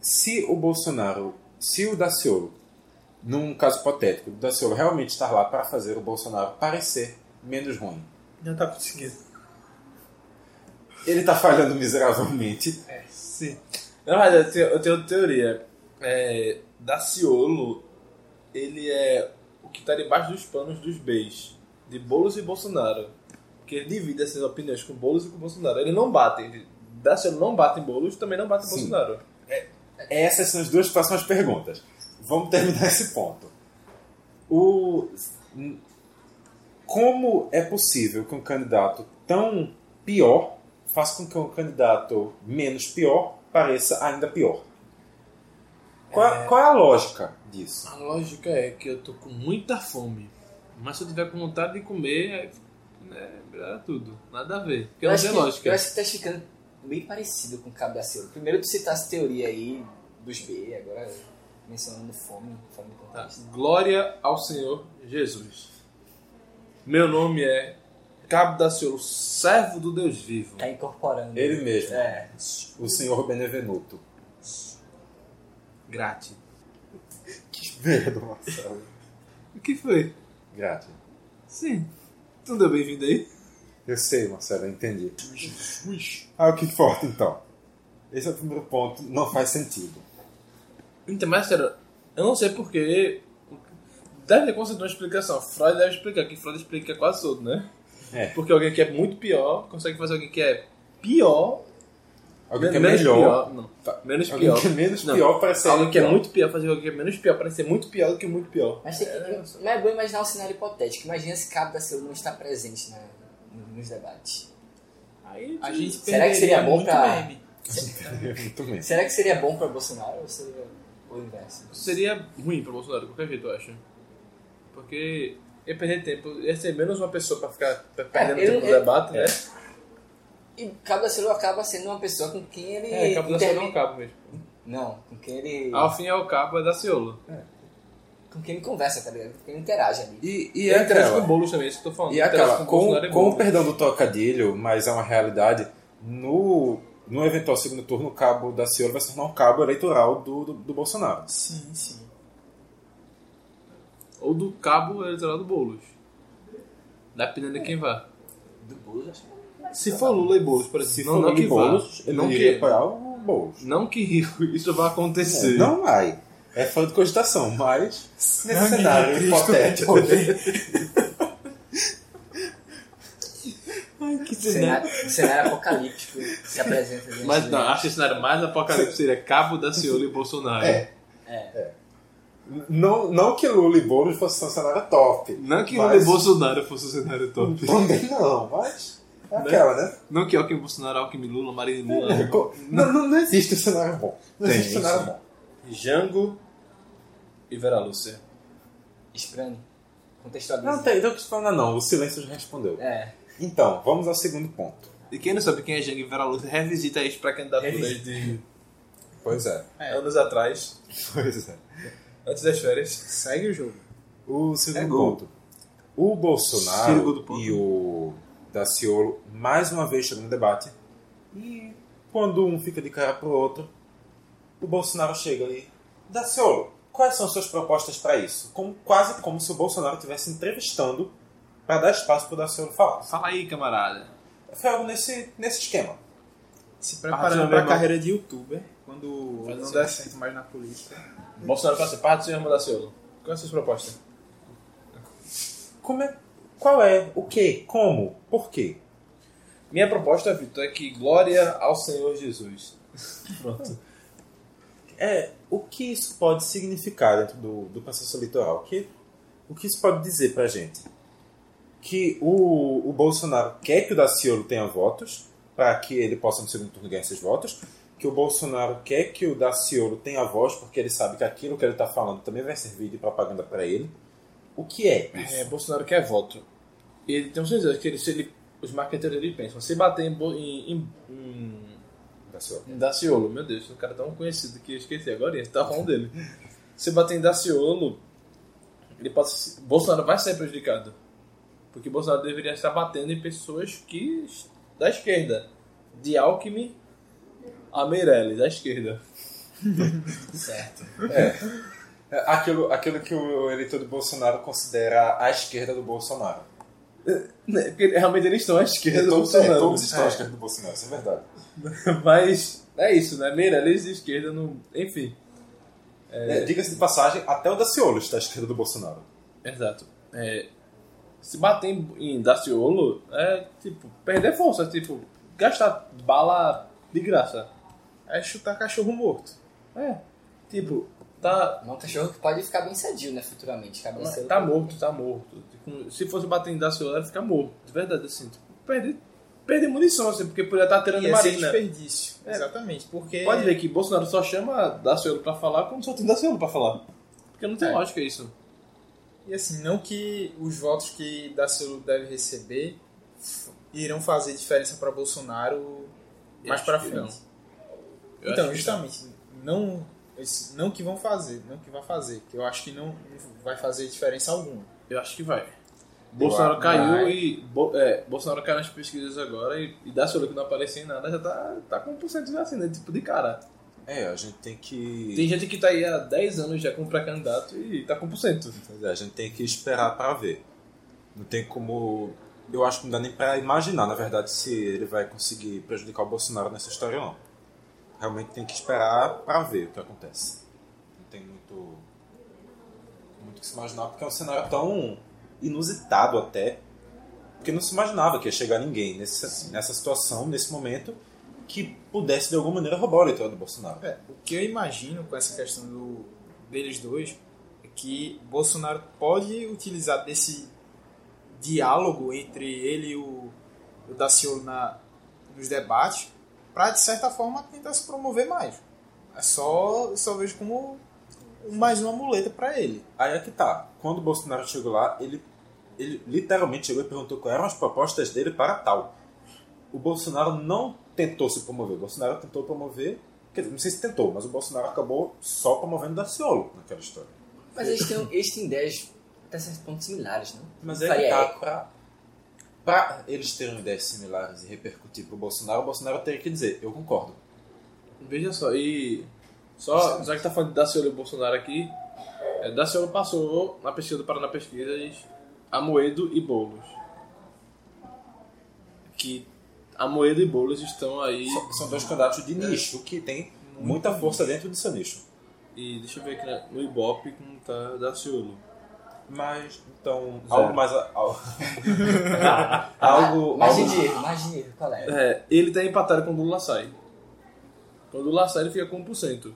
Speaker 1: Se o Bolsonaro, se o Daciolo, num caso hipotético, o Daciolo realmente estar lá para fazer o Bolsonaro parecer menos ruim,
Speaker 2: Não tá conseguindo.
Speaker 1: Ele tá falhando miseravelmente.
Speaker 2: Sim. Na verdade, eu tenho, eu tenho uma teoria. É, Daciolo, ele é o que tá debaixo dos panos dos Bs, de Boulos e Bolsonaro. Porque ele divide essas opiniões com Boulos e com Bolsonaro. Ele não bate. ele- Daciolo não bate em Boulos, também não bate em
Speaker 1: Sim.
Speaker 2: Bolsonaro.
Speaker 1: Essas são as duas próximas perguntas. Vamos terminar esse ponto. O... Como é possível que um candidato tão pior faça com que um candidato menos pior pareça ainda pior? Qual, qual é a lógica disso?
Speaker 2: A lógica é que eu tô com muita fome, mas se eu tiver com vontade de comer, aí, né, melhora tudo. Nada a ver. Porque não
Speaker 3: acho
Speaker 2: tem
Speaker 3: que-
Speaker 2: lógica.
Speaker 3: Eu acho que tá ficando bem parecido com o Cabo da Silva. Primeiro tu citasse teoria aí dos B, agora mencionando fome, fome com
Speaker 2: Tá.
Speaker 3: tá.
Speaker 2: Glória ao Senhor Jesus. Meu nome é Cabo da Ciolo, servo do Deus vivo.
Speaker 3: tá incorporando.
Speaker 1: Ele mesmo,
Speaker 3: É.
Speaker 1: o senhor Benevenuto.
Speaker 2: Grate.
Speaker 1: Que merda, Marcelo.
Speaker 2: O que foi?
Speaker 1: Grato.
Speaker 2: Sim. Tudo bem-vindo aí?
Speaker 1: Eu sei, Marcelo, eu entendi. Ah, o que importa então? Esse é o primeiro ponto, não faz sentido.
Speaker 2: Então, mas sério, eu não sei porque. Deve ter conseguido uma explicação. Freud deve explicar, que Freud explica quase tudo, né?
Speaker 1: É.
Speaker 2: Porque alguém que é muito pior consegue fazer alguém que é pior.
Speaker 1: Alguém que é
Speaker 2: menos
Speaker 1: melhor.
Speaker 2: pior, não.
Speaker 1: Tá.
Speaker 2: Menos
Speaker 1: Alguém
Speaker 2: pior.
Speaker 1: que é menos
Speaker 2: Não.
Speaker 1: pior parece
Speaker 2: Alguém que é
Speaker 1: pior.
Speaker 2: muito pior fazer alguém que é menos pior, parece ser muito pior do que muito pior.
Speaker 3: Mas tem que, não é bom imaginar um cenário hipotético. Imagina se Cabo da Silva não está presente na- no- nos debates.
Speaker 2: Aí
Speaker 4: A gente
Speaker 3: Será que seria
Speaker 4: perderia
Speaker 3: bom
Speaker 4: muito
Speaker 3: pra-
Speaker 4: meme.
Speaker 1: muito menos.
Speaker 3: Será que seria bom pra Bolsonaro ou seria o inverso?
Speaker 2: seria ruim pra Bolsonaro, de qualquer jeito, eu acho. Porque ia perder tempo, ia ser menos uma pessoa pra ficar
Speaker 1: É,
Speaker 2: pra- perdendo
Speaker 3: ele-
Speaker 2: tempo no
Speaker 3: ele-
Speaker 2: debate, né?
Speaker 3: E Cabo da Silva acaba sendo uma pessoa com quem ele.
Speaker 2: É, acaba
Speaker 3: intervi-
Speaker 2: dançando um cabo mesmo.
Speaker 3: Não, com quem ele.
Speaker 2: Ao fim e ao cabo é da Ciolo.
Speaker 3: Com quem ele conversa, tá ligado? Com quem ele interage ali.
Speaker 1: (laughs) E, e
Speaker 2: E
Speaker 1: é
Speaker 2: interage com
Speaker 1: aquela,
Speaker 2: bolos também, isso que eu tô falando.
Speaker 1: e é
Speaker 2: Interage
Speaker 1: aquela com,
Speaker 2: Bolsonaro e
Speaker 1: com o
Speaker 2: Boulos.
Speaker 1: perdão do trocadilho, mas é uma realidade, no, no eventual segundo turno, o cabo da senhora vai se tornar um cabo eleitoral do, do, do Bolsonaro.
Speaker 4: Sim, sim.
Speaker 2: Ou do cabo eleitoral do Boulos. Dependendo de quem vá.
Speaker 3: Do Boulos, acho que.
Speaker 2: Se for Lula e Boulos, por exemplo,
Speaker 1: Se
Speaker 2: não,
Speaker 1: for
Speaker 2: não
Speaker 1: Lula
Speaker 2: que
Speaker 1: e Boulos,
Speaker 2: vá.
Speaker 1: ele
Speaker 2: não,
Speaker 1: iria
Speaker 2: que,
Speaker 1: apoiar o Boulos.
Speaker 2: não que isso vá acontecer.
Speaker 1: Não vai. É fã de cogitação, mas nesse
Speaker 4: Sangue de
Speaker 1: cenário
Speaker 4: Cristo,
Speaker 1: hipotético.
Speaker 3: Cenário, um cenário apocalíptico se apresenta. diante
Speaker 2: Mas
Speaker 3: de-
Speaker 2: não, acho que o cenário mais apocalipse seria Cabo da Ciolo e Bolsonaro.
Speaker 1: É.
Speaker 3: É.
Speaker 1: Não, não que Lula e Boulos fossem um cenário top.
Speaker 2: Não que
Speaker 1: Mas-
Speaker 2: o Bolsonaro fosse o cenário top.
Speaker 1: Também não, mas é aquela, né?
Speaker 2: Não que
Speaker 1: É,
Speaker 2: Alckmin Bolsonaro, Alckmin Lula, Marina e Lula.
Speaker 1: Não, não, não existe um cenário bom. Não
Speaker 2: Tem,
Speaker 1: existe um cenário bom.
Speaker 2: Jango e Vera Lúcia.
Speaker 3: Esprane.
Speaker 1: Não
Speaker 3: Contextualiza.
Speaker 1: tem, então que falar não, o silêncio já respondeu.
Speaker 3: É.
Speaker 1: Então, vamos ao segundo ponto.
Speaker 2: E quem não sabe quem é Jango e Vera Lúcia, revisita aí pra candidaturas de
Speaker 1: Pois é.
Speaker 2: anos atrás,
Speaker 1: Pois é.
Speaker 2: antes das férias.
Speaker 4: Segue o jogo.
Speaker 1: O segundo
Speaker 2: É gol.
Speaker 1: ponto. O
Speaker 2: Segundo
Speaker 1: Bolsonaro
Speaker 2: ponto.
Speaker 1: e o Daciolo mais uma vez chegam no debate. E quando um fica de cara pro outro, o Bolsonaro chega ali. Daciolo, quais são suas propostas para isso? Como, quase como se o Bolsonaro estivesse entrevistando para dar espaço pro Daciolo falar.
Speaker 2: Fala aí, camarada.
Speaker 1: Foi algo nesse, nesse esquema.
Speaker 4: Se
Speaker 2: Partiu,
Speaker 4: preparando
Speaker 2: meu
Speaker 4: pra
Speaker 2: irmão.
Speaker 4: carreira de youtuber, quando
Speaker 2: Faz
Speaker 4: não
Speaker 2: assim.
Speaker 4: der certo mais na política.
Speaker 2: Bolsonaro fala assim, parte do senhor irmão da Ciolo. Qual é a sua proposta?
Speaker 1: Como é, qual é? O que? Como? Por quê?
Speaker 2: Minha proposta, Vitor, é que glória ao Senhor Jesus. Pronto.
Speaker 1: é o que isso pode significar dentro do, do processo eleitoral? O Que, o que isso pode dizer pra gente? Que o, o Bolsonaro quer que o Daciolo tenha votos, para que ele possa no segundo turno ganhar esses votos, que o Bolsonaro quer que o Daciolo tenha voz, porque ele sabe que aquilo que ele está falando também vai servir de propaganda para ele. O que é?
Speaker 2: É, Bolsonaro quer voto. E ele tem um certeza que ele, se ele, os marqueteiros dele pensam, se bater em, Bo- em, em, em,
Speaker 1: Daciolo.
Speaker 2: em Daciolo, meu Deus, um cara tão conhecido que eu esqueci agora, tá falando dele. Se bater em Daciolo, ele pode, se- Bolsonaro vai ser prejudicado. Porque Bolsonaro deveria estar batendo em pessoas que da esquerda. De Alckmin a Meirelles, da esquerda. (laughs)
Speaker 3: Certo.
Speaker 1: É Aquilo, aquilo que o eleitor do Bolsonaro considera a esquerda do Bolsonaro.
Speaker 2: Né, Porque realmente eles estão à esquerda do
Speaker 1: Todos, é,
Speaker 2: Bolsonaro.
Speaker 1: todos estão à esquerda do Bolsonaro, isso é verdade.
Speaker 2: Mas é isso, né? Meirelles de esquerda, no... enfim.
Speaker 1: É, Diga-se de passagem, até o Daciolo está à esquerda do Bolsonaro.
Speaker 2: Exato. É, se bater em, em Daciolo é, tipo, perder força, tipo, gastar bala de graça.
Speaker 4: É chutar cachorro morto.
Speaker 2: É, tipo, tá,
Speaker 3: É um cachorro que pode ficar bem sadio, né? Futuramente.
Speaker 4: é
Speaker 3: Cabeceiro.
Speaker 2: tá morto, tá morto. Tipo, se fosse bater em Daciolo, ele fica morto, de verdade, assim, tipo, perder, perder munição, assim, porque podia estar tirando
Speaker 4: E né? esse é
Speaker 2: Marina.
Speaker 4: desperdício. Exatamente, porque...
Speaker 2: Pode ver que Bolsonaro só chama Daciolo pra falar quando só tem Daciolo pra falar. Porque não tem
Speaker 4: É.
Speaker 2: lógica isso.
Speaker 4: E assim, não que os votos que Daciolo deve receber f- irão fazer diferença para Bolsonaro mais
Speaker 2: acho
Speaker 4: para
Speaker 2: que
Speaker 4: frente.
Speaker 2: Eu acho
Speaker 4: então,
Speaker 2: que
Speaker 4: justamente, não esse- não que vão fazer, não que vai fazer, que eu acho que não não vai fazer diferença alguma.
Speaker 2: Eu acho que vai. Bolsonaro
Speaker 4: acho que
Speaker 2: caiu
Speaker 4: vai.
Speaker 2: e. Bo- é, Bolsonaro caiu nas pesquisas agora e, e Daciolo que não apareceu em nada já tá, tá com um porcento assim, né? Tipo de cara.
Speaker 1: É, a gente tem que.
Speaker 2: Tem gente que tá aí há 10 anos já como pré-candidato e tá com porcento.
Speaker 1: Pois é, A gente tem que esperar para ver. Não tem como. Eu acho que não dá nem para imaginar, na verdade, se ele vai conseguir prejudicar o Bolsonaro nessa história ou não. Realmente tem que esperar para ver o que acontece. Não tem muito. Muito o que se imaginar, porque é um cenário tão inusitado até. Porque não se imaginava que ia chegar ninguém nesse, nessa situação, nesse momento, que pudesse de alguma maneira roubar o eleitorado do Bolsonaro.
Speaker 4: É, o que eu imagino com essa questão do, deles dois é que Bolsonaro pode utilizar desse diálogo entre ele e o, o Daciolo na, nos debates para, de certa forma, tentar se promover mais. É só, só vejo como mais uma muleta para ele.
Speaker 1: Aí é que tá. Quando o Bolsonaro chegou lá, ele, ele literalmente chegou e perguntou quais eram as propostas dele para tal. O Bolsonaro não tentou se promover. O Bolsonaro tentou promover. Quer dizer, não sei se tentou, mas o Bolsonaro acabou só promovendo Daciolo naquela história.
Speaker 3: Mas eles têm, eles têm ideias até certo ponto similares, né?
Speaker 1: Mas
Speaker 3: Não
Speaker 1: é que
Speaker 3: faria
Speaker 1: tá.
Speaker 3: eco.
Speaker 1: Pra, pra eles terem ideias similares e repercutir pro Bolsonaro, o Bolsonaro teria que dizer: eu concordo.
Speaker 2: Veja só, e. Só, já que tá falando de Daciolo e Bolsonaro aqui, é, Daciolo passou na pesquisa do Paraná Pesquisas Amoedo e Boulos. Que Amoedo e Boulos estão aí.
Speaker 1: São, são dois candidatos de nicho que tem muita força dentro do seu nicho.
Speaker 2: E deixa eu ver aqui né, no Ibope como tá Daciolo.
Speaker 1: Mas, então,
Speaker 2: Zero.
Speaker 1: algo mais. a- (laughs) al- algo.
Speaker 3: Margem
Speaker 1: algo
Speaker 3: de erro, margem de erro, qual é?
Speaker 2: É, ele tá empatado com o Lula sai. Quando o Lula sai, ele fica com 1%.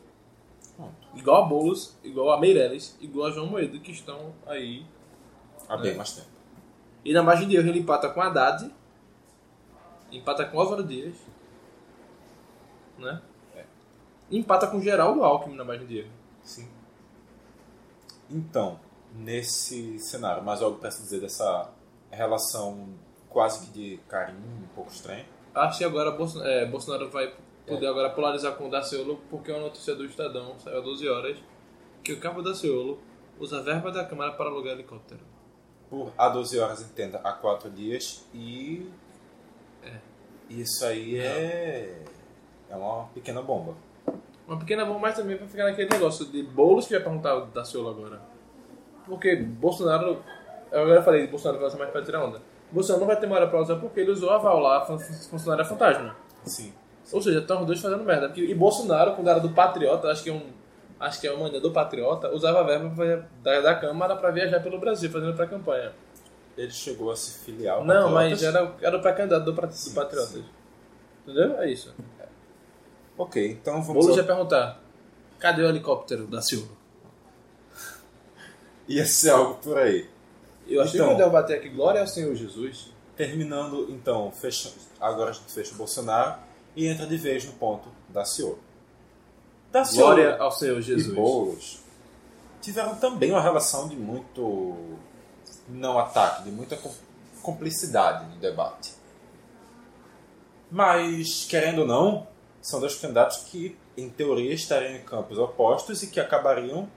Speaker 2: Igual a Boulos, igual a Meirelles, igual a João Moedo, que estão aí.
Speaker 1: há Ah,
Speaker 2: É.
Speaker 1: bem mais tempo.
Speaker 2: E na margem de erro ele empata com Haddad, empata com Álvaro Dias, né? empata com Geraldo Alckmin na margem de erro.
Speaker 1: Sim. Então, nesse cenário, mais algo para se dizer dessa relação quase que de carinho, um pouco estranha.
Speaker 2: Acho que agora Bolson- é, Bolsonaro vai poder agora polarizar com o Daciolo, porque é uma notícia do Estadão, saiu às 12 horas, que o cabo Daciolo usa a verba da Câmara para alugar helicóptero.
Speaker 1: Por a 12 horas, entenda, a 4 dias e.
Speaker 2: É.
Speaker 1: Isso aí é. É uma pequena bomba.
Speaker 2: Uma pequena bomba, mas também pra ficar naquele negócio de bolos que vai perguntar o Daciolo agora. Porque Bolsonaro. Eu agora falei, Bolsonaro vai usar mais pra tirar onda. Bolsonaro não vai ter hora pra usar porque ele usou a Val lá, a fun- funcionária fantasma.
Speaker 1: Sim.
Speaker 2: Ou seja, estão os dois fazendo merda. Porque- E Bolsonaro, quando era do Patriota, acho que é um. Acho que é uma mania do Patriota, usava a verba pra- da, da Câmara pra viajar pelo Brasil, fazendo pré-campanha.
Speaker 1: Ele chegou a se filiar. ao
Speaker 2: Não, mas
Speaker 1: Patriotas.
Speaker 2: era, era o pré-candidato do Pat- do
Speaker 1: Sim,
Speaker 2: Patriotas.
Speaker 1: É sim.
Speaker 2: Entendeu? É isso.
Speaker 1: Ok, então vamos.
Speaker 2: Boulos
Speaker 1: Ao...
Speaker 2: ia perguntar: cadê o helicóptero da Silva?
Speaker 1: (laughs) Ia ser algo por aí.
Speaker 2: Eu achei
Speaker 1: Então.
Speaker 2: que eu devo bater aqui. Glória ao Senhor Jesus.
Speaker 1: Terminando, então, fecha... agora a gente fecha o Bolsonaro e entra de vez no ponto da CEO. Da
Speaker 2: Glória ao Senhor
Speaker 1: e
Speaker 2: Jesus.
Speaker 1: Boulos tiveram também uma relação de muito não ataque, de muita com- cumplicidade no debate. Mas, querendo ou não, são dois candidatos que, em teoria, estariam em campos opostos e que acabariam.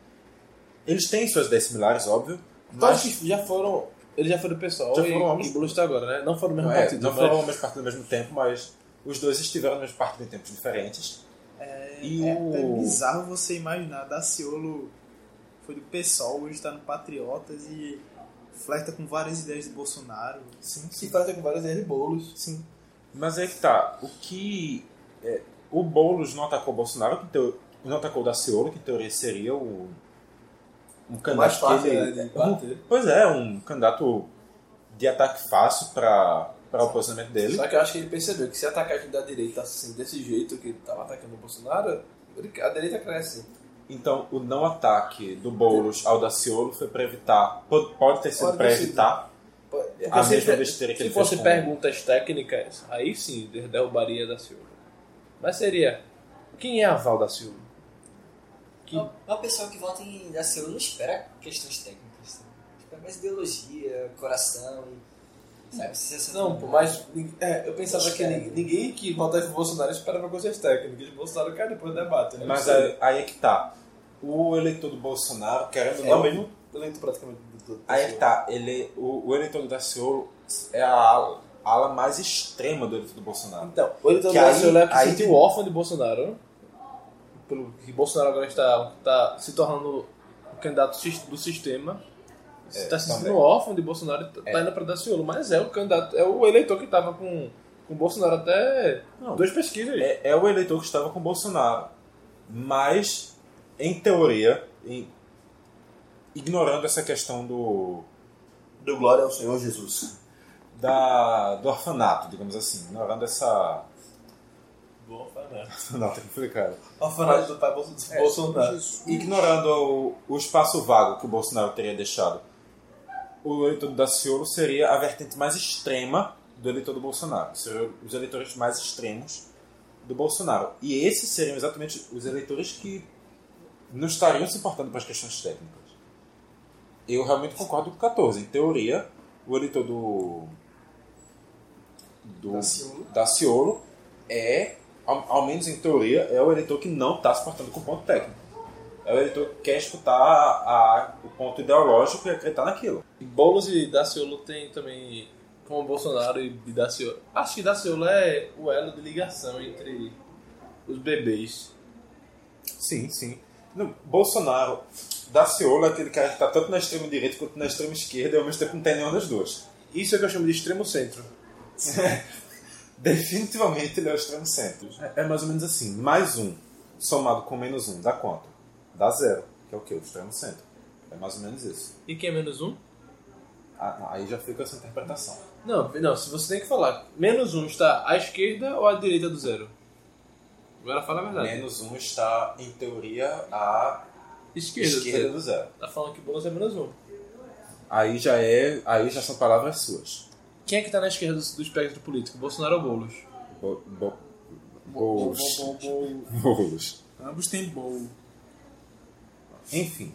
Speaker 1: Eles têm suas ideias similares, óbvio,
Speaker 2: Todos
Speaker 1: mas
Speaker 2: que já foram. Eles já foram do pessoal
Speaker 1: Já
Speaker 2: e,
Speaker 1: foram ambos.
Speaker 2: e Boulos tá agora, né? Não foram do mesmo
Speaker 1: não, é,
Speaker 2: partido.
Speaker 1: não
Speaker 2: mas-
Speaker 1: foram ao mesmo partido ao mesmo tempo, mas os dois estiveram no mesmo partido em tempos diferentes. e
Speaker 4: É,
Speaker 1: o.
Speaker 4: é bizarro você imaginar, Daciolo foi do PSOL, hoje tá no Patriotas e flerta com várias ideias de Bolsonaro.
Speaker 1: Sim, sim.
Speaker 2: Se fazem com várias ideias de Boulos.
Speaker 1: Sim. Mas é que tá. O que. é, o Boulos não atacou o Bolsonaro, que em teo- não atacou o Daciolo, que em teoria seria o. Um
Speaker 3: mais
Speaker 1: candidato. que
Speaker 3: fácil, né,
Speaker 1: ele-
Speaker 3: de
Speaker 1: um-
Speaker 3: bater.
Speaker 1: pois é, um candidato de ataque fácil para o posicionamento dele.
Speaker 2: Só que eu acho que ele percebeu que se atacar a gente da direita assim, desse jeito que ele tava atacando o Bolsonaro, ele- a direita cresce.
Speaker 1: Então, o não ataque do Boulos ao Daciolo foi para evitar. po- Pode ter sido
Speaker 2: Pode
Speaker 1: para
Speaker 2: ter sido.
Speaker 1: evitar.
Speaker 2: Porque
Speaker 1: A
Speaker 2: se,
Speaker 1: mesma besteira que
Speaker 2: se
Speaker 1: ele
Speaker 2: fosse
Speaker 1: fez com-
Speaker 2: perguntas técnicas, aí sim derrubaria da Silva. Mas seria: quem é a Val da Silva? Que-
Speaker 3: Uma, uma pessoa que vota em Daciolo não espera questões técnicas. sabe? Espera mais ideologia, coração, sabe? Sensação.
Speaker 2: Não, pô, mas nin- é, eu pensava que
Speaker 3: Espera.
Speaker 2: nin- ninguém que votasse no Bolsonaro esperava coisas técnicas. O Bolsonaro cai depois do debate. Né?
Speaker 1: Mas
Speaker 2: Não sei.
Speaker 1: aí, aí é que tá. O eleitor do Bolsonaro, querendo ou
Speaker 2: é o
Speaker 1: não,
Speaker 2: mesmo eleito praticamente do- do. do-
Speaker 1: Aí é que tá, ele, o, o eleitor do Daciolo é a ala, a ala mais extrema do eleitor do Bolsonaro.
Speaker 2: Então, o
Speaker 1: tá.
Speaker 2: eleitor
Speaker 1: Que
Speaker 2: do Brasil
Speaker 1: aí-
Speaker 2: é o que
Speaker 1: aí-
Speaker 2: sentiu órfão de Bolsonaro. Pelo que Bolsonaro agora está, está se tornando o candidato sis- do sistema.
Speaker 1: É,
Speaker 2: Está se sentindo
Speaker 1: também.
Speaker 2: órfão de Bolsonaro e está indo para Daciolo. Mas é o candidato, é o eleitor que estava com, com Bolsonaro até
Speaker 1: Não.
Speaker 2: duas pesquisas.
Speaker 1: É, é o eleitor que estava com o Bolsonaro. Mas, em teoria, em- ignorando essa questão do,
Speaker 7: Do glória ao Senhor Jesus.
Speaker 1: da, do orfanato, digamos assim, ignorando essa. (laughs) Não, tem que explicar.
Speaker 2: Orfanato do pai
Speaker 3: É.
Speaker 2: Bolsonaro.
Speaker 1: Ignorando o, o espaço vago que o Bolsonaro teria deixado, o eleitor do Daciolo seria a vertente mais extrema do eleitor do Bolsonaro. Seriam os eleitores mais extremos do Bolsonaro. E esses seriam exatamente os eleitores que não estariam se importando para as questões técnicas. Eu realmente concordo com o 14. Em teoria, o eleitor do. do
Speaker 2: Daciolo.
Speaker 1: Daciolo é, ao, ao menos em teoria, é o eleitor que não está se importando com o ponto técnico. É o eleitor que quer escutar a- o ponto ideológico e acreditar naquilo.
Speaker 2: Boulos e Daciolo tem também, como Bolsonaro e Daciolo. Acho que Daciolo é o elo de ligação entre os bebês.
Speaker 1: Sim, sim. Não, Bolsonaro, Daciolo é aquele cara que está tanto na extrema direita quanto na extrema esquerda e ao mesmo tempo não tem nenhuma das duas.
Speaker 2: Isso é o que eu chamo de extremo centro.
Speaker 1: Definitivamente ele é o extremo centro. É, é mais ou menos assim, mais um somado com menos um dá quanto? Dá zero, que é o que? O extremo centro. É mais ou menos isso.
Speaker 2: E quem é menos um?
Speaker 1: Ah, não, aí já fica essa interpretação.
Speaker 2: Não, não, se você tem que falar, menos um está à esquerda ou à direita do zero? Agora fala a verdade.
Speaker 1: Menos um está, em teoria, à
Speaker 2: Esquerda,
Speaker 1: esquerda
Speaker 2: do
Speaker 1: do zero.
Speaker 2: zero. Tá falando que Boulos é menos um.
Speaker 1: Aí já é. Aí já são palavras suas.
Speaker 2: Quem é que tá na esquerda do, do espectro político? Bolsonaro ou Boulos?
Speaker 1: Bo- bo- Bolos. Bolos.
Speaker 4: Ambos têm bowl.
Speaker 1: Enfim.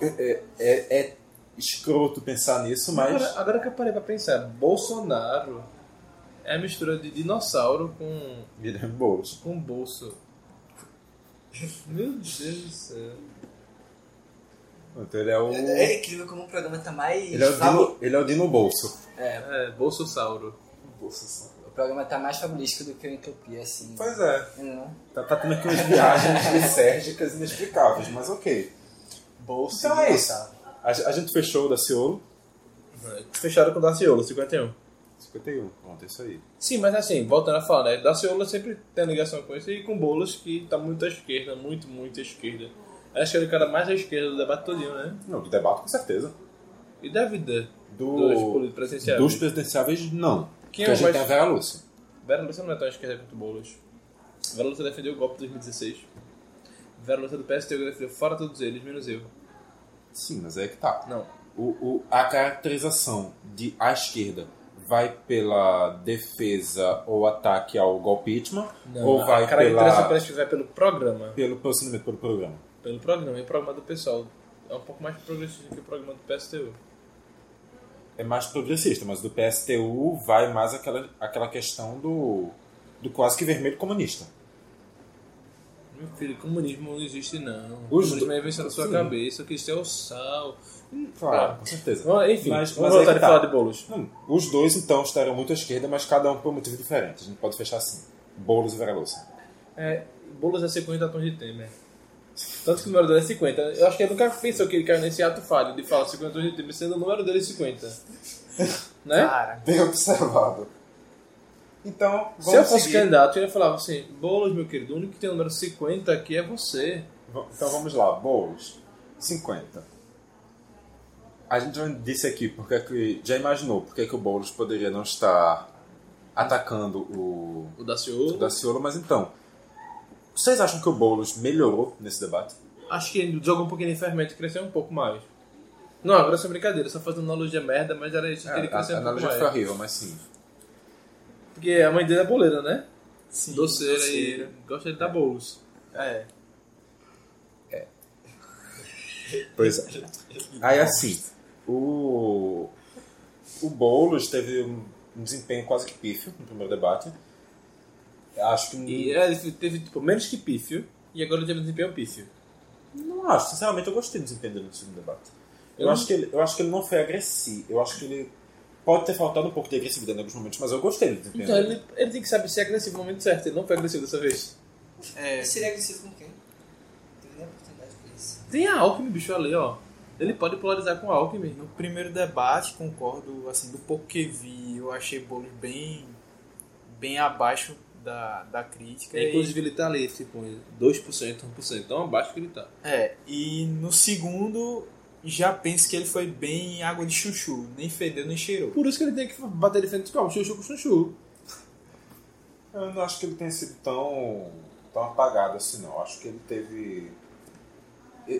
Speaker 1: É, é- é escroto pensar nisso, mas.
Speaker 2: Agora, agora que eu parei pra pensar, Bolsonaro é a mistura de dinossauro com,
Speaker 1: Guilherme Boulos.
Speaker 2: com bolso. Meu Deus do céu.
Speaker 1: Então ele é o.
Speaker 3: É incrível como o programa tá mais.
Speaker 1: Ele é o
Speaker 3: fabu-
Speaker 1: Dino, ele é o Dino Bolso.
Speaker 3: É,
Speaker 2: É, bolsossauro.
Speaker 3: o programa tá mais fabulístico do que o Entropia, assim.
Speaker 1: Pois é.
Speaker 3: Não.
Speaker 1: Tá, tá tendo aqui umas viagens lisérgicas inexplicáveis, mas ok.
Speaker 4: Bolsa.
Speaker 1: Então é isso. A, a gente fechou o da Ciolo. É,
Speaker 2: Fecharam com o Daciolo, 51.
Speaker 1: 51. Pronto, é isso aí.
Speaker 2: Sim, mas assim, voltando a falar, né? Daciolo sempre tem ligação com isso e com Boulos, que tá muito à esquerda, muito, muito à esquerda. Acho que ele é o cara mais à esquerda do debate todinho, né?
Speaker 1: Não, de debate com certeza.
Speaker 2: E da vida
Speaker 1: Do-
Speaker 2: dos políticos presidenciais.
Speaker 1: Dos presidenciáveis, não. Quem
Speaker 2: Quem é
Speaker 1: a
Speaker 2: o
Speaker 1: gente
Speaker 2: mais-
Speaker 1: tem a Vera Lúcia.
Speaker 2: Vera Lúcia não é tão esquerda quanto Boulos. Vera Lúcia defendeu o golpe de 2016. Vera Lúcia do PST defendeu fora todos eles, menos eu.
Speaker 1: Sim, mas é que tá.
Speaker 2: Não.
Speaker 1: O, o- a caracterização de à esquerda vai pela defesa ou ataque ao golpismo ou vai
Speaker 2: é a caracterização
Speaker 1: pela,
Speaker 2: parece que vai pelo programa.
Speaker 1: pelo posicionamento, pelo programa?
Speaker 2: Pelo programa, e o programa do pessoal. É um pouco mais progressista que o programa do PSTU.
Speaker 1: É mais progressista, mas do PSTU vai mais aquela, aquela questão do, do quase que vermelho comunista.
Speaker 2: Meu filho, comunismo não existe não.
Speaker 1: Os
Speaker 2: comunismo
Speaker 1: do-
Speaker 2: é invenção da sua
Speaker 1: Sim.
Speaker 2: cabeça, que isso é o sal.
Speaker 1: Claro, com certeza.
Speaker 2: Bom, Enfim,
Speaker 1: Mas-
Speaker 2: vamos
Speaker 1: mas aí
Speaker 2: voltar
Speaker 1: que
Speaker 2: a
Speaker 1: tá.
Speaker 2: falar de bolos.
Speaker 1: Hum, os dois, então, estarão muito à esquerda, mas cada um por motivo diferente. A gente pode fechar assim. Boulos e Vera Lúcia.
Speaker 2: É, Boulos é 50 tons de Temer. Tanto que o número dele é 50. Eu acho que ele nunca pensou que ele caiu nesse ato falho de falar 50 tons de Temer, sendo o número dele (laughs) 50. né?
Speaker 3: Cara.
Speaker 1: Bem observado. Então, vamos
Speaker 2: Se eu fosse
Speaker 1: seguir.
Speaker 2: candidato, eu ia falar assim: Boulos, meu querido, o único que tem o número 50 aqui é você.
Speaker 1: Va- Então vamos lá, bolos. 50. A gente já disse aqui porque é que já imaginou porque é que o Boulos poderia não estar atacando o,
Speaker 2: O
Speaker 1: o
Speaker 2: Daciolo.
Speaker 1: Daciolo, mas então. Vocês acham que o Boulos melhorou nesse debate?
Speaker 2: Acho que ele jogou um pouquinho de fermento e cresceu um pouco mais. Não, agora é só brincadeira, só fazendo analogia merda, mas era isso que ele
Speaker 1: a,
Speaker 2: cresceu
Speaker 1: É, a
Speaker 2: um pouco
Speaker 1: analogia
Speaker 2: mais.
Speaker 1: foi horrível, mas sim.
Speaker 2: Porque a mãe dele é boleira, né?
Speaker 4: Sim,
Speaker 2: doceira e
Speaker 4: doceira.
Speaker 2: gosta de dar bolos.
Speaker 4: É.
Speaker 1: Pois é. Aí assim, o, o Boulos teve um um desempenho quase que pífio no primeiro debate. Acho que.
Speaker 2: E é, ele teve, tipo, menos que pífio, e agora ele teve um desempenho pífio.
Speaker 1: Não acho, sinceramente eu gostei do desempenho dele no segundo debate. Eu,
Speaker 2: Eu
Speaker 1: acho que ele, eu acho que ele não foi agressivo. Eu acho que ele pode ter faltado um pouco de agressividade em alguns momentos, mas eu gostei do desempenho
Speaker 2: Então,
Speaker 1: dele.
Speaker 2: ele, ele tem que saber ser agressivo no momento certo, ele não foi agressivo dessa vez.
Speaker 4: É.
Speaker 3: Seria agressivo com quem? Não teve nem oportunidade pra isso.
Speaker 2: Tem a Alckmin, bicho, ali, ó. Ele pode polarizar com a Alckmin.
Speaker 4: No primeiro debate, concordo, assim, do pouco que vi, eu achei Boulos bem, bem abaixo da, da crítica.
Speaker 2: É,
Speaker 4: E-
Speaker 2: inclusive, ele tá ali, tipo, 2%, 1%, então abaixo que ele tá.
Speaker 4: é, e no segundo, já penso que ele foi bem água de chuchu, nem fedeu, nem cheirou.
Speaker 2: Por isso que ele tem que bater de frente com o chuchu com chuchu.
Speaker 1: Eu não acho que ele tenha sido tão, tão apagado assim, não. Eu acho que ele teve. e-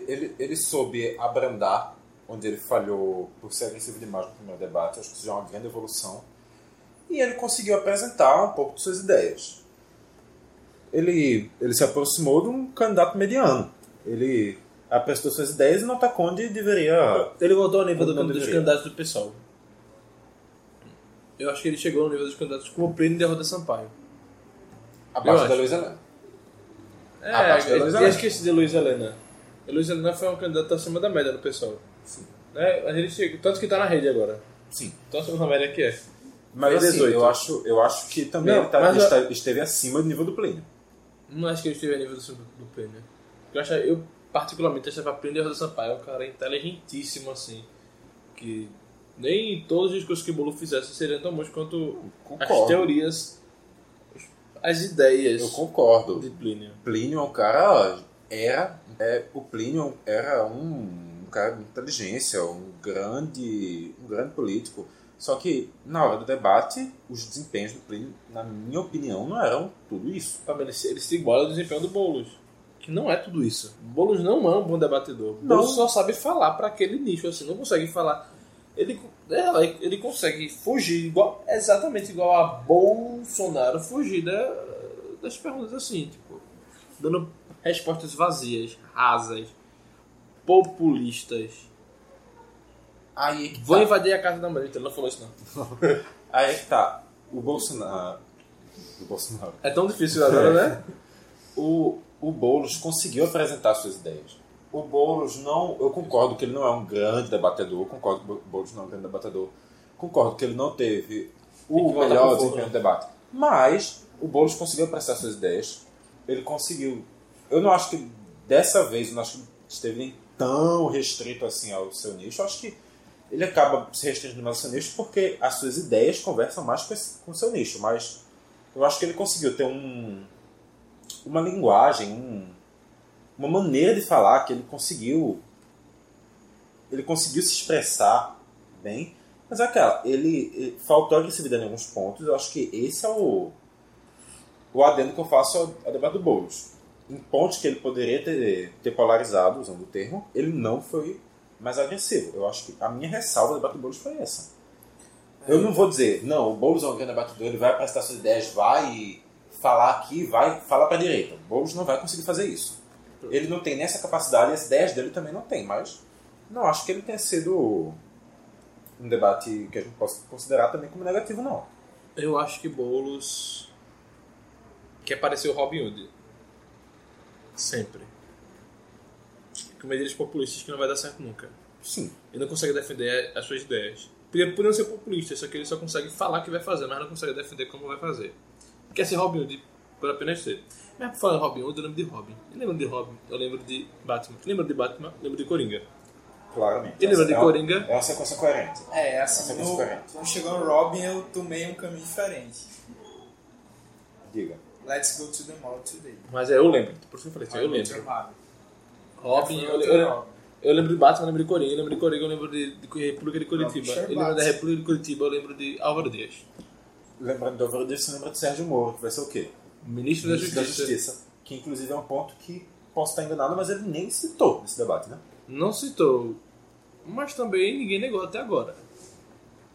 Speaker 1: Ele, ele soube abrandar onde ele falhou por ser agressivo demais no primeiro debate. Eu acho que isso já é uma grande evolução. E ele conseguiu apresentar um pouco de suas ideias. Ele, ele se aproximou de um candidato mediano. Ele apresentou suas ideias e não atacou onde deveria.
Speaker 2: Ele voltou ao nível do-
Speaker 1: Não
Speaker 2: dos
Speaker 1: deveria.
Speaker 2: candidatos do pessoal. Eu acho que ele chegou ao nível dos candidatos como o Plínio de Roda Sampaio.
Speaker 1: abaixo
Speaker 2: acho.
Speaker 1: da Luiz Helena.
Speaker 2: É,
Speaker 1: Abaixo da
Speaker 2: eu,
Speaker 1: Luiz
Speaker 2: eu
Speaker 1: Helena.
Speaker 2: esqueci de Luiz Helena. A Luiz Helena foi um candidato acima da média do pessoal. Né? Mas ele chegou, tanto que tá na rede agora.
Speaker 1: Sim.
Speaker 2: Tão acima da média que é.
Speaker 1: Mas
Speaker 2: Foi
Speaker 1: assim,
Speaker 2: 18.
Speaker 1: eu, acho, eu acho que também
Speaker 2: Não,
Speaker 1: ele, tá-
Speaker 2: mas
Speaker 1: ele
Speaker 2: eu-
Speaker 1: está- esteve acima do nível do Plínio.
Speaker 2: Não acho que ele esteve a nível do, do né? Plínio. Eu, acho, eu particularmente achava Plínio de Roda Sampaio um cara inteligentíssimo, assim. Que nem todos os discursos que o Bolo fizesse seriam tão bons quanto as teorias, as ideias.
Speaker 1: Eu concordo.
Speaker 2: de Plínio.
Speaker 1: Plínio é um cara. Era. É, o Plínio era um, um cara de inteligência, um grande, um grande político. Só que, na hora do debate, os desempenhos do Plínio, na minha opinião, não eram tudo isso.
Speaker 2: Tá vendo? Ele se- ele se iguala ao desempenho do Boulos. Que não é tudo isso. Boulos não é um bom debatedor.
Speaker 1: Não.
Speaker 2: Boulos só sabe falar pra aquele nicho, assim, não consegue falar. Ele, co- é, ele consegue fugir, igual, exatamente igual a Bolsonaro fugir da- das perguntas assim, tipo. dando respostas vazias, rasas, populistas.
Speaker 1: Aí é que
Speaker 2: Vou
Speaker 1: tá.
Speaker 2: invadir a casa da Margarita. Ele não falou isso, não.
Speaker 1: Aí é que tá. O Bolsonaro. (laughs) O Bolsonaro.
Speaker 2: É tão difícil agora, né?
Speaker 1: O, o Boulos conseguiu apresentar suas ideias. O Boulos não. Eu concordo que ele não é um grande debatedor. Concordo que o Boulos não é um grande debatedor. Concordo que ele não teve
Speaker 2: Tem
Speaker 1: o
Speaker 2: que voltar
Speaker 1: melhor
Speaker 2: pro
Speaker 1: desempenho do debate. Mas o Boulos conseguiu apresentar suas ideias. Ele conseguiu. Eu não acho que dessa vez, eu não acho que ele esteve nem tão restrito assim ao seu nicho. Eu acho que ele acaba se restringindo mais ao seu nicho porque as suas ideias conversam mais com, esse, com o seu nicho. Mas eu acho que ele conseguiu ter um, uma linguagem, um- uma maneira de falar que ele conseguiu. Ele conseguiu se expressar bem. Mas é aquela, ele, ele faltou agressividade em alguns pontos. Eu acho que esse é o, o adendo que eu faço ao, ao debate do Boulos. Em pontos que ele poderia ter, ter polarizado, usando o termo, ele não foi mais agressivo. Eu acho que a minha ressalva do debate do Boulos foi essa. Eu não vou dizer, não, o Boulos é um grande debatedor, ele vai apresentar suas ideias, vai falar aqui, vai falar para direita. O Boulos não vai conseguir fazer isso. Ele não tem nessa capacidade e as ideias dele também não tem, mas não acho que ele tenha sido um debate que a gente possa considerar também como negativo, não.
Speaker 2: Eu acho que Boulos quer parecer o Robin Hood. Sempre. Com medidas populistas que não vai dar certo nunca.
Speaker 1: Sim.
Speaker 2: Ele não consegue defender as suas ideias. Porque Podiam ser populistas, só que ele só consegue falar que vai fazer, mas não consegue defender como vai fazer. Quer ser Robin Hood por apenas ser. Mas por falar em Robin Hood, eu lembro de Robin. Eu lembro de Robin, eu lembro de Batman. Lembro de Batman, lembro de Coringa.
Speaker 1: Claramente.
Speaker 2: Ele lembra
Speaker 1: Essa
Speaker 2: de
Speaker 1: é uma-
Speaker 2: Coringa?
Speaker 1: É uma sequência coerente.
Speaker 4: É,
Speaker 1: Essa é
Speaker 4: assim, no,
Speaker 1: diferente.
Speaker 4: quando chegou no Robin, eu tomei um caminho diferente.
Speaker 1: Diga.
Speaker 4: Let's go to the mall today.
Speaker 2: Mas é, eu lembro. Por isso que eu falei, assim, eu lembro.
Speaker 1: é um
Speaker 2: Robin, é um eu, eu, Eu lembro de Batman, eu lembro de Coringa, eu lembro de Coringa, eu lembro de, de República de Curitiba.
Speaker 4: Robert
Speaker 2: Eu lembro da
Speaker 4: Scherbatz.
Speaker 2: República de Curitiba, eu lembro de Álvaro Dias,
Speaker 1: Lembrando do Álvaro Dias, você lembra do Sérgio Moro, que vai ser o quê?
Speaker 2: ministro,
Speaker 1: Ministro
Speaker 2: da, Justiça.
Speaker 1: Que inclusive é um ponto que posso estar enganado, mas ele nem citou nesse debate, né?
Speaker 2: Não citou, mas também ninguém negou até agora.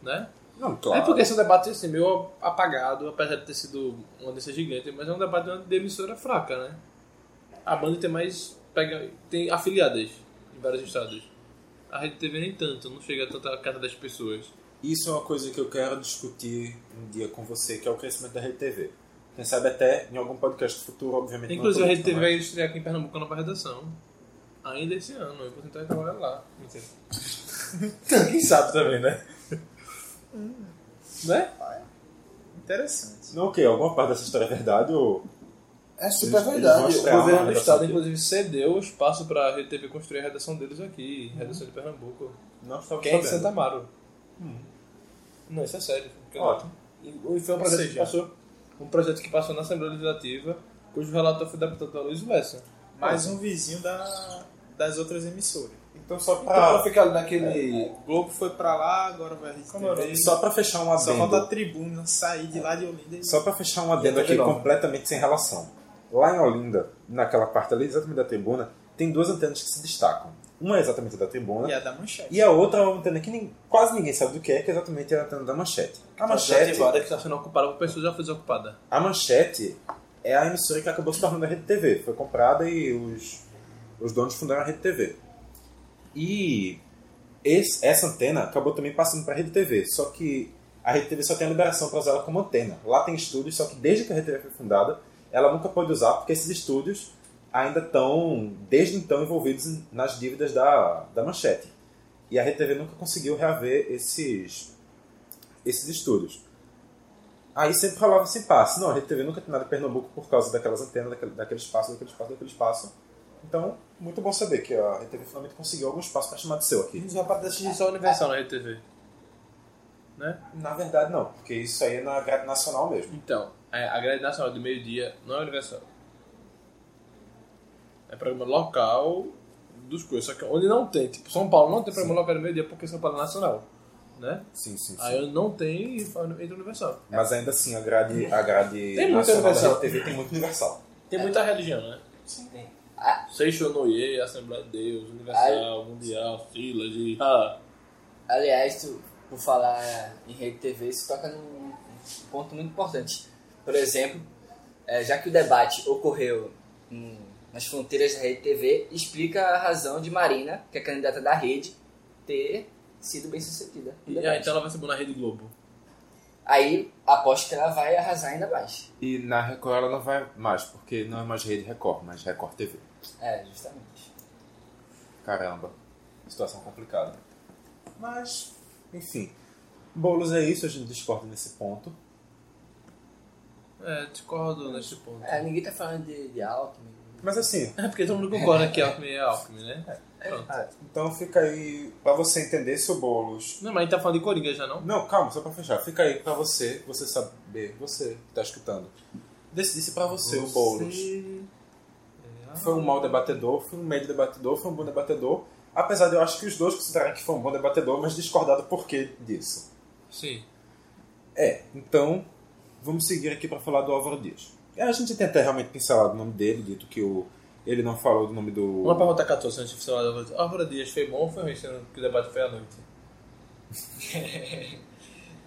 Speaker 2: Né?
Speaker 1: Não,
Speaker 2: É porque esse é um debate assim, meio apagado, apesar de ter sido uma dessa gigante, mas é um debate de uma demissora fraca, né? A banda tem mais. Pega, tem afiliadas em vários estados. A Rede TV nem tanto, não chega tanto à casa das pessoas.
Speaker 1: Isso é uma coisa que eu quero discutir um dia com você, que é o crescimento da Rede TV. Quem sabe até em algum podcast futuro, obviamente. não
Speaker 2: Inclusive a Rede TV
Speaker 1: político,
Speaker 2: vai estrear aqui em Pernambuco na nova redação. Ainda esse ano, eu vou tentar trabalhar lá. Mentira.
Speaker 1: (laughs) Quem sabe também, né?
Speaker 2: Né?
Speaker 4: Interessante.
Speaker 1: Não, o quê? Alguma parte dessa história é verdade ou.
Speaker 4: É super
Speaker 1: Eles-
Speaker 4: verdade.
Speaker 1: eles
Speaker 2: O
Speaker 1: vão estrear
Speaker 2: governo
Speaker 1: uma
Speaker 2: do
Speaker 1: redação
Speaker 2: estado,
Speaker 1: aqui.
Speaker 2: inclusive, cedeu o espaço para a Rede TV construir a redação deles aqui, redação de Pernambuco.
Speaker 1: Não, só
Speaker 2: Quem é de Santa Amaro? Hum. Não, isso é sério. porque-
Speaker 1: Ótimo.
Speaker 2: E e foi um projeto que
Speaker 4: seja-
Speaker 2: passou. Um projeto que passou na Assembleia Legislativa, cujo relator foi o deputado Luiz Lessa.
Speaker 4: Mais um vizinho da, das outras emissoras.
Speaker 1: Então, só
Speaker 4: Ah,
Speaker 2: Então, é, pra
Speaker 1: pra,
Speaker 2: ficar ali naquele.
Speaker 4: O Globo foi pra lá, agora vai Rede
Speaker 1: Como é o nome?
Speaker 4: TV.
Speaker 1: só pra fechar um
Speaker 4: Só
Speaker 1: adendo.
Speaker 4: falta a tribuna sair de lá de Olinda e
Speaker 1: Só para fechar um adendo
Speaker 2: E a
Speaker 1: aqui
Speaker 2: TV nova.
Speaker 1: completamente sem relação. Lá em Olinda, naquela parte ali, exatamente da tribuna, tem duas antenas que se destacam. Uma é exatamente da tribuna
Speaker 4: e a da manchete.
Speaker 1: e a outra é uma antena que nem- quase ninguém sabe do que é, que é exatamente a antena da manchete.
Speaker 2: Ah,
Speaker 4: tá
Speaker 1: A manchete,
Speaker 2: Agora é que está sendo ocupada por pessoas já foi desocupada.
Speaker 1: a manchete é a emissora que acabou se tornando a Rede TV. Foi comprada e os, os donos fundaram a Rede TV. E esse- essa antena acabou também passando para a Rede TV, só que a Rede TV só tem a liberação para usar ela como antena. Lá tem estúdios, só que desde que a Rede TV foi fundada, ela nunca pôde usar, porque esses estúdios ainda estão, desde então, envolvidos em- nas dívidas da, da manchete. E a Rede TV nunca conseguiu reaver esses, esses estúdios. Aí sempre falava assim, passe. Não, a Rede TV nunca tem nada em Pernambuco por causa daquelas antenas, daquele, daquele espaço, daquele espaço, daquele espaço. Então, muito bom saber que a Rede TV finalmente conseguiu algum espaço para chamar de seu aqui.
Speaker 2: Os rapazes de só universal Tá na Rede TV. Né?
Speaker 1: Na verdade, não, porque isso aí é na grade nacional mesmo.
Speaker 2: Então, é, a grade nacional do meio-dia não é universal. É programa local dos coisas. Só que onde não tem, tipo, São Paulo não tem programa local do meio-dia porque São Paulo é nacional. Né?
Speaker 1: Sim, sim, sim.
Speaker 2: Aí onde não tem, entra universal.
Speaker 1: Mas ainda assim, a grade, a grade
Speaker 2: (laughs) Tem muito
Speaker 1: nacional da Rede
Speaker 2: universal.
Speaker 1: TV tem muito universal.
Speaker 2: Tem muita religião, né?
Speaker 3: Sim, tem.
Speaker 2: Seixonoye, Assembleia de Deus, Universal, Mundial, Filas e. Ah,
Speaker 3: Aliás, tu, por falar em rede TV, isso toca num é, num ponto muito importante. Por exemplo, eh, já que o debate ocorreu hum, nas fronteiras da Rede TV, explica a razão de Marina, que é candidata da Rede, ter sido bem sucedida.
Speaker 2: E, ah, então ela vai ser boa na Rede Globo.
Speaker 3: Aí aposto que ela vai arrasar ainda mais.
Speaker 1: E na Record ela não vai mais, porque não é mais Rede Record, mas Record TV.
Speaker 3: É, justamente.
Speaker 1: Caramba, situação complicada. Mas, enfim. Bolos é isso, a gente discorda nesse ponto.
Speaker 2: É, discordo neste ponto.
Speaker 3: É, ninguém tá falando de, de Alckmin.
Speaker 1: Mas assim,
Speaker 2: É porque todo mundo concorda que Alckmin é Alckmin, né? Pronto.
Speaker 3: É.
Speaker 1: então fica aí pra você entender se o Boulos.
Speaker 2: Não, mas a gente tá falando de Coringa já, não?
Speaker 1: Não, calma, só pra fechar. Fica aí pra você, você saber, você que tá escutando. Decidir se pra você, o Boulos
Speaker 3: É.
Speaker 1: foi um mau debatedor, foi um médio debatedor, foi um bom debatedor. Apesar de eu acho que os dois considerarem que foi um bom debatedor, mas discordar do porquê disso.
Speaker 2: Sim.
Speaker 1: É, então vamos seguir aqui para falar do Álvaro Dias. A gente tem até realmente pincelado o nome dele, dito que o, ele não falou do nome do.
Speaker 2: Uma pra voltar 14 antes de falar da voz. Álvaro Dias foi bom ou foi ruim, sendo que o debate foi à noite?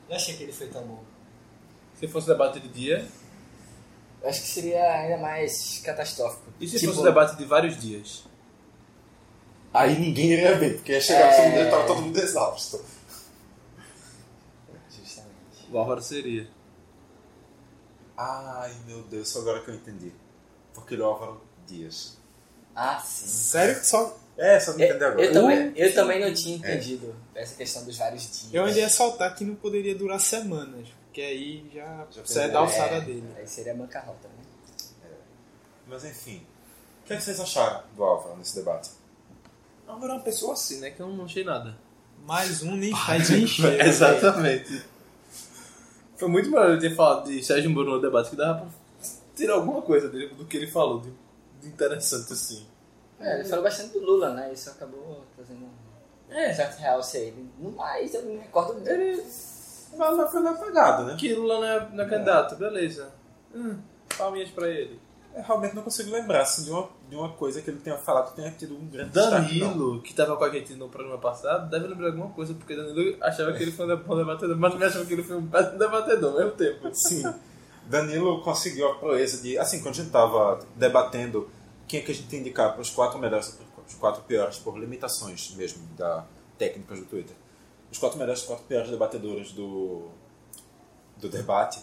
Speaker 3: Não achei que ele foi tão bom.
Speaker 2: Se fosse debate de dia,
Speaker 3: Eu acho que seria ainda mais catastrófico.
Speaker 2: e se
Speaker 3: Tipo,
Speaker 2: fosse debate de vários dias?
Speaker 1: Aí ninguém iria ver, porque ia chegar no segundo dia e tava todo mundo exausto.
Speaker 3: Justamente.
Speaker 2: O Álvaro seria.
Speaker 1: Ai meu Deus, só agora que eu entendi. Porque ele é o Álvaro Dias.
Speaker 3: Ah, sim.
Speaker 1: Sério que só. É, só não
Speaker 3: Eu,
Speaker 1: entender agora.
Speaker 3: eu também, eu também não tinha entendido essa questão dos vários dias.
Speaker 4: Eu
Speaker 1: É.
Speaker 4: ainda ia saltar que não poderia durar semanas, porque aí já,
Speaker 1: Já
Speaker 4: você é
Speaker 1: perdeu.
Speaker 4: da alçada
Speaker 3: É,
Speaker 4: dele.
Speaker 3: Aí seria bancarrota, né?
Speaker 1: Mas enfim. O que, é que vocês acharam do Álvaro nesse debate?
Speaker 2: O Álvaro é uma pessoa assim, né? Que eu não achei nada.
Speaker 1: É.
Speaker 4: Mais um
Speaker 1: (laughs)
Speaker 4: nem faz
Speaker 2: (laughs)
Speaker 4: encher.
Speaker 2: Exatamente. Foi muito melhor ele ter falado de Sérgio Moro no debate, que dava pra tirar alguma coisa dele do que ele falou, de, de interessante assim.
Speaker 3: É, ele falou bastante do Lula, né? Isso acabou trazendo um
Speaker 2: É.
Speaker 3: certo realce a ele. No mais, eu não me recordo muito.
Speaker 1: Mas mas foi meio apagado, né?
Speaker 2: Aquilo lá não é, não é candidato, beleza. Hum, palminhas pra ele.
Speaker 1: Eu realmente não consigo lembrar assim, de, uma, de uma coisa que ele tenha falado que tenha tido um grande destaque. não.
Speaker 2: Danilo, que tava com a gente no programa passado, deve lembrar alguma coisa, porque Danilo achava que ele foi um bom debatedor, mas não achava que ele foi um péssimo debatedor ao mesmo tempo.
Speaker 1: Sim. (laughs) Danilo conseguiu a proeza de. Assim, quando a gente tava debatendo quem é que a gente ia indicar para os quatro melhores os quatro piores, por limitações mesmo da técnicas do Twitter. Os quatro melhores, os quatro piores debatedores do, do debate.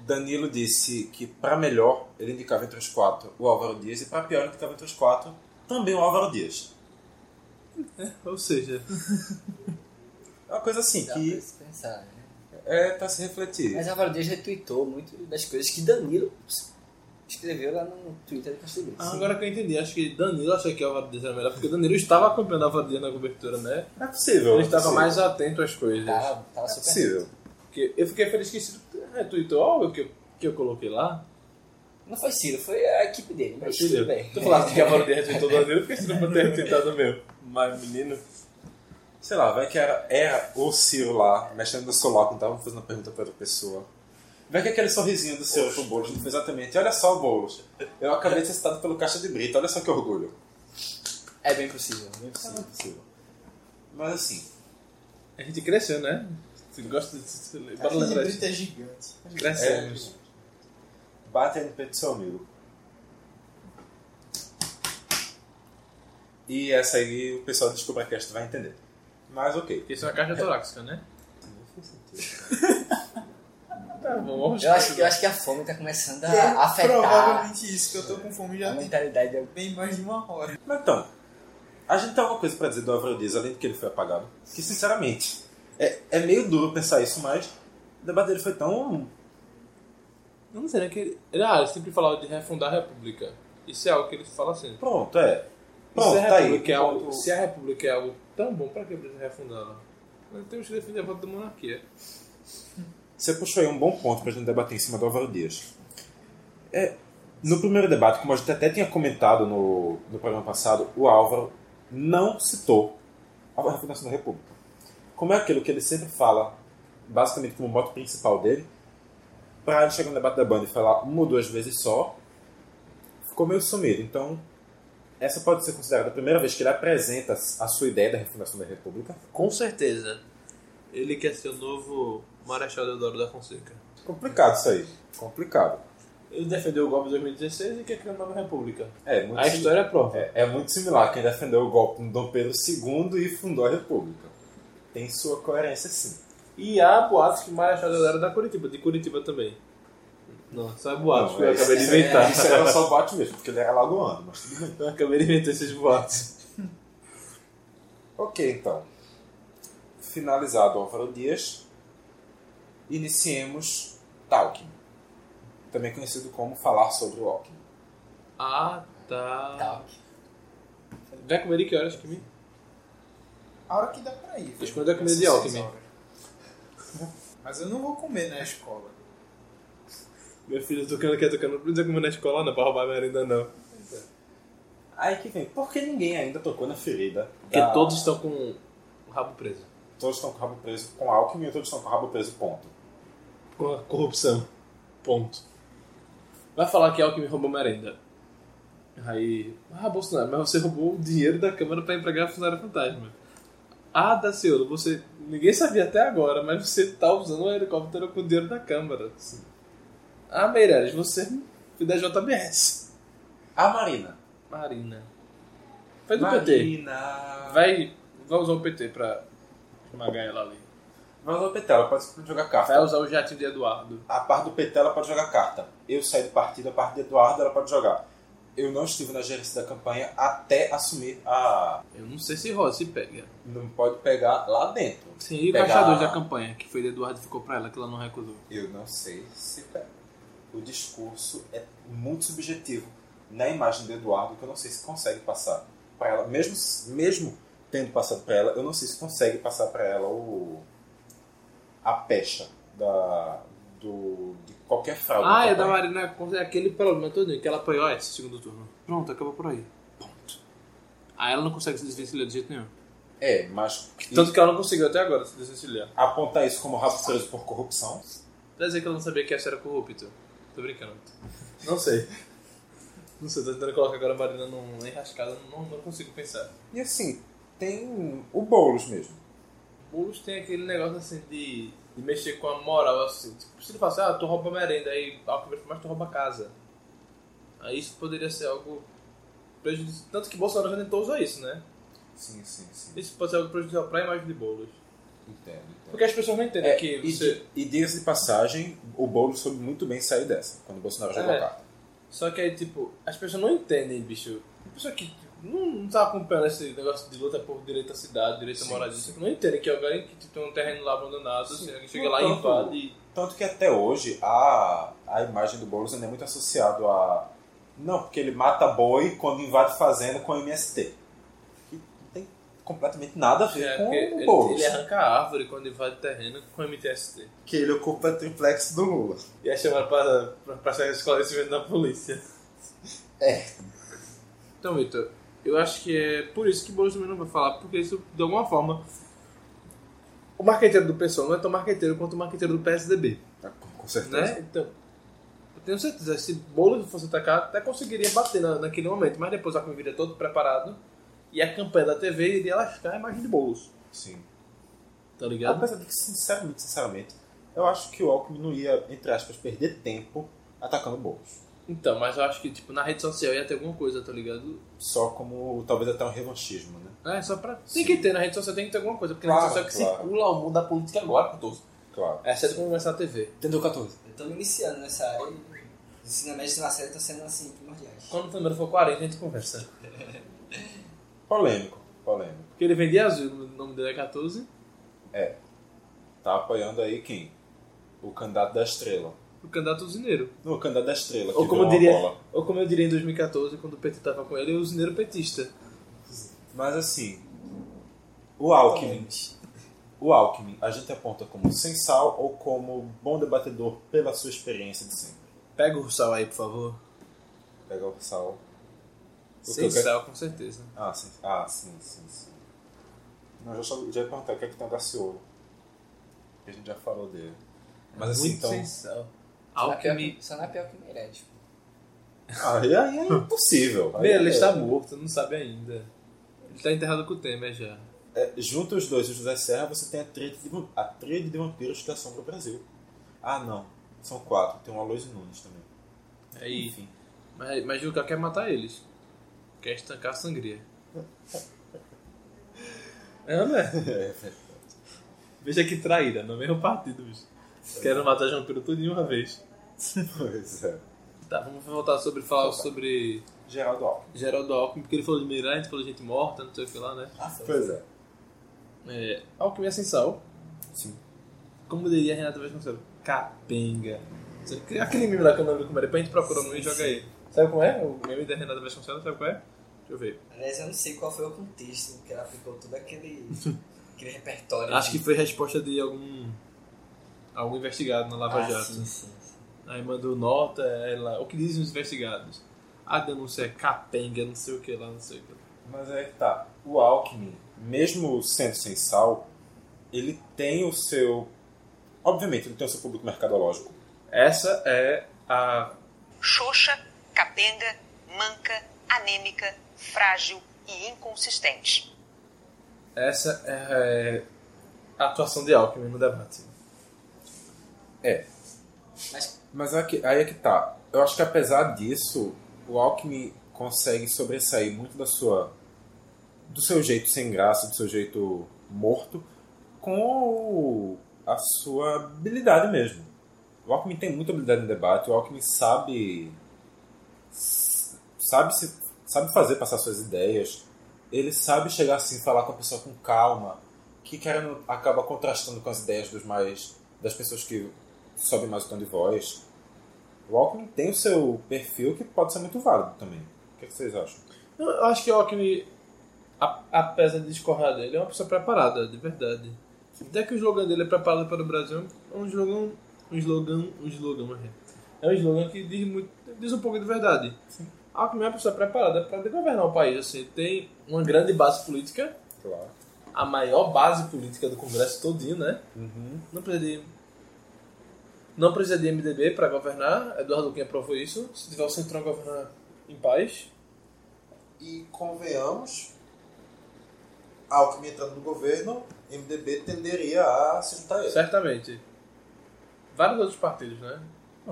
Speaker 1: Danilo disse que para melhor ele indicava entre os quatro o Álvaro Dias e para pior ele indicava entre os quatro também o Álvaro Dias.
Speaker 2: Ou seja,
Speaker 1: É uma coisa assim
Speaker 3: Dá pra
Speaker 1: que
Speaker 3: se pensar, né?
Speaker 1: é para se refletir.
Speaker 3: Tá. Mas Álvaro Dias retweetou muito das coisas que Danilo escreveu lá no Twitter do Castro Brito.
Speaker 2: ah, agora que eu entendi, acho que Danilo achou que o Álvaro Dias era melhor, porque Danilo estava acompanhando o Álvaro Dias na cobertura, né?
Speaker 1: É possível.
Speaker 2: Ele
Speaker 1: é
Speaker 2: estava
Speaker 1: possível.
Speaker 2: mais atento às coisas.
Speaker 3: Tava, tava
Speaker 1: É
Speaker 3: super.
Speaker 1: possível.
Speaker 2: Porque eu fiquei feliz que Ciro retweetou algo que eu, que eu coloquei lá.
Speaker 3: Não foi Ciro, foi a equipe dele, mas tudo bem. É,
Speaker 2: Tu falaste que é a Álvaro Dias (laughs) retweetou do Danilo, porque Ciro não ter retweetado o meu. Mas, menino...
Speaker 1: Sei lá, vai que era, era o Ciro lá, mexendo no celular quando tava fazendo a pergunta pra outra pessoa. Vai que é aquele sorrisinho do Ciro pro Boulos, não foi tipo, exatamente, olha só o Boulos, eu acabei de ser citado pelo Caixa de Brito, olha só que orgulho.
Speaker 3: É bem possível, bem possível.
Speaker 1: Não é possível. Mas assim,
Speaker 2: A gente cresceu, né? Você gosta de... se- Bora lembrar disso.
Speaker 4: é gigante.
Speaker 2: Crescemos.
Speaker 1: bate no peito do seu amigo. E essa aí o pessoal do DescubraCast vai entender. Mas ok.
Speaker 2: Porque isso é uma caixa torácica, né? (laughs) Tá bom, vamos
Speaker 3: Eu acho, que- eu acho que a fome tá começando
Speaker 4: É
Speaker 3: a afetar
Speaker 4: Provavelmente isso, que eu tô com fome
Speaker 3: a
Speaker 4: já tem
Speaker 3: mentalidade. da-
Speaker 4: bem mais de uma hora.
Speaker 1: Mas então, a gente tem alguma coisa pra dizer do Álvaro Dias, além do que ele foi apagado. Que, sinceramente, é, é meio duro pensar isso, mas o debate dele foi tão...
Speaker 2: Eu Não sei, né? Que ele... ele- Ah, ele sempre falava de refundar a república. Isso é algo que ele fala sempre.
Speaker 1: Pronto, é. Pronto,
Speaker 2: se, a
Speaker 1: tá aí.
Speaker 2: república é algo,
Speaker 1: Pronto.
Speaker 2: se a república é algo tão bom, pra que precisa refundá-la? Nós temos que defender a volta da monarquia.
Speaker 1: Você puxou aí um bom ponto pra gente debater em cima do Álvaro Dias. É, no primeiro debate, como a gente até tinha comentado no, no programa passado, o Álvaro não citou a refundação da República. Como é aquilo que ele sempre fala, basicamente como moto principal dele, pra ele chegar no debate da banda e falar uma ou duas vezes só, ficou meio sumido. Então, essa pode ser considerada a primeira vez que ele apresenta a sua ideia da refundação da República.
Speaker 2: Com certeza. Ele quer ser o novo Marechal Deodoro da Fonseca.
Speaker 1: Complicado isso aí. Complicado.
Speaker 2: Ele defendeu o golpe em 2016 e quer criar uma nova república.
Speaker 1: É, muito
Speaker 2: A
Speaker 1: sim-
Speaker 2: história prova.
Speaker 1: É, é muito similar a quem defendeu o golpe no Dom Pedro II e fundou a República. Tem sua coerência, sim.
Speaker 2: E há boatos que Marechal Deodoro era da Curitiba, de Curitiba também. Não, só é boatos que eu acabei de inventar.
Speaker 1: Isso era só bote mesmo, porque ele era lagoano. Mas... tudo bem.
Speaker 2: Eu (laughs) acabei de inventar esses boatos.
Speaker 1: Ok, então. Finalizado o Álvaro Dias, iniciemos Talking, também conhecido como Falar sobre o Alckmin.
Speaker 2: Ah, tá.
Speaker 3: Talk.
Speaker 2: Vai comer de que horas, Kimi?
Speaker 4: A hora que dá pra ir. velho.
Speaker 2: Esconde a comida de
Speaker 4: Essas
Speaker 2: Alckmin.
Speaker 4: seis horas. Mas eu não vou comer na escola.
Speaker 2: Meu filho tocando quer tocando. Não precisa comer na escola não, pra roubar minha ainda não.
Speaker 1: Aí que vem, por que ninguém ainda tocou na ferida?
Speaker 2: Porque
Speaker 1: da-
Speaker 2: todos estão com o rabo preso.
Speaker 1: todos estão com o rabo preso com Alckmin e todos estão com o rabo preso, ponto.
Speaker 2: Com a corrupção. Ponto. Vai falar que Alckmin roubou merenda. Aí, ah, Bolsonaro, mas você roubou o dinheiro da Câmara pra empregar funcionário fantasma. Ah, Daciolo, você. Ninguém sabia até agora, mas você tá usando um helicóptero com o dinheiro da Câmara. Ah, Meirelles, você foi da JBS.
Speaker 1: A Marina.
Speaker 2: Marina. Foi do PT.
Speaker 1: Marina.
Speaker 2: Vai, vai usar o PT pra esmagar ela ali.
Speaker 1: Vai usar o PT, ela pode simplesmente jogar carta.
Speaker 2: Vai usar o jatinho de Eduardo.
Speaker 1: A parte do PT ela pode jogar carta. Eu saí do partido, a parte de Eduardo ela pode jogar. Eu não estive na gerência da campanha até assumir a.
Speaker 2: Eu não sei se roda, se pega.
Speaker 1: Não pode pegar lá dentro.
Speaker 2: Sim, e o
Speaker 1: Pegar-
Speaker 2: caixa 2 da campanha, que foi de Eduardo e ficou pra ela, que ela não recusou.
Speaker 1: Eu não sei se pega. O discurso é muito subjetivo na imagem do Eduardo, que eu não sei se consegue passar para ela. Mesmo, mesmo tendo passado para ela, eu não sei se consegue passar para ela o a pecha da, do, de qualquer um. fraude.
Speaker 2: Ah, é
Speaker 1: campanha.
Speaker 2: da Marina, com- é aquele problema todo, que ela apoiou esse segundo turno. Pronto, acabou por aí. Ponto. Aí ela não consegue se desvencilhar de jeito nenhum.
Speaker 1: É, mas
Speaker 2: Tanto que ela não conseguiu até agora se desvencilhar.
Speaker 1: apontar isso como rabo preso por corrupção.
Speaker 2: Quer dizer que ela não sabia que essa era corrupto. Tô brincando. Não sei. Não sei, tô tentando colocar agora a Marina num enrascado, não, não consigo pensar.
Speaker 1: E assim, tem o Boulos mesmo.
Speaker 2: Boulos tem aquele negócio assim de, de mexer com a moral, assim. Tipo, se ele fala assim, ah, tu rouba merenda, aí Alckmin fala, mas tu rouba casa. Aí isso poderia ser algo prejudicial. Tanto que Bolsonaro já tentou usar isso, né?
Speaker 1: Sim, sim, sim.
Speaker 2: Isso pode ser algo prejudicial pra imagem de Boulos.
Speaker 1: Entendo, entendo.
Speaker 2: Porque as pessoas não entendem
Speaker 1: É,
Speaker 2: que
Speaker 1: e,
Speaker 2: você...
Speaker 1: di- e diga-se de passagem, o Boulos soube muito bem sair dessa, quando o Bolsonaro jogou
Speaker 2: É.
Speaker 1: a carta.
Speaker 2: Só que aí, tipo, as pessoas não entendem, bicho. A pessoa que tipo, não, não tá acompanhando esse negócio de luta por direito à cidade, direito à moradia, isso aqui, não entendem que alguém que tipo, tem um terreno lá abandonado, assim, alguém chega
Speaker 1: Não,
Speaker 2: lá e
Speaker 1: tanto-
Speaker 2: invade. e-
Speaker 1: Tanto que até hoje a, a imagem do Boulos ainda é muito associado a. Não, porque ele mata boi quando invade fazenda com MST. Que não tem completamente nada a ver
Speaker 2: É,
Speaker 1: com
Speaker 2: porque
Speaker 1: o
Speaker 2: ele,
Speaker 1: Boulos.
Speaker 2: ele arranca a árvore quando invade terreno com MTST.
Speaker 1: Que ele ocupa o triplex do Lula.
Speaker 2: E aí chamaram pra, pra, pra sair esclarecimento da polícia.
Speaker 1: É.
Speaker 2: Então, Vitor, eu acho que é por isso que Bolsonaro não vai falar, porque isso, de alguma forma, o marqueteiro do PSOL não é tão marqueteiro quanto o marqueteiro do PSDB,
Speaker 1: Com, com certeza.
Speaker 2: né? Então, eu tenho certeza, se Bolsonaro fosse atacar, até conseguiria bater na, naquele momento, mas depois a viria todo preparado e a campanha da TV iria lascar a imagem de Boulos,
Speaker 1: Sim.
Speaker 2: tá ligado?
Speaker 1: Apesar de que, sinceramente, sinceramente, eu acho que o Alckmin não ia, entre aspas, perder tempo atacando o Boulos.
Speaker 2: Então, mas eu acho que, tipo, na rede social ia ter alguma coisa, tá ligado?
Speaker 1: Só como, talvez até um revanchismo, né?
Speaker 2: É, só pra... Tem
Speaker 1: Sim.
Speaker 2: que ter, na rede social tem que ter alguma coisa, porque na
Speaker 1: Claro,
Speaker 2: rede social é que
Speaker 1: claro.
Speaker 2: circula o mundo da política agora, 14.
Speaker 1: Claro.
Speaker 2: É certo como começar a TV.
Speaker 1: Entendeu, 14?
Speaker 3: Eu tô me iniciando nessa área. Os ensinamentos na série estão sendo assim, primordiais.
Speaker 2: Quando o número for 40, a gente conversa.
Speaker 1: Polêmico, polêmico.
Speaker 2: Porque ele vendia azul, o nome dele é 14.
Speaker 1: Tá apoiando aí quem? O candidato da estrela.
Speaker 2: O candidato usineiro.
Speaker 1: Não, o candidato da estrela, que
Speaker 2: Ou como, eu
Speaker 1: deu
Speaker 2: diria,
Speaker 1: uma bola.
Speaker 2: ou como eu diria em 2014, quando o PT tava com ele, o usineiro petista.
Speaker 1: Mas assim, o Alckmin. O Alckmin, a gente aponta como sensal ou como bom debatedor pela sua experiência de sempre.
Speaker 2: Pega o sal aí, por favor.
Speaker 1: Pega o sal. O que
Speaker 2: Sem
Speaker 1: eu quero-
Speaker 2: sal, com certeza.
Speaker 1: Ah, sim, ah, sim, sim, sim. Não, já, só- já ia perguntar o que é que tem o Daciolo. Que a gente já falou dele. Mas assim,
Speaker 2: Muito
Speaker 1: então.
Speaker 2: sem sal.
Speaker 3: Só não é pior
Speaker 2: Alckmin...
Speaker 3: que- Só não é pior que Meirelles.
Speaker 1: Aí, aí é impossível. Aí
Speaker 2: Meu, ele
Speaker 1: é-
Speaker 2: está morto, não sabe ainda. Ele tá enterrado com o Temer já.
Speaker 1: é, junta os dois, o José Serra, você tem a trade de, vam- a trade de vampiros que assombra o Brasil. Ah, não. São quatro. Tem o Aloysio Nunes também.
Speaker 2: Aí, enfim. Mas, mas Juca quer matar eles. Quer estancar a sangria. É, né? (laughs) Veja que traíra, no mesmo partido, bicho. Quero matar João Pedro tudo de uma vez.
Speaker 1: Pois é.
Speaker 2: Tá, vamos voltar sobre falar sobre
Speaker 1: Geraldo Alckmin.
Speaker 2: Geraldo Alckmin, porque ele falou de Mirante, falou de gente morta, não sei o que lá, né?
Speaker 1: Pois é.
Speaker 2: É, Alckmin Ascensal.
Speaker 1: Sim.
Speaker 2: Como diria Renata Vasconcelos? Capenga. Sabe Aquele meme lá que eu não lembro como era, depois a gente procura no e joga aí. Sabe como é? O meme da Renata Vasconcelos, sabe qual é? Deixa eu ver.
Speaker 3: Aliás, eu não sei qual foi o contexto que ela aplicou todo
Speaker 2: (laughs)
Speaker 3: aquele, aquele repertório.
Speaker 2: Acho
Speaker 3: de-
Speaker 2: que foi resposta de algum algum investigado na Lava
Speaker 3: ah,
Speaker 2: Jato.
Speaker 3: sim, sim.
Speaker 2: Aí mandou nota, ela, o que dizem os investigados? A denúncia é capenga, não sei o que lá, não sei o que lá.
Speaker 1: Mas é que tá. O Alckmin, mesmo sendo sem sal, ele tem o seu. Obviamente, ele tem o seu público mercadológico.
Speaker 2: Essa é a
Speaker 8: xoxa, capenga, manca, anêmica, frágil e inconsistente.
Speaker 2: essa é a atuação de Alckmin no debate.
Speaker 1: Mas é que- aí é que tá. Eu acho que apesar disso, o Alckmin consegue sobressair muito da sua. do seu jeito sem graça, do seu jeito morto, com o- a sua habilidade mesmo. O Alckmin tem muita habilidade no debate, o Alckmin sabe. s- sabe, se, sabe fazer passar suas ideias, ele sabe chegar assim, falar com a pessoa com calma, que querendo, acaba contrastando com as ideias dos mais. das pessoas que sobe mais o tom de voz. O Alckmin tem o seu perfil que pode ser muito válido também. O que, é que vocês acham?
Speaker 2: Eu- Eu acho que o Alckmin, a- apesar de discordar dele, é uma pessoa preparada, de verdade. Até que o slogan dele é preparado para o Brasil, é um slogan, um slogan, um slogan, mas é. é um slogan que diz, muito, diz um pouco de verdade. Alckmin é uma pessoa preparada para governar o país, assim, tem uma grande base política,
Speaker 1: Claro.
Speaker 2: a maior base política do Congresso todinho, né? Não precisa de... Não precisa de MDB para governar, Eduardo Cunha aprovou isso, se tiver o Centrão governar em paz,
Speaker 9: E convenhamos, Alckmin entrando no governo, MDB tenderia a se juntar a ele.
Speaker 2: Certamente. Vários outros partidos, né?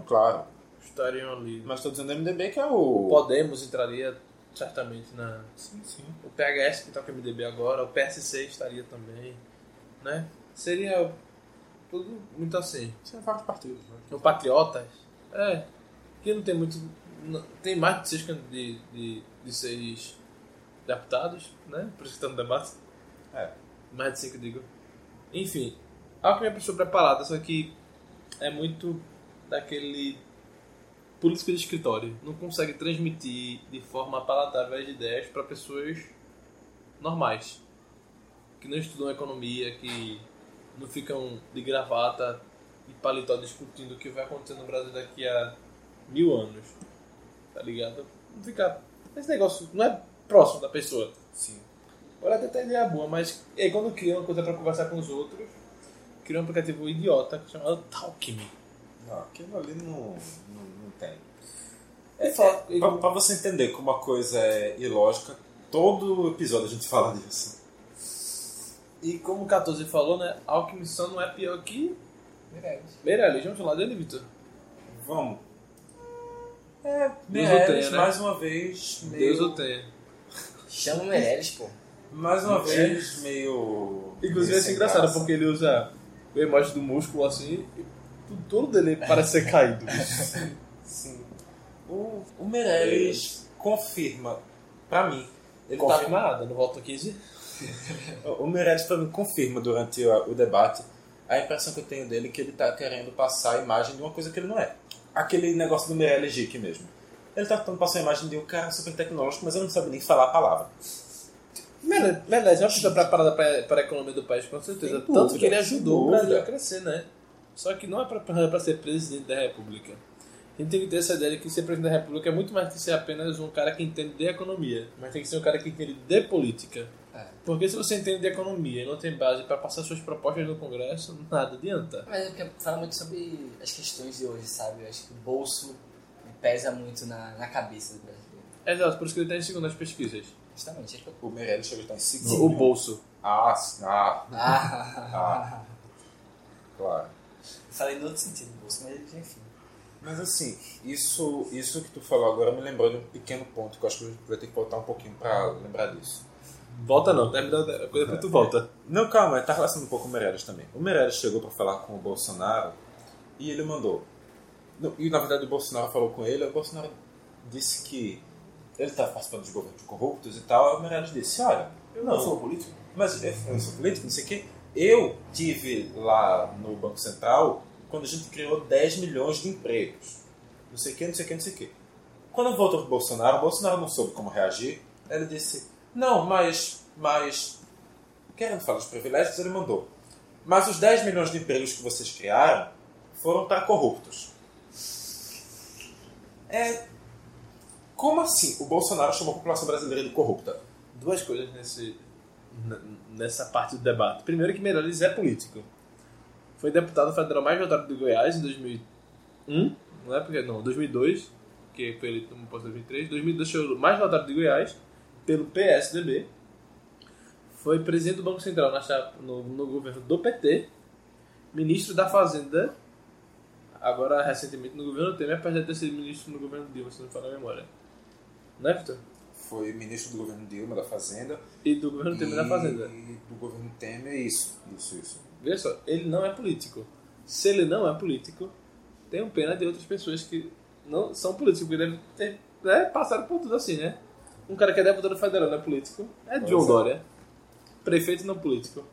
Speaker 1: Claro.
Speaker 2: Estariam ali.
Speaker 1: Mas estou dizendo MDB que é o.
Speaker 2: Podemos entraria certamente na. Sim, sim. O PHS que tá com o MDB agora, o PSC estaria também, né? Seria tudo muito assim.
Speaker 1: São vários partidos, né?
Speaker 2: O Patriotas, é. Que não tem muito. não- tem mais de seis, can- de, de, de seis deputados, né? Por isso que tá no debate.
Speaker 1: É.
Speaker 2: Mais de cinco, digo. Enfim, Alckmin é uma pessoa preparada, só que é muito daquele político de escritório. Não consegue transmitir de forma palatável as ideias para pessoas normais. Que não estudam economia, que não ficam de gravata e paletó discutindo o que vai acontecer no Brasil daqui a mil anos. Tá ligado? Não fica. Esse negócio não é próximo da pessoa.
Speaker 1: Sim.
Speaker 2: Olha, até tem ideia boa, mas é quando cria uma coisa pra conversar com os outros, cria um aplicativo idiota chamado Talkme.
Speaker 9: Ah,
Speaker 1: Não, aquilo ali não, não, não tem.
Speaker 2: É, fala, e-
Speaker 1: Pra, pra você entender como a coisa é ilógica, todo episódio a gente fala disso.
Speaker 2: E como o 14 falou, né? Alckmin só não é pior que
Speaker 3: Verdade.
Speaker 2: Meirelles. Vamos falar dele, Vitor?
Speaker 1: Vamos. É,
Speaker 2: Meirelles,
Speaker 1: Meirelles,
Speaker 2: né?
Speaker 1: mais uma vez, meio.
Speaker 2: Deus o tenha.
Speaker 3: Chama o Meirelles, pô.
Speaker 1: Mais uma vez, meio.
Speaker 2: Inclusive,
Speaker 1: meio
Speaker 2: é
Speaker 1: sem
Speaker 2: engraçado,
Speaker 1: graça.
Speaker 2: porque ele usa o emoji do músculo assim, e tudo, tudo dele parece ser caído.
Speaker 1: Sim. O, o Meirelles confirma, pra mim, ele tava
Speaker 2: Confirma nada, tá não volta 15.
Speaker 1: O Meirelles pra mim confirma durante o, o debate a impressão que eu tenho dele é que ele tá querendo passar a imagem de uma coisa que ele não é. Aquele negócio do Meirelles Gic mesmo. Ele tá tentando passar a imagem de um cara super tecnológico, mas ele não sabe nem falar a palavra.
Speaker 2: Meirelles é uma pessoa preparada pra- para a economia do país, com certeza.
Speaker 1: Sem
Speaker 2: Tanto
Speaker 1: dúvida,
Speaker 2: que ele
Speaker 1: sem
Speaker 2: ajudou o
Speaker 1: dúvida.
Speaker 2: Brasil a crescer, né? Só que não é preparada para ser presidente da República. A gente tem que ter essa ideia de que ser presidente da República é muito mais que ser apenas um cara que entende de economia, mas tem que ser um cara que entende de política.
Speaker 1: É.
Speaker 2: Porque se você entende de economia e não tem base para passar suas propostas no Congresso, nada adianta.
Speaker 3: Mas eu quero falar muito sobre as questões de hoje, sabe? Eu acho que o bolso pesa muito na, na cabeça do brasileiro.
Speaker 2: Exato, É, por isso que ele está em segundo nas pesquisas.
Speaker 3: Justamente. é que eu-
Speaker 1: O Meirelles chegou a estar em segundo.
Speaker 2: O bolso.
Speaker 1: Ah, sim, ah,
Speaker 3: Ah,
Speaker 1: claro.
Speaker 3: falei no outro sentido do bolso, mas enfim.
Speaker 1: Mas assim, isso, isso que tu falou agora me lembrou de um pequeno ponto que eu acho que a gente vai ter que voltar um pouquinho pra lembrar disso.
Speaker 2: Volta não, termina a coisa que tu volta.
Speaker 1: Não, calma, tá relacionado um pouco com o Meirelles também. O Meirelles chegou pra falar com o Bolsonaro e ele mandou. Não, E na verdade o Bolsonaro falou com ele, o Bolsonaro disse que ele tá participando de governos corruptos e tal, e o Meirelles disse, olha, eu não sou político, mas eu eu sou político, não sei o quê. Eu tive lá no Banco Central quando a gente criou 10 milhões de empregos. Não sei o quê, não sei o quê, não sei o quê. Quando voltou pro Bolsonaro, o Bolsonaro não soube como reagir. Ele disse, não, mas, mas querendo falar dos privilégios, ele mandou. Mas os 10 milhões de empregos que vocês criaram foram para corruptos. É. Como assim o Bolsonaro chamou a população brasileira de corrupta?
Speaker 2: Duas coisas nesse, n- nessa parte do debate. Primeiro que Meirelles é político. Foi deputado federal mais votado do Goiás em 2001, não é porque não, 2002, que foi eleito como posto em 2003, 2002 foi o mais votado do Goiás pelo PSDB. Foi presidente do Banco Central na chapa- no, no governo do PT, ministro da Fazenda, agora recentemente no governo Temer, apesar de ter sido ministro no governo Dilma, se não me falha a memória. Né, Vitor?
Speaker 1: Foi ministro do governo Dilma, da Fazenda.
Speaker 2: E do governo Temer da
Speaker 1: e
Speaker 2: Fazenda.
Speaker 1: Do governo Temer, isso. Isso, isso.
Speaker 2: Veja só, ele não é político. Se ele não é político, tenho pena de outras pessoas que não são políticos, porque devem ter né, passado por tudo assim, né? Um cara que é deputado federal não é político, é João
Speaker 1: é.
Speaker 2: Dória. Prefeito não é político.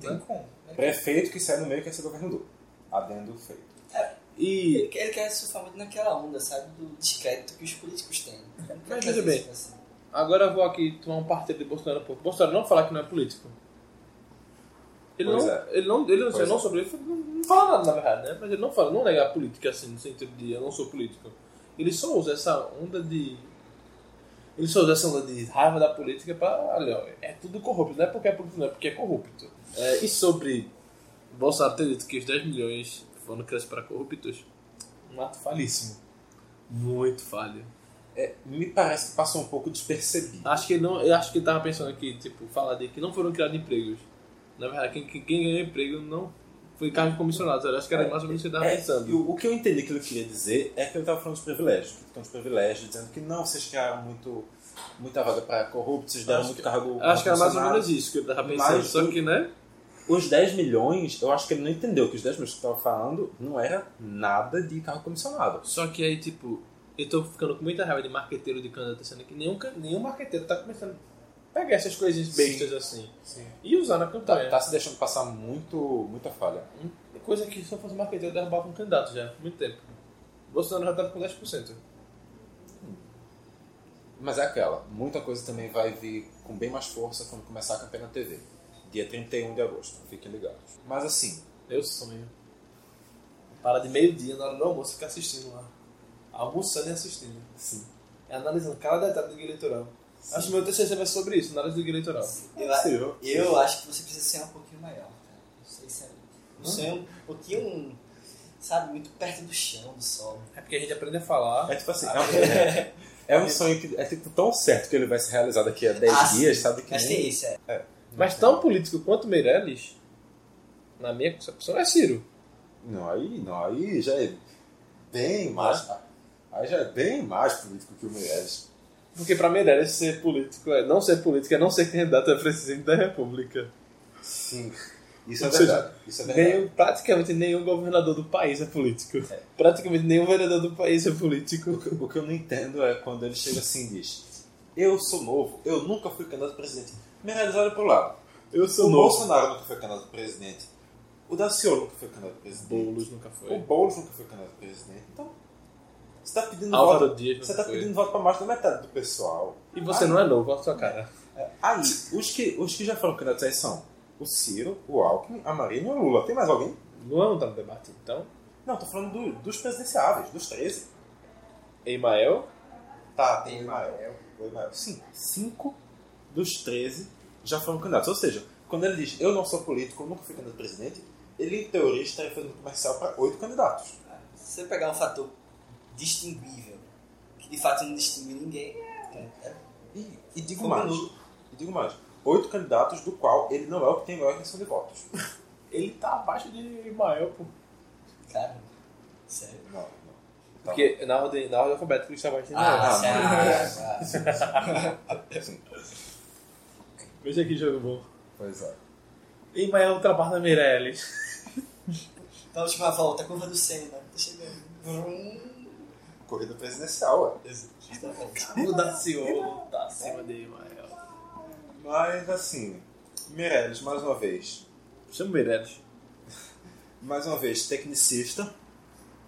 Speaker 4: Tem como.
Speaker 1: Prefeito que sai no meio quer ser governador. Adendo feito.
Speaker 2: E,
Speaker 3: Ele quer, ele quer surfar muito naquela onda, sabe? Do discreto que os políticos têm.
Speaker 2: Mas veja bem.
Speaker 3: assim.
Speaker 2: Agora eu vou aqui tomar um partido de Bolsonaro um pouco. Bolsonaro não falar que não é político. Ele
Speaker 1: Pois
Speaker 2: não,
Speaker 1: é.
Speaker 2: ele não, ele não,
Speaker 1: Pois
Speaker 2: ele não
Speaker 1: é.
Speaker 2: sobre ele não, não fala nada na verdade, né? Mas ele não fala, não nega a política assim no sentido de eu não sou político. Ele só usa essa onda de ele só usa essa onda de raiva da política para olha, ó, é tudo corrupto, não é porque é político, não é porque é corrupto. É, e sobre Bolsonaro ter dito que os 10 milhões foram criados para corruptos, um ato falíssimo. Muito falho.
Speaker 1: É, Me parece que passou um pouco despercebido.
Speaker 2: Acho que ele não, eu acho que ele tava pensando aqui, tipo, falar de que não foram criados empregos. Na verdade, quem, quem, quem ganhou emprego não foi cargos comissionados. Eu acho que era mais ou menos o que ele tava
Speaker 1: É, e
Speaker 2: Tá pensando.
Speaker 1: o, o que eu entendi que ele queria dizer é que ele estava falando dos privilégios. Que estão os privilégios, dizendo que não, vocês criaram muito, muita vaga para corruptos, vocês deram
Speaker 2: Acho
Speaker 1: muito
Speaker 2: que-
Speaker 1: cargo.
Speaker 2: Acho que era mais ou
Speaker 1: funcionário.
Speaker 2: menos isso que ele tava pensando.
Speaker 1: Mas
Speaker 2: Só
Speaker 1: o-
Speaker 2: que, né?
Speaker 1: Os 10 milhões, eu acho que ele não entendeu que os 10 milhões que eu tava falando não era nada de carro comissionado.
Speaker 2: Só que aí, tipo, eu tô ficando com muita raiva de marqueteiro de Canadá, sendo que nenhum, ca- nenhum marqueteiro tá começando a pegar essas coisinhas bestas assim e usar na
Speaker 1: Tá,
Speaker 2: campanha.
Speaker 1: tá se deixando passar muito, muita falha.
Speaker 2: Coisa que se eu fosse marqueteiro, eu derrubava um candidato já, há muito tempo. Bolsonaro já tava com 10%.
Speaker 1: Mas é aquela, muita coisa também vai vir com bem mais força quando começar a campanha na TV. Dia 31 de agosto, fiquem ligados. Mas assim,
Speaker 2: Meu sonho. Para de meio-dia, na hora do almoço, ficar assistindo lá. Almoçando e assistindo. Sim. analisando cada detalhe do guia eleitoral. Acho que meu TCC vai ser sobre isso, análise do guia eleitoral.
Speaker 3: Eu,
Speaker 2: Tá.
Speaker 3: a- eu acho que você precisa ser um pouquinho maior, cara. Não sei se é. Um sonho um pouquinho, sabe, muito perto do chão, do solo.
Speaker 2: É porque a gente aprende a falar.
Speaker 1: é tipo assim,
Speaker 3: (laughs)
Speaker 1: é um, é um sonho que é tipo tão certo que ele vai se realizar daqui a 10
Speaker 3: Ah,
Speaker 1: dias,
Speaker 3: sim.
Speaker 1: sabe? Que
Speaker 3: Mas
Speaker 1: nem-
Speaker 3: tem isso, é.
Speaker 2: Mas tão político quanto Meirelles, na minha concepção, é Ciro.
Speaker 1: Não, aí não, aí já é bem mais. Aí já é bem mais político que o Meirelles.
Speaker 2: Porque pra Meirelles ser político é não ser político, é não ser candidato a presidente da república.
Speaker 1: Sim. Isso é
Speaker 2: Ou seja,
Speaker 1: verdade. Isso é verdade.
Speaker 2: Nenhum, praticamente nenhum governador do país é político. Praticamente nenhum vereador do país é político.
Speaker 1: O que eu não entendo é quando ele chega assim e diz: Eu sou novo, eu nunca fui candidato a presidente. Meirelles olha pro lado.
Speaker 2: Eu
Speaker 1: O
Speaker 2: sou novo.
Speaker 1: Bolsonaro nunca foi candidato a presidente. O Daciolo nunca foi candidato a presidente.
Speaker 2: Boulos nunca
Speaker 1: O
Speaker 2: foi.
Speaker 1: Boulos nunca foi candidato a presidente. Então, você tá pedindo
Speaker 2: Álvaro
Speaker 1: voto.
Speaker 2: Dias
Speaker 1: Você
Speaker 2: nunca
Speaker 1: tá
Speaker 2: foi.
Speaker 1: pedindo voto pra mais da metade do pessoal.
Speaker 2: E você não é novo, olha a sua cara.
Speaker 1: Aí, os que, os que já foram candidatos aí são o Ciro, o Alckmin, a Marina e o Lula. Tem mais alguém?
Speaker 2: Luan não tá no debate, então.
Speaker 1: Não, tô falando do- dos presidenciáveis, dos 13.
Speaker 2: Emael,
Speaker 1: Tá, tem o Imael. O Imael. Sim, 5 dos 13 já foram candidatos. Ou seja, quando ele diz eu não sou político, eu nunca fui candidato a presidente, ele em teoria estaria fazendo comercial para 8 candidatos.
Speaker 3: Se você pegar um fator distinguível, que de fato não distingue ninguém, é- é-
Speaker 1: E, e digo
Speaker 3: Como
Speaker 1: mais.
Speaker 3: eu-
Speaker 1: E digo mais. 8 candidatos, do qual ele não é o que tem maior intenção de votos.
Speaker 2: ele tá abaixo de Emael, pô.
Speaker 3: cara, Sério?
Speaker 1: Não, não.
Speaker 2: Porque na ordem, na ordem alfabética tá eles estavam batendo.
Speaker 3: Ah,
Speaker 1: Ah,
Speaker 3: sério?
Speaker 1: mas-
Speaker 3: Ah, sim.
Speaker 2: Veja que jogo bom.
Speaker 1: Pois é.
Speaker 2: E Maia ultrapassa a Meirelles.
Speaker 3: Na última volta, Então, tipo, a curva do Senna. Tá chegando. Vrum.
Speaker 9: Corrida
Speaker 1: é.
Speaker 9: presidencial, ué.
Speaker 2: O Daciolo tá acima de Maia.
Speaker 1: Mas assim, Meirelles, mais uma vez.
Speaker 2: Chama o Meirelles.
Speaker 1: Mais uma vez, tecnicista.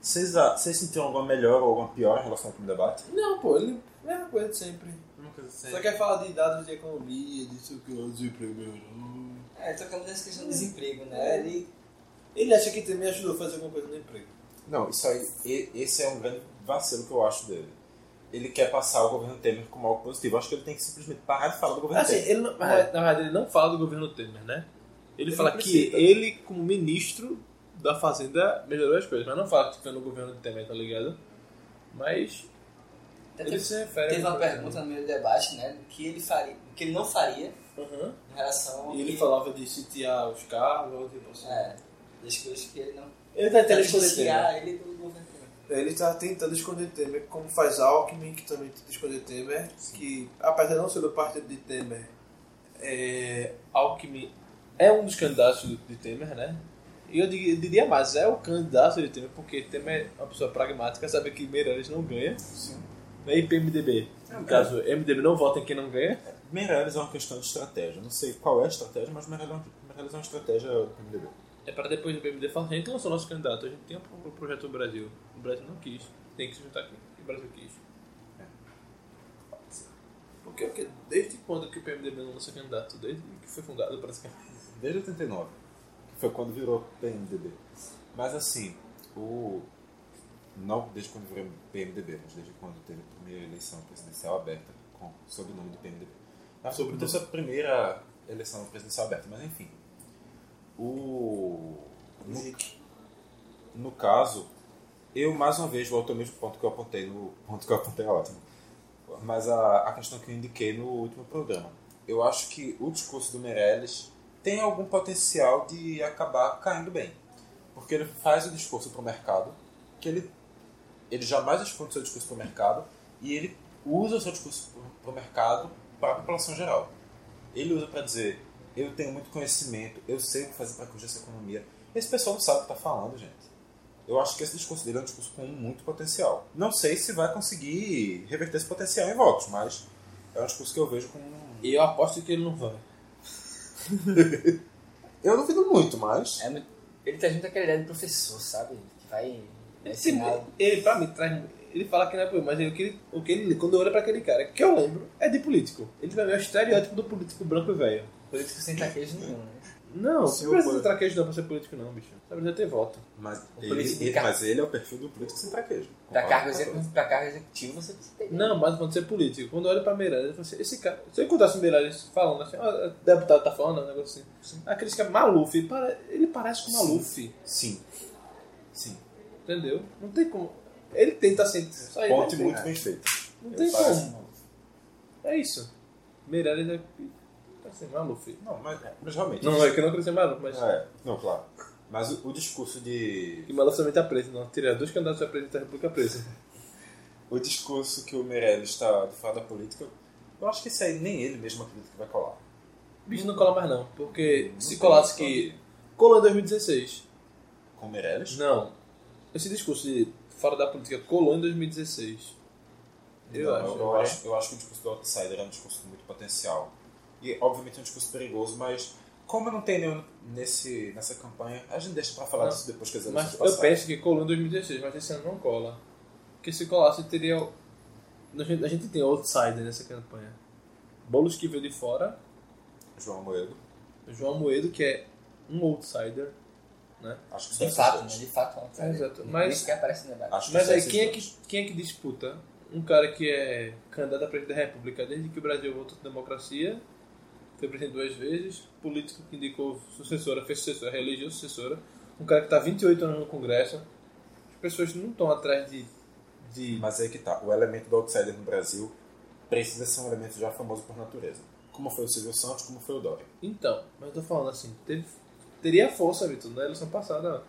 Speaker 1: Vocês ah, vocês sentiram alguma melhor ou alguma pior em relação ao primeiro debate?
Speaker 2: Não, pô, ele. é Mesma coisa de sempre.
Speaker 4: é.
Speaker 2: Só quer falar de dados de economia, disso que eu desemprego.
Speaker 3: É, tocando nessa questão do desemprego, né? Ele
Speaker 2: Ele acha que também ajudou a fazer alguma coisa no emprego.
Speaker 1: Não, isso aí, e- esse é um grande vacilo que eu acho dele. Ele quer passar o governo Temer como algo positivo. Acho que ele tem que simplesmente parar de falar do governo
Speaker 2: Assim,
Speaker 1: Temer.
Speaker 2: ele não, na verdade, ele não fala do governo Temer, né? Ele,
Speaker 1: Ele
Speaker 2: fala
Speaker 1: não
Speaker 2: que
Speaker 1: precisa.
Speaker 2: ele, como ministro da Fazenda, melhorou as coisas, mas não fala que foi no governo Temer, tá ligado? Mas
Speaker 3: até
Speaker 2: ele
Speaker 3: teve,
Speaker 2: se refere.
Speaker 3: teve
Speaker 2: a
Speaker 3: uma
Speaker 2: coisa.
Speaker 3: pergunta no meio do debate, né? O que ele faria, o que ele não faria
Speaker 2: Uhum.
Speaker 3: em relação ao
Speaker 2: E ele
Speaker 3: que-
Speaker 2: falava de sitiar os carros, ou tipo assim.
Speaker 3: É, das coisas que né? ele não.
Speaker 2: Ele tá
Speaker 3: Tentando
Speaker 2: tentando esconder Temer.
Speaker 3: desviar ele do governo.
Speaker 10: Ele tá tentando esconder Temer, como faz Alckmin, que também tenta esconder Temer, que apesar de não ser do partido de Temer,
Speaker 2: É, Alckmin é um dos candidatos do- de Temer, né? E eu diria, eu diria mais, é o candidato de Temer, porque Temer é uma pessoa pragmática, sabe que Meirelles não ganha. é Sim. E PMDB. No caso, MDB não vota em quem não ganha.
Speaker 1: Meirelles é uma questão de estratégia. Não sei qual é a estratégia, mas Meirelles é uma- Meirelles é uma estratégia do PMDB.
Speaker 2: É para depois do PMD falar, a gente lançou nosso candidato, a gente tem um pro- projeto do Brasil. O Brasil não quis, tem que se juntar aqui. E o Brasil quis. Por quê? Porque desde quando que o PMDB não lança candidato? Desde que foi fundado, praticamente.
Speaker 1: Desde 89, que foi quando virou PMDB. Mas assim, o. Não desde quando virou PMDB, mas desde quando teve a primeira eleição presidencial aberta com, sob o nome do PMDB. Ah, sob então, sua primeira eleição presidencial aberta, mas enfim. O. No, no caso, eu mais uma vez volto ao mesmo ponto que eu apontei no. Ponto que eu apontei é ótimo. Mas a, a questão que eu indiquei no último programa. Eu acho que o discurso do Meirelles tem algum potencial de acabar caindo bem. Porque ele faz o discurso para o mercado, que ele, ele jamais expõe o seu discurso para o mercado, e ele usa o seu discurso para o mercado para a população geral. Ele usa para dizer: eu tenho muito conhecimento, eu sei o que fazer para corrigir essa economia. Esse pessoal não sabe o que está falando, gente. Eu acho que esse discurso dele é um discurso com muito potencial. Não sei se vai conseguir reverter esse potencial em votos, mas é um discurso que eu vejo com.
Speaker 2: E eu aposto que ele não vai.
Speaker 1: Eu duvido muito, mas.
Speaker 3: É, mas ele tá junto com aquela ideia do professor, sabe? Que vai. vai
Speaker 2: Sim,
Speaker 3: ensinar.
Speaker 2: ele, pra mim, traz. Ele fala que não é político, mas ele- o que ele, o que ele, quando eu olho pra aquele cara, que eu lembro, é de político. Ele pra mim é o estereótipo do político branco e velho.
Speaker 3: Político sem traquejo nenhum, né?
Speaker 2: Não,
Speaker 5: Sim,
Speaker 2: não precisa
Speaker 5: eu-
Speaker 2: de traquejo não pra ser político, não, bicho. Só precisa ter voto.
Speaker 1: Mas ele,
Speaker 3: político
Speaker 1: ele-
Speaker 3: ca-
Speaker 1: mas ele é o perfil do político sem traquejo.
Speaker 3: Pra
Speaker 1: Concordo
Speaker 3: cargo,
Speaker 1: com todos.
Speaker 3: execu- pra cargo executivo você precisa ter.
Speaker 2: Não, mas quando você é político, quando olha pra Meirelles, eu falo assim, esse cara. Se eu encontrasse o Meirelles falando assim, ó, o deputado tá falando um negócio assim, aquele cara Maluf, ele, pare- ele parece com Maluf,
Speaker 1: Sim. Sim.
Speaker 2: entendeu? Não tem como. Ele tenta assim, só ele
Speaker 1: Ponte
Speaker 2: não tem.
Speaker 1: muito bem feita.
Speaker 2: Não tem
Speaker 1: Ele parece
Speaker 2: como. É isso. Meirelles é. Tá assim, Maluf.
Speaker 1: Não, mas, mas realmente.
Speaker 2: Não, é que eu não queria ser Maluf, mas.
Speaker 1: Ah, é. Não, claro. Mas o, o discurso
Speaker 2: E
Speaker 1: de.
Speaker 2: Maluf também tá preso, não. Tirar dois candidatos a presidente da República preso.
Speaker 1: O discurso que o Meirelles está de falar da política, eu acho que isso aí nem ele mesmo acredita que vai colar.
Speaker 2: Bicho não cola mais, não, porque
Speaker 1: Não
Speaker 2: se
Speaker 1: tem
Speaker 2: colasse
Speaker 1: noção
Speaker 2: que.
Speaker 1: de-
Speaker 2: Colou em 2016.
Speaker 1: Com o Meirelles?
Speaker 2: Não. Esse discurso de fora da política colou em 2016. Eu
Speaker 1: Não,
Speaker 2: acho.
Speaker 1: Então,
Speaker 2: é.
Speaker 1: Eu, acho, eu acho que o discurso do outsider é um discurso com muito potencial. E, obviamente, é um discurso perigoso, mas como não tem nenhum nesse, nessa campanha, a gente deixa pra falar
Speaker 2: Não.
Speaker 1: disso depois que as eleições
Speaker 2: Mas eu
Speaker 1: passarem.
Speaker 2: penso que colou em 2016, mas esse ano não cola. Porque se colasse, teria. o- A gente, a gente tem outsider nessa campanha. Boulos que veio de fora,
Speaker 1: João Moedo,
Speaker 2: João Moedo, que é um outsider.
Speaker 1: acho que isso é
Speaker 3: De fato, né?
Speaker 1: assustante.
Speaker 3: De fato, não. sabe?
Speaker 2: É, exato.
Speaker 3: Nem-
Speaker 2: Mas-
Speaker 3: Nem sequer aparece no debate.
Speaker 1: Acho que
Speaker 2: Mas
Speaker 1: isso
Speaker 2: aí, quem é
Speaker 1: assustante.
Speaker 2: que, quem é que disputa? Um cara que é candidato a presidente da República desde que o Brasil voltou à democracia, foi presidente duas vezes, político que indicou sucessora, fez sucessora, reelegeu sucessora, um cara que está 28 anos no Congresso. As pessoas não estão atrás de. de
Speaker 1: Mas aí que tá. O elemento do outsider no Brasil precisa ser um elemento já famoso por natureza. Como foi o Silvio Santos, como foi o Dória.
Speaker 2: Então, mas eu tô falando assim, teve- teria força, Vitor, na eleição passada.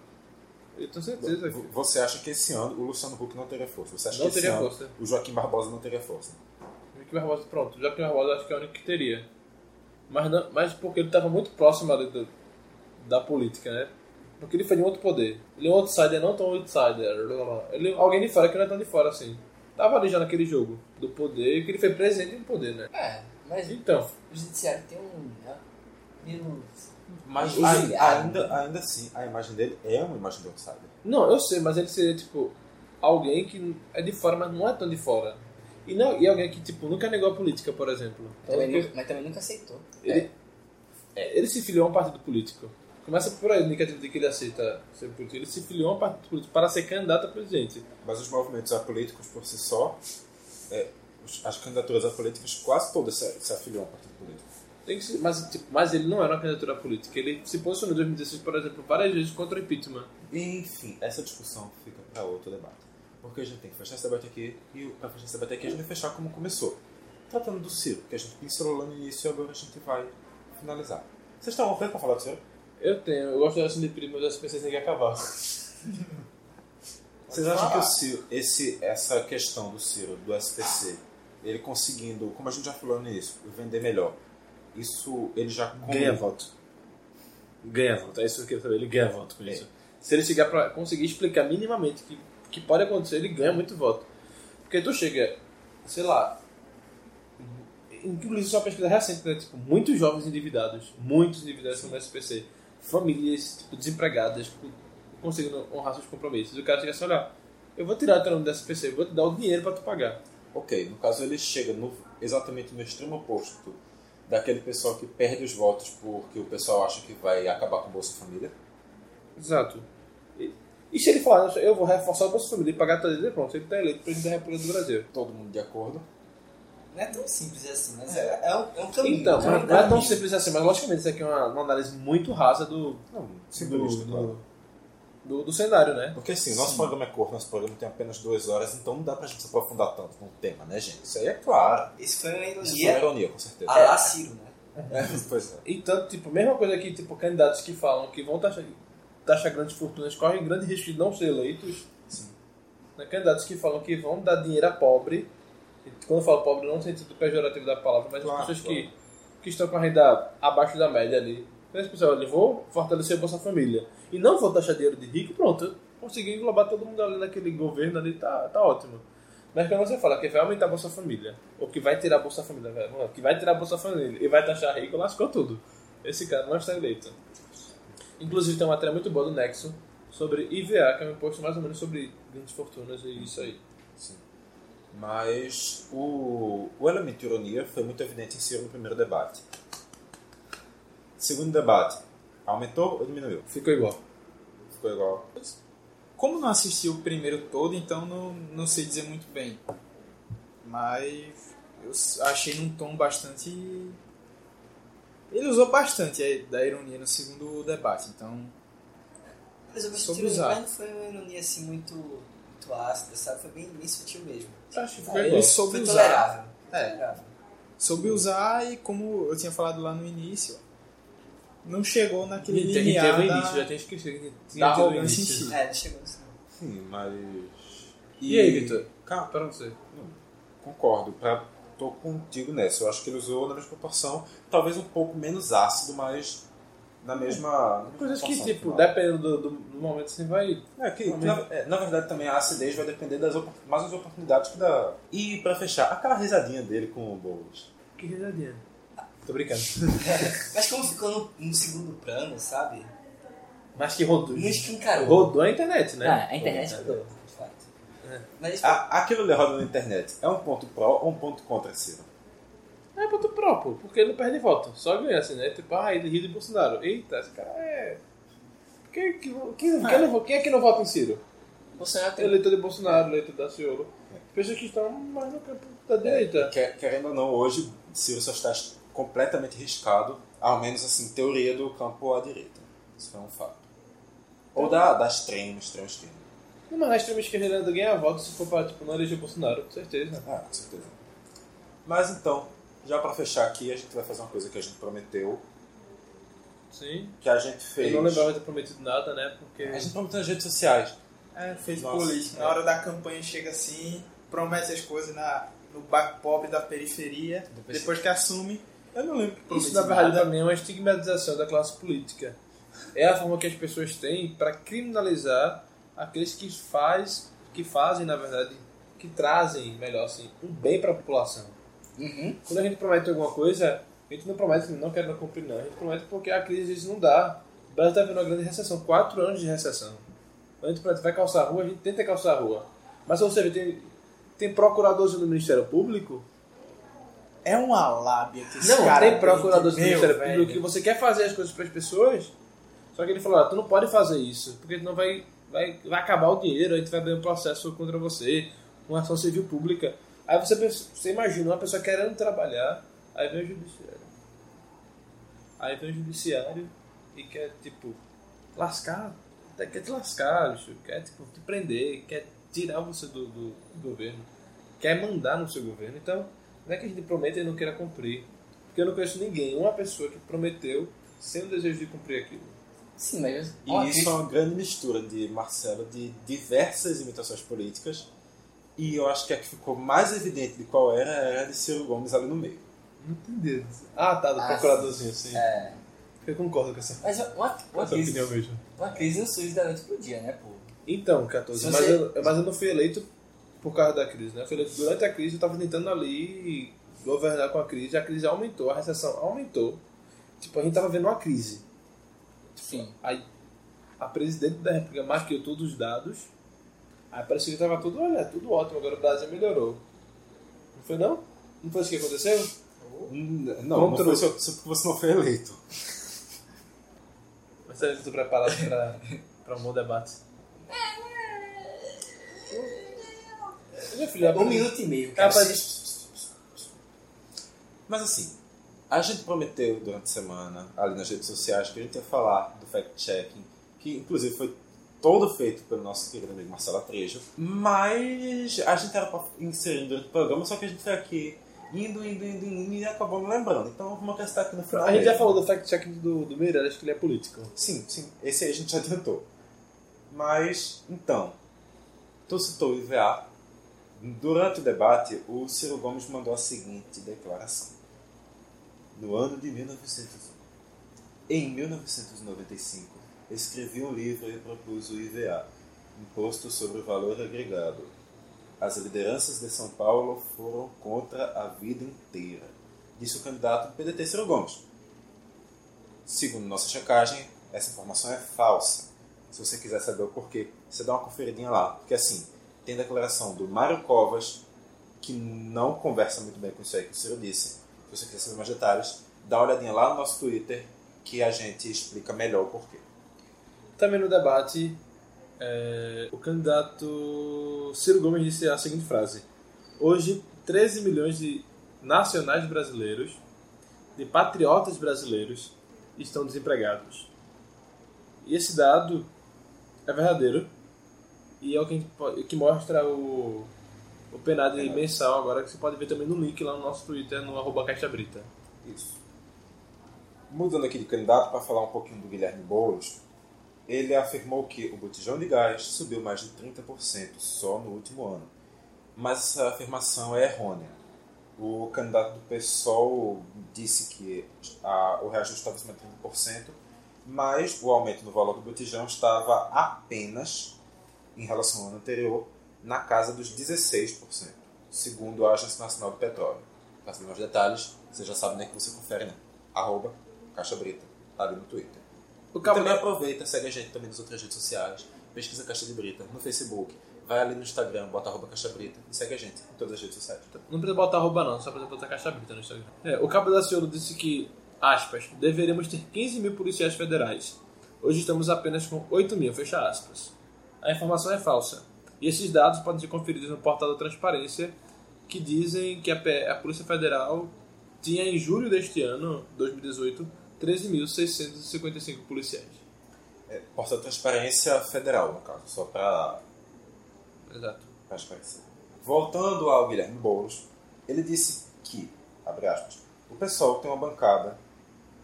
Speaker 2: Eu tenho certeza.
Speaker 1: V- Você acha que esse ano o Luciano Huck não teria força? Você acha
Speaker 2: Não
Speaker 1: que esse
Speaker 2: teria
Speaker 1: ano
Speaker 2: força.
Speaker 1: o Joaquim Barbosa não teria força?
Speaker 2: Joaquim Barbosa, um pronto. Joaquim Barbosa acho que é o único que teria. Mas, não, mas porque ele estava muito próximo ali do- da política, né? Porque ele foi de um outro poder. Ele é um outsider, não tão outsider. blá, blá, blá. Ele é alguém de fora que não é tão de fora assim. Tava ali já naquele jogo do poder, que ele foi presente no poder, né?
Speaker 3: É, mas
Speaker 2: Então,
Speaker 3: o judiciário tem um. né, meio-
Speaker 1: Mas
Speaker 3: Ele-
Speaker 1: ai- ainda, ainda assim, a imagem dele é uma imagem do outsider.
Speaker 2: não, eu sei, mas ele seria tipo alguém que é de fora, mas não é tão de fora. E, não, e alguém que tipo nunca negou a política, por exemplo. Então,
Speaker 3: também
Speaker 2: ele-
Speaker 3: nunca- mas também nunca aceitou.
Speaker 2: Ele, é, ele se filiou a um partido político. Começa por aí, o indicativo de que ele aceita ser político. Ele se filiou a um partido político para ser candidato a presidente.
Speaker 1: Mas os movimentos apolíticos por si só, é, os- as candidaturas apolíticas quase todas se, se afiliam a um partido político.
Speaker 2: Tem que ser- mas, tipo, mas ele não era uma candidatura política. Ele se posicionou em 2016, por exemplo, várias vezes contra o impeachment.
Speaker 1: Enfim, essa discussão fica para outro debate. Porque a gente tem que fechar esse debate aqui e para fechar esse debate aqui a gente vai fechar como começou. Tratando do Ciro, que a gente pincelou lá no início e agora a gente vai finalizar. Vocês estão ofendidos para falar do Ciro?
Speaker 2: Eu tenho, eu gosto dessa de primo, mas eu acho que vocês têm que acabar.
Speaker 1: Vocês acham que o Ciro, esse, essa questão do Ciro, do SPC, ele conseguindo, como a gente já falou nisso, vender melhor, isso ele já
Speaker 2: Ganha voto. Ganha voto, é isso que eu quero saber. Ele ganha voto com isso. Se ele chegar pra conseguir explicar minimamente que, que pode acontecer, ele ganha muito voto. Porque tu chega, sei lá. Inclusive, isso é uma pesquisa recente, né? Tipo, muitos jovens endividados, muitos endividados no SPC, famílias tipo, desempregadas, co- conseguindo honrar seus compromissos. E o cara chega assim: olha, eu vou tirar teu nome do SPC, eu vou te dar o dinheiro pra tu pagar.
Speaker 1: Ok, no caso ele chega no- exatamente no extremo oposto daquele pessoal que perde os votos porque o pessoal acha que vai acabar com o Bolsa Família.
Speaker 2: Exato. E, e se ele falar, eu vou reforçar o Bolsa Família e pagar todas as vezes, pronto, ele tá eleito presidente da República do Brasil.
Speaker 1: Todo mundo de acordo.
Speaker 3: Não é tão simples assim, mas é, é um, é um caminho.
Speaker 2: Então,
Speaker 3: é
Speaker 2: não
Speaker 3: um
Speaker 2: é tão simples assim, mas logicamente isso aqui é uma, uma análise muito rasa do,
Speaker 1: Não,
Speaker 2: simplista,
Speaker 1: simplista,
Speaker 2: claro. do, do cenário, né?
Speaker 1: Porque assim, nosso programa é curto, nosso programa tem apenas duas horas, então não dá pra gente se aprofundar tanto num tema, né, gente? Isso aí é claro.
Speaker 3: Isso foi uma
Speaker 1: Isso é uma
Speaker 3: ironia
Speaker 1: ironia, com certeza.
Speaker 2: Ah,
Speaker 3: a lá Ciro, né?
Speaker 1: pois é. (laughs)
Speaker 2: Então, tipo, mesma coisa que tipo, candidatos que falam que vão taxar, taxar grandes fortunas correm grande risco de não ser eleitos. Né? Candidatos que falam que vão dar dinheiro a pobre. E Quando eu falo pobre, não no sentido pejorativo da palavra, mas
Speaker 1: Claro,
Speaker 2: as pessoas que, que estão com a renda abaixo da média ali. Então, esse pessoal, olha, eu vou fortalecer a Bolsa Família. E não vou taxar dinheiro de rico, pronto. eu Consegui englobar todo mundo ali naquele governo ali, tá, tá ótimo. Mas quando você fala que vai aumentar a Bolsa Família, ou que vai tirar a Bolsa Família, velho, mano, que vai tirar a Bolsa Família e vai taxar rico, lascou tudo. Esse cara não está eleito. Inclusive tem uma matéria muito boa do Nexo sobre IVA, que é um imposto mais ou menos sobre grandes fortunas e isso aí.
Speaker 1: Mas o, o elemento de ironia foi muito evidente em Ciro no primeiro debate. Segundo debate, aumentou ou diminuiu?
Speaker 2: Ficou igual.
Speaker 1: Ficou igual.
Speaker 4: Como não assisti o primeiro todo, então não, não sei dizer muito bem. Mas eu s- achei num tom bastante. Ele usou bastante eh, da ironia no segundo debate, então.
Speaker 3: Mas eu
Speaker 4: Sobre
Speaker 3: sobre o
Speaker 4: usar.
Speaker 3: Mas não foi uma ironia assim muito, muito ácida, sabe? Foi bem, bem sutil mesmo.
Speaker 2: Acho que Tá, ficou
Speaker 4: Ele
Speaker 2: igual.
Speaker 4: soube
Speaker 3: Foi
Speaker 4: usar.
Speaker 3: tolerável.
Speaker 4: É.
Speaker 3: tolerável.
Speaker 4: Soube usar e, como eu tinha falado lá no início, não chegou naquele
Speaker 2: Ele teve
Speaker 4: limiar
Speaker 2: o
Speaker 4: da-
Speaker 2: início, já tinha esquecido. que
Speaker 4: da
Speaker 2: Tinha tido o
Speaker 4: arrogância em
Speaker 2: início.
Speaker 4: si.
Speaker 3: É, não chegou assim. não.
Speaker 1: Sim, mas.
Speaker 2: E aí, Vitor?
Speaker 1: Cara,
Speaker 2: Para você.
Speaker 1: concordo. Pra... Tô contigo nessa. Eu acho que ele usou na mesma proporção, talvez um pouco menos ácido, mas na mesma. na mesma
Speaker 2: Coisas que,
Speaker 1: proporção
Speaker 2: tipo,
Speaker 1: final.
Speaker 2: dependendo do, do, do momento, assim, vai...
Speaker 1: É, que, que na, é, na verdade também a acidez vai depender das opor- mais das oportunidades que dá. E pra fechar, aquela risadinha dele com o Boulos.
Speaker 2: Que tá risadinha. Tô brincando.
Speaker 3: Mas como ficou no, no segundo plano, sabe?
Speaker 2: Mas que rodou.
Speaker 3: Não escancarou.
Speaker 2: Rodou a internet, né?
Speaker 3: Ah, a internet rodou, de fato. Mas
Speaker 1: A, aquilo ali roda na internet. É um ponto pró ou um ponto contra Ciro?
Speaker 2: É ponto próprio, porque ele não perde voto. Só ganha assim, né? Tipo, ah, ele ri de Bolsonaro. Eita, esse cara é. Quem, é que- quem, quem não- quem é que não vota em Ciro?
Speaker 3: Bolsonaro tem
Speaker 2: Eleitor de Bolsonaro, eleitor da Ciolo. Pessoas que estão mais no campo da direita.
Speaker 1: Quer- Querendo ou não, hoje Ciro só está completamente riscado, ao menos assim, teoria do campo à direita. Isso é um fato. Ou
Speaker 2: Tá.
Speaker 1: da, da extrema, extrema, extrema.
Speaker 2: Não, mas na extrema esquerda ele ainda ganha voto se for pra tipo, não eleger Bolsonaro, com certeza.
Speaker 1: Ah, com certeza. Mas então, já pra fechar aqui, a gente vai fazer uma coisa que a gente prometeu.
Speaker 2: Sim.
Speaker 9: que a gente fez.
Speaker 2: Eu não lembrava de ter prometido nada, né? Porque.
Speaker 1: A gente prometeu nas redes sociais.
Speaker 4: É, fez
Speaker 1: Nossa,
Speaker 4: política.
Speaker 1: é.
Speaker 4: Na hora da campanha chega assim, promete as coisas na, no bairro pobre da periferia, depois, que assume. Eu não lembro que
Speaker 2: Isso,
Speaker 4: prometi
Speaker 2: na verdade,
Speaker 4: nada.
Speaker 2: também é uma estigmatização da classe política. É a forma que as pessoas têm para criminalizar aqueles que, faz, que fazem, na verdade, que trazem, melhor assim, um bem para a população. Quando a gente promete alguma coisa, a gente não promete que não quero cumprir, não. A gente promete porque a crise às vezes, não dá. O Brasil está vivendo uma grande recessão, quatro anos de recessão. A gente promete, vai calçar a rua, a gente tenta calçar a rua. Mas você vê, tem, tem procuradorzinho do Ministério Público
Speaker 4: É uma lábia que esse
Speaker 2: não,
Speaker 4: cara é
Speaker 2: tem procurador do
Speaker 4: Meu,
Speaker 2: Ministério
Speaker 4: velho.
Speaker 2: Público que você quer fazer as coisas para as pessoas, só que ele falou, ó, tu não pode fazer isso, porque tu não vai, vai, vai acabar o dinheiro, aí tu vai abrir um processo contra você, uma ação civil pública. Aí você, pensa- você imagina uma pessoa querendo trabalhar, aí vem o judiciário. Aí vem o judiciário e quer, tipo, lascar, até quer te lascar, bicho, quer, tipo, te prender, quer tirar você do, do- do governo, quer mandar no seu governo. Então, não é que a gente prometa e não queira cumprir. Porque eu não conheço ninguém, uma pessoa que prometeu sem o desejo de cumprir aquilo.
Speaker 3: Sim, mas.
Speaker 1: E isso é uma grande mistura de Marcelo de diversas imitações políticas. E eu acho que a que ficou mais evidente de qual era era a de Ciro Gomes ali no meio.
Speaker 2: Não entendi. Ah, tá, do
Speaker 3: Ah,
Speaker 2: procuradorzinho, sim.
Speaker 3: É.
Speaker 2: Eu concordo com essa,
Speaker 3: Mas uma, uma,
Speaker 2: essa
Speaker 3: crise,
Speaker 2: opinião mesmo.
Speaker 3: uma crise não surge da noite pro dia, né, pô?
Speaker 2: Então, 14,
Speaker 3: Se
Speaker 2: mas,
Speaker 3: você-
Speaker 2: eu, mas eu não fui eleito por causa da crise, né? Eu fui eleito durante a crise, eu tava tentando ali governar com a crise, a crise aumentou, a recessão aumentou. Tipo, a gente tava vendo uma crise.
Speaker 3: Sim.
Speaker 2: Aí, a presidente da República maquiou todos os dados. Aí parecia que tava tudo, olha, tudo ótimo, agora o Brasil melhorou. Não foi não? Não foi isso que aconteceu?
Speaker 1: Hum, Não, não
Speaker 2: Contra
Speaker 1: foi
Speaker 2: o-
Speaker 1: só só porque você não foi eleito.
Speaker 2: Mas será que eu tô preparado pra, pra um bom debate? Meu filho, é
Speaker 3: Um minuto e meio,
Speaker 2: É,
Speaker 3: cara.
Speaker 2: mas,
Speaker 1: Mas assim, a gente prometeu durante a semana, ali nas redes sociais, que a gente ia falar do fact-checking, que inclusive foi todo feito pelo nosso querido amigo Marcelo Atrejo, mas a gente era pra inserir durante o programa, só que a gente foi aqui indo, indo, indo, indo e acabou não lembrando. Então vamos acrescentar aqui no final.
Speaker 2: a gente já
Speaker 1: mesmo.
Speaker 2: falou do fact-checking do, do Meirelles, acho que ele é político.
Speaker 1: Sim, sim. Esse aí a gente já tentou. Mas, então, tu citou o IVA. Durante o debate, o Ciro Gomes mandou a seguinte declaração. No ano de 1900, em 1995, escrevi um livro e propus o IVA, Imposto sobre o Valor Agregado. As lideranças de São Paulo foram contra a vida inteira, disse o candidato do PDT Ciro Gomes. Segundo nossa checagem, essa informação é falsa. Se você quiser saber o porquê, você dá uma conferidinha lá. Porque assim, tem declaração do Mário Covas, que não conversa muito bem com isso aí que o Ciro disse. Se você quiser saber mais detalhes, dá uma olhadinha lá no nosso Twitter, que a gente explica melhor o porquê.
Speaker 2: Também no debate, é, o candidato Ciro Gomes disse a seguinte frase: Hoje, 13 milhões de nacionais brasileiros, de patriotas brasileiros, estão desempregados. E esse dado é verdadeiro e é o que, a gente po- que mostra o, o penado mensal agora, que você pode ver também no link lá no nosso Twitter, no arroba Caixa Brita.
Speaker 1: Isso. Mudando aqui de candidato para falar um pouquinho do Guilherme Boulos, ele afirmou que o botijão de gás subiu mais de 30% só no último ano. Mas essa afirmação é errônea. O candidato do PSOL disse que a- o reajuste estava acima de 30%, mas o aumento no valor do botijão estava apenas, em relação ao ano anterior, na casa dos 16%, segundo a Agência Nacional do Petróleo. Para saber mais detalhes, você já sabe nem que você confere, né? Arroba Caixa Brita, tá ali no Twitter.
Speaker 2: O
Speaker 1: E também aproveita, segue a gente também nas outras redes sociais, pesquisa Caixa de Brita no Facebook, vai ali no Instagram, bota arroba Caixa Brita e segue a gente em todas as redes sociais.
Speaker 2: Não precisa botar arroba não, só precisa botar caixa brita no Instagram. É, o Cabo da Ciolo disse que, aspas, deveremos ter 15 mil policiais federais. Hoje estamos apenas com 8 mil, fecha aspas. A informação é falsa. E esses dados podem ser conferidos no portal da Transparência, que dizem que a, P- a Polícia Federal tinha em julho deste ano, 2018, 13.655 policiais.
Speaker 1: É, porta Transparência Federal, no caso, só para
Speaker 2: Exato.
Speaker 1: Faz parecer. Voltando ao Guilherme Boulos, ele disse que, abre aspas, o pessoal tem uma bancada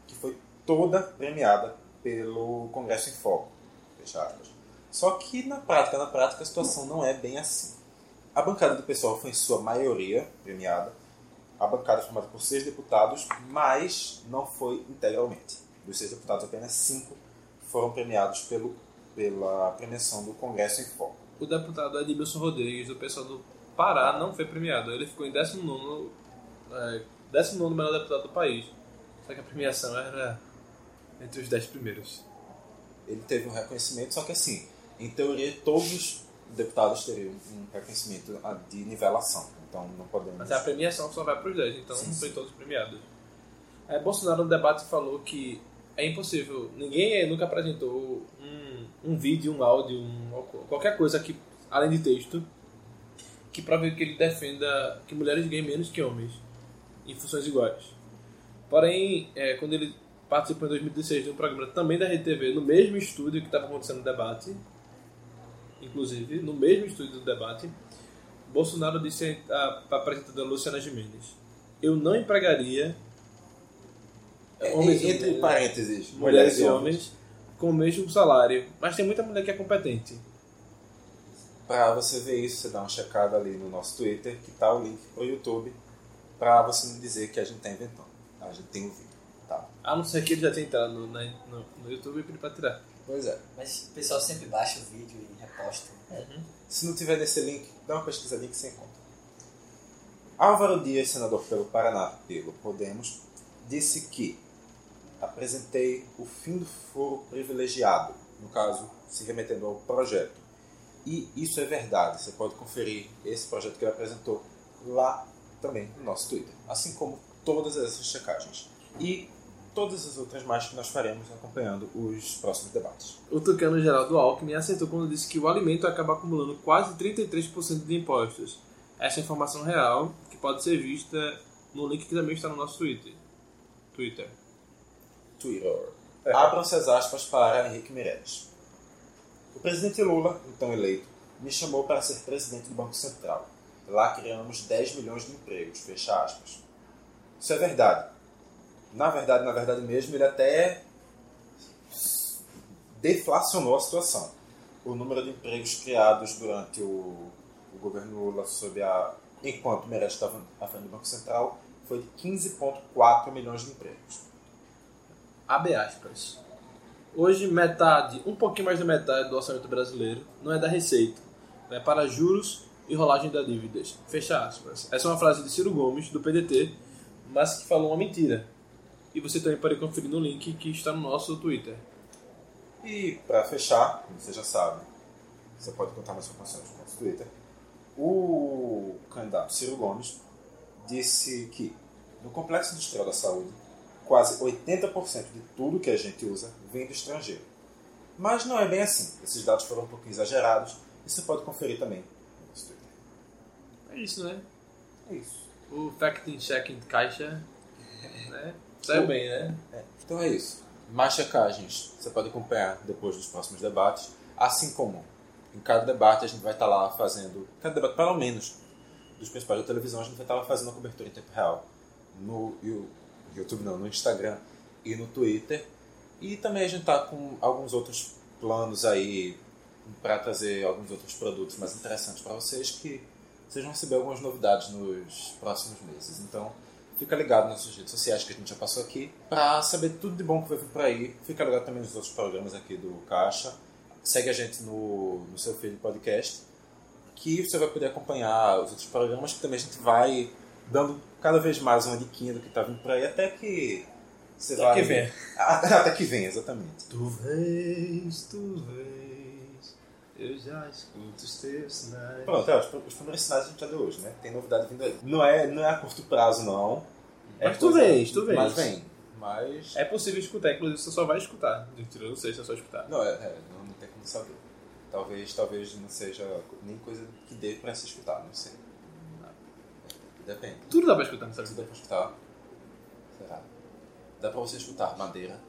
Speaker 1: que foi toda premiada pelo Congresso em Foco. Fecha aspas. Só que na prática, na prática a situação não é bem assim. A bancada do pessoal foi em sua maioria premiada. A bancada é formada por seis deputados, mas não foi integralmente. Dos seis deputados, apenas cinco foram premiados pelo, pela premiação do Congresso em Foco.
Speaker 2: O deputado Edmilson Rodrigues, do pessoal do Pará, não foi premiado. Ele ficou em 19 é, 19 melhor deputado do país. Só que a premiação era entre os 10 primeiros.
Speaker 1: ele teve um reconhecimento, só que assim, em teoria todos os deputados teriam um reconhecimento ah, de nivelação. Então não podemos.
Speaker 2: Mas é a premiação só vai para os 10, então
Speaker 1: Sim,
Speaker 2: não
Speaker 1: sim.
Speaker 2: foi todos premiados. É, Bolsonaro no debate falou que é impossível, ninguém eh, nunca apresentou um, um vídeo, um áudio, um, qualquer coisa que, além de texto, que prove que ele defenda que mulheres ganhem menos que homens em funções iguais. Porém, eh, quando ele participou em 2016 de um programa também da RTV, no mesmo estúdio que estava acontecendo o debate, inclusive, no mesmo estúdio do debate, Bolsonaro disse à à apresentadora Luciana Gimenez: Eu não empregaria é, homens e
Speaker 1: É, entre
Speaker 2: mulheres,
Speaker 1: parênteses,
Speaker 2: mulheres e homens com o mesmo salário. Mas tem muita mulher que é competente.
Speaker 1: Pra você ver isso, você dá uma checada ali no nosso Twitter, que tá o link pro YouTube, pra você não dizer que a gente tá inventando. A gente tem o vídeo, tá?
Speaker 2: A não ser que ele já tenha entrado no, na- no, no YouTube e pedido pra tirar.
Speaker 1: Pois é.
Speaker 3: Mas o pessoal sempre baixa o vídeo e reposta.
Speaker 1: Se não tiver nesse link, dá uma pesquisadinha que você encontra. Álvaro Dias, senador pelo Paraná, pelo Podemos, disse que apresentei o fim do foro privilegiado, no caso, se remetendo ao projeto. E isso é verdade, você pode conferir esse projeto que ele apresentou lá também no nosso Twitter, assim como todas essas checagens. E todas as outras mais que nós faremos acompanhando os próximos debates.
Speaker 2: O tucano Geraldo Alckmin acertou quando disse que o alimento acaba acumulando quase 33% de impostos. Essa é a informação real, que pode ser vista no link que também está no nosso Twitter. Twitter.
Speaker 1: Twitter. Abram-se as aspas para Henrique Meirelles. O presidente Lula, então eleito, me chamou para ser presidente do Banco Central. Lá criamos 10 milhões de empregos, fecha aspas. Isso é verdade. Na verdade, na verdade mesmo, ele até deflacionou a situação. O número de empregos criados durante o, o governo Lula sob a, enquanto Meirelles estava à frente do Banco Central foi de 15,4 milhões de empregos.
Speaker 2: Abre aspas. Hoje, metade, um pouquinho mais da metade do orçamento brasileiro não é da receita, é para juros e rolagem da dívidas. Fecha aspas. Essa é uma frase de Ciro Gomes, do PDT, mas que falou uma mentira. E você também pode conferir no link que está no nosso Twitter.
Speaker 1: E para fechar, como você já sabe, você pode contar mais informações no nosso Twitter. O candidato Ciro Gomes disse que no complexo industrial da saúde, quase 80% de tudo que a gente usa vem do estrangeiro. Mas não é bem assim. Esses dados foram um pouquinho exagerados e você pode conferir também no nosso Twitter.
Speaker 2: É isso, né?
Speaker 1: É isso.
Speaker 2: O Fact in Check em Caixa, né? Saiu bem, né?
Speaker 1: Então é isso. Mais checagens você pode acompanhar depois dos próximos debates, assim como em cada debate a gente vai estar lá fazendo, cada debate pelo menos dos principais da televisão, a gente vai estar lá fazendo a cobertura em tempo real no Yu- YouTube, não, no Instagram e no Twitter. E também a gente está com alguns outros planos aí para trazer alguns outros produtos mais interessantes para vocês que vocês vão receber algumas novidades nos próximos meses. Então, fica ligado nas nossas redes sociais que a gente já passou aqui para saber tudo de bom que vai vir por aí. Fica ligado também nos outros programas aqui do Caixa. Segue a gente no, no seu feed de podcast que você vai poder acompanhar os outros programas que também a gente vai dando cada vez mais uma diquinha do que tá vindo por aí até que você
Speaker 2: Até
Speaker 1: vai...
Speaker 2: que venha.
Speaker 1: Até que vem, exatamente.
Speaker 2: Tu vês, tu vês, eu já escuto os teus sinais.
Speaker 1: Pronto, é, os, os primeiros sinais a gente já deu hoje, né? Tem novidade vindo aí. Não é, não é a curto prazo, não. É
Speaker 2: Mas tu
Speaker 1: coisa-
Speaker 2: vês, tu vês.
Speaker 1: Mas vem. Mas.
Speaker 2: É possível escutar, inclusive você só vai escutar. Mentira, eu não sei se é só escutar.
Speaker 1: Não, é, é, não, não tem como saber. Talvez, talvez não seja nem coisa que dê pra se escutar, não sei. É, Depende.
Speaker 2: Tudo dá pra escutar nessa
Speaker 1: Se
Speaker 2: vida.
Speaker 1: dá pra escutar. Será? Dá pra você escutar madeira.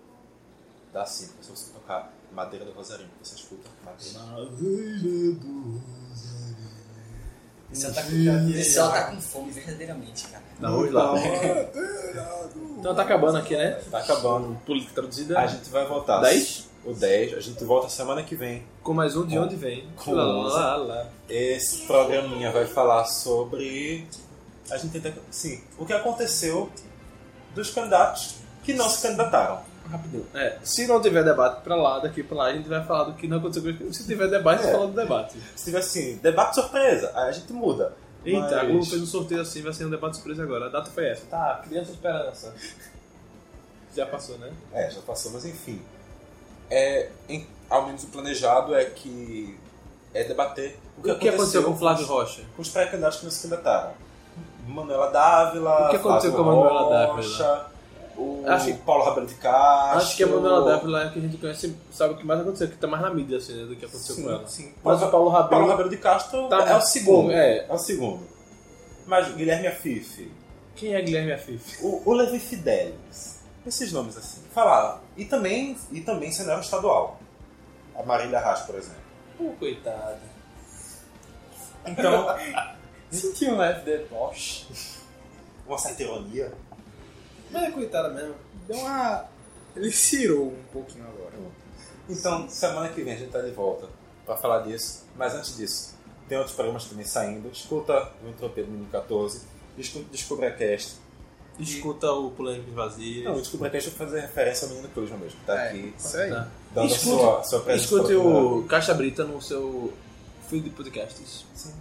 Speaker 1: Dá sim, porque se você tocar madeira do Rosarinho, você escuta madeira.
Speaker 3: Só tá com, só tá com fome, verdadeiramente, cara.
Speaker 1: Não, lá.
Speaker 2: Então tá acabando aqui, né?
Speaker 1: Tá acabando.
Speaker 2: Política traduzida.
Speaker 1: A gente vai voltar.
Speaker 2: 10?
Speaker 1: O 10. A gente volta semana que vem.
Speaker 2: Com mais um de onde vem.
Speaker 1: Com
Speaker 2: lá, lá,
Speaker 1: onze.
Speaker 2: lá, lá.
Speaker 1: Esse programinha vai falar sobre. A gente tenta. Sim, o que aconteceu dos candidatos que não se candidataram.
Speaker 2: É, se não tiver debate pra lá, daqui pra lá, a gente vai falar do que não aconteceu. com- Se tiver debate,
Speaker 1: É.
Speaker 2: fala do debate.
Speaker 1: Se tiver assim, debate surpresa, aí a gente muda.
Speaker 2: Eita,
Speaker 1: Mas-
Speaker 2: a Globo fez um sorteio assim, vai ser um debate surpresa agora. A data foi essa. Tá, Criança Esperança. Já passou, né?
Speaker 1: É, já passou, mas enfim. É, em- ao menos o planejado é que é debater o que,
Speaker 2: o que aconteceu com o Flávio
Speaker 1: os-
Speaker 2: Rocha?
Speaker 1: com os pré-candidatos que não se candidataram. Manuela Dávila,
Speaker 2: O que
Speaker 1: Flávio
Speaker 2: aconteceu com a Manuela
Speaker 1: Rocha, O
Speaker 2: Acho que-
Speaker 1: Paulo Roberto de Castro.
Speaker 2: Acho que a Manuela Dávila é a que a gente conhece, sabe o que mais aconteceu, que tá mais na mídia, assim, né, do que aconteceu
Speaker 1: Sim,
Speaker 2: com ela.
Speaker 1: sim.
Speaker 2: Mas o Paulo Rabelo...
Speaker 1: Paulo Roberto de Castro
Speaker 2: Tá
Speaker 1: é o
Speaker 2: bom.
Speaker 1: segundo.
Speaker 2: É.
Speaker 1: o segundo. Mas Guilherme Afife,
Speaker 2: Quem é Guilherme Afif?
Speaker 1: o, o Levi Fidelis, esses nomes assim. Falaram. E também, e também cenário estadual. A Marília Arras, por exemplo.
Speaker 2: Pô, coitado.
Speaker 1: Então,
Speaker 4: é
Speaker 2: Sentiu um leve deboche.
Speaker 1: uma certa ironia.
Speaker 4: Mas é coitada mesmo. Deu uma. Ele cirou um pouquinho agora.
Speaker 1: Então, semana que vem a gente tá de volta pra falar disso. Mas antes disso, tem outros programas também saindo. Escuta o Entropia do Mini 14. Escuta o DescubraCast.
Speaker 2: Escuta o Polêmicas Vazias.
Speaker 1: Não, o DescubraCast eu vou fazer referência ao Menino Cruz mesmo. que Tá
Speaker 4: É,
Speaker 1: aqui
Speaker 4: Isso aí.
Speaker 2: Tá.
Speaker 1: dando a
Speaker 2: Escuta-
Speaker 1: sua, sua presença.
Speaker 2: Escute
Speaker 1: pela primeira
Speaker 2: o Caixa Brita no seu feed de podcasts. Sim.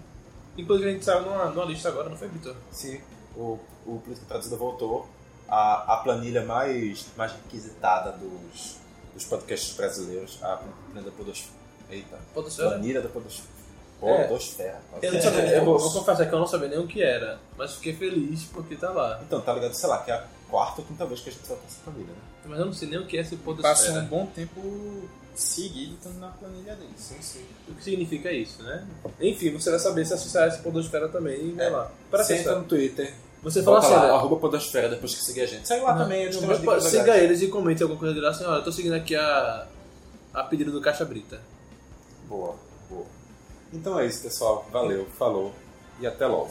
Speaker 2: Inclusive a gente saiu numa, numa lista agora, não foi, Vitor?
Speaker 1: Sim, o, o Política Traduzida voltou. A, a planilha mais, mais requisitada dos, dos podcasts brasileiros. A planilha da Podos... Eita.
Speaker 2: Podosfera?
Speaker 1: Planilha da Podos...
Speaker 2: É.
Speaker 1: Podosfera. É,
Speaker 2: Eu não sabia, eu vou, vou confessar que eu não sabia nem o que era, mas fiquei feliz porque tá lá.
Speaker 1: Então, tá ligado, sei lá, que é a quarta ou quinta vez que a gente vai pra essa família, né?
Speaker 2: Mas eu não sei nem o que é esse
Speaker 4: Passou
Speaker 2: podosfera.
Speaker 4: um bom tempo seguido estando na planilha dele. Sim, sim.
Speaker 2: O que significa isso, né? Enfim, você vai saber se associar esse podosfera também e vai lá. Para
Speaker 1: Você entra
Speaker 2: acessar.
Speaker 1: no Twitter,
Speaker 2: Você fala
Speaker 1: bota
Speaker 2: assim,
Speaker 1: lá,
Speaker 2: né?
Speaker 1: arroba podosfera depois que seguir a gente. Segue lá
Speaker 2: Não,
Speaker 1: também, eles
Speaker 2: não,
Speaker 1: têm umas
Speaker 2: mas pode-
Speaker 1: dicas
Speaker 2: siga
Speaker 1: legais.
Speaker 2: eles e comente alguma coisa de lá assim, olha, eu tô seguindo aqui a, a pedido do Caixa Brita.
Speaker 1: Boa, boa. Então é isso, pessoal. Valeu, falou e até logo.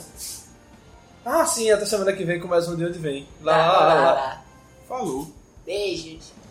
Speaker 2: Ah, sim, até semana que vem com mais um De Onde Vem. Lá,
Speaker 3: Lá, lá, lá.
Speaker 2: Falou.
Speaker 3: Beijos.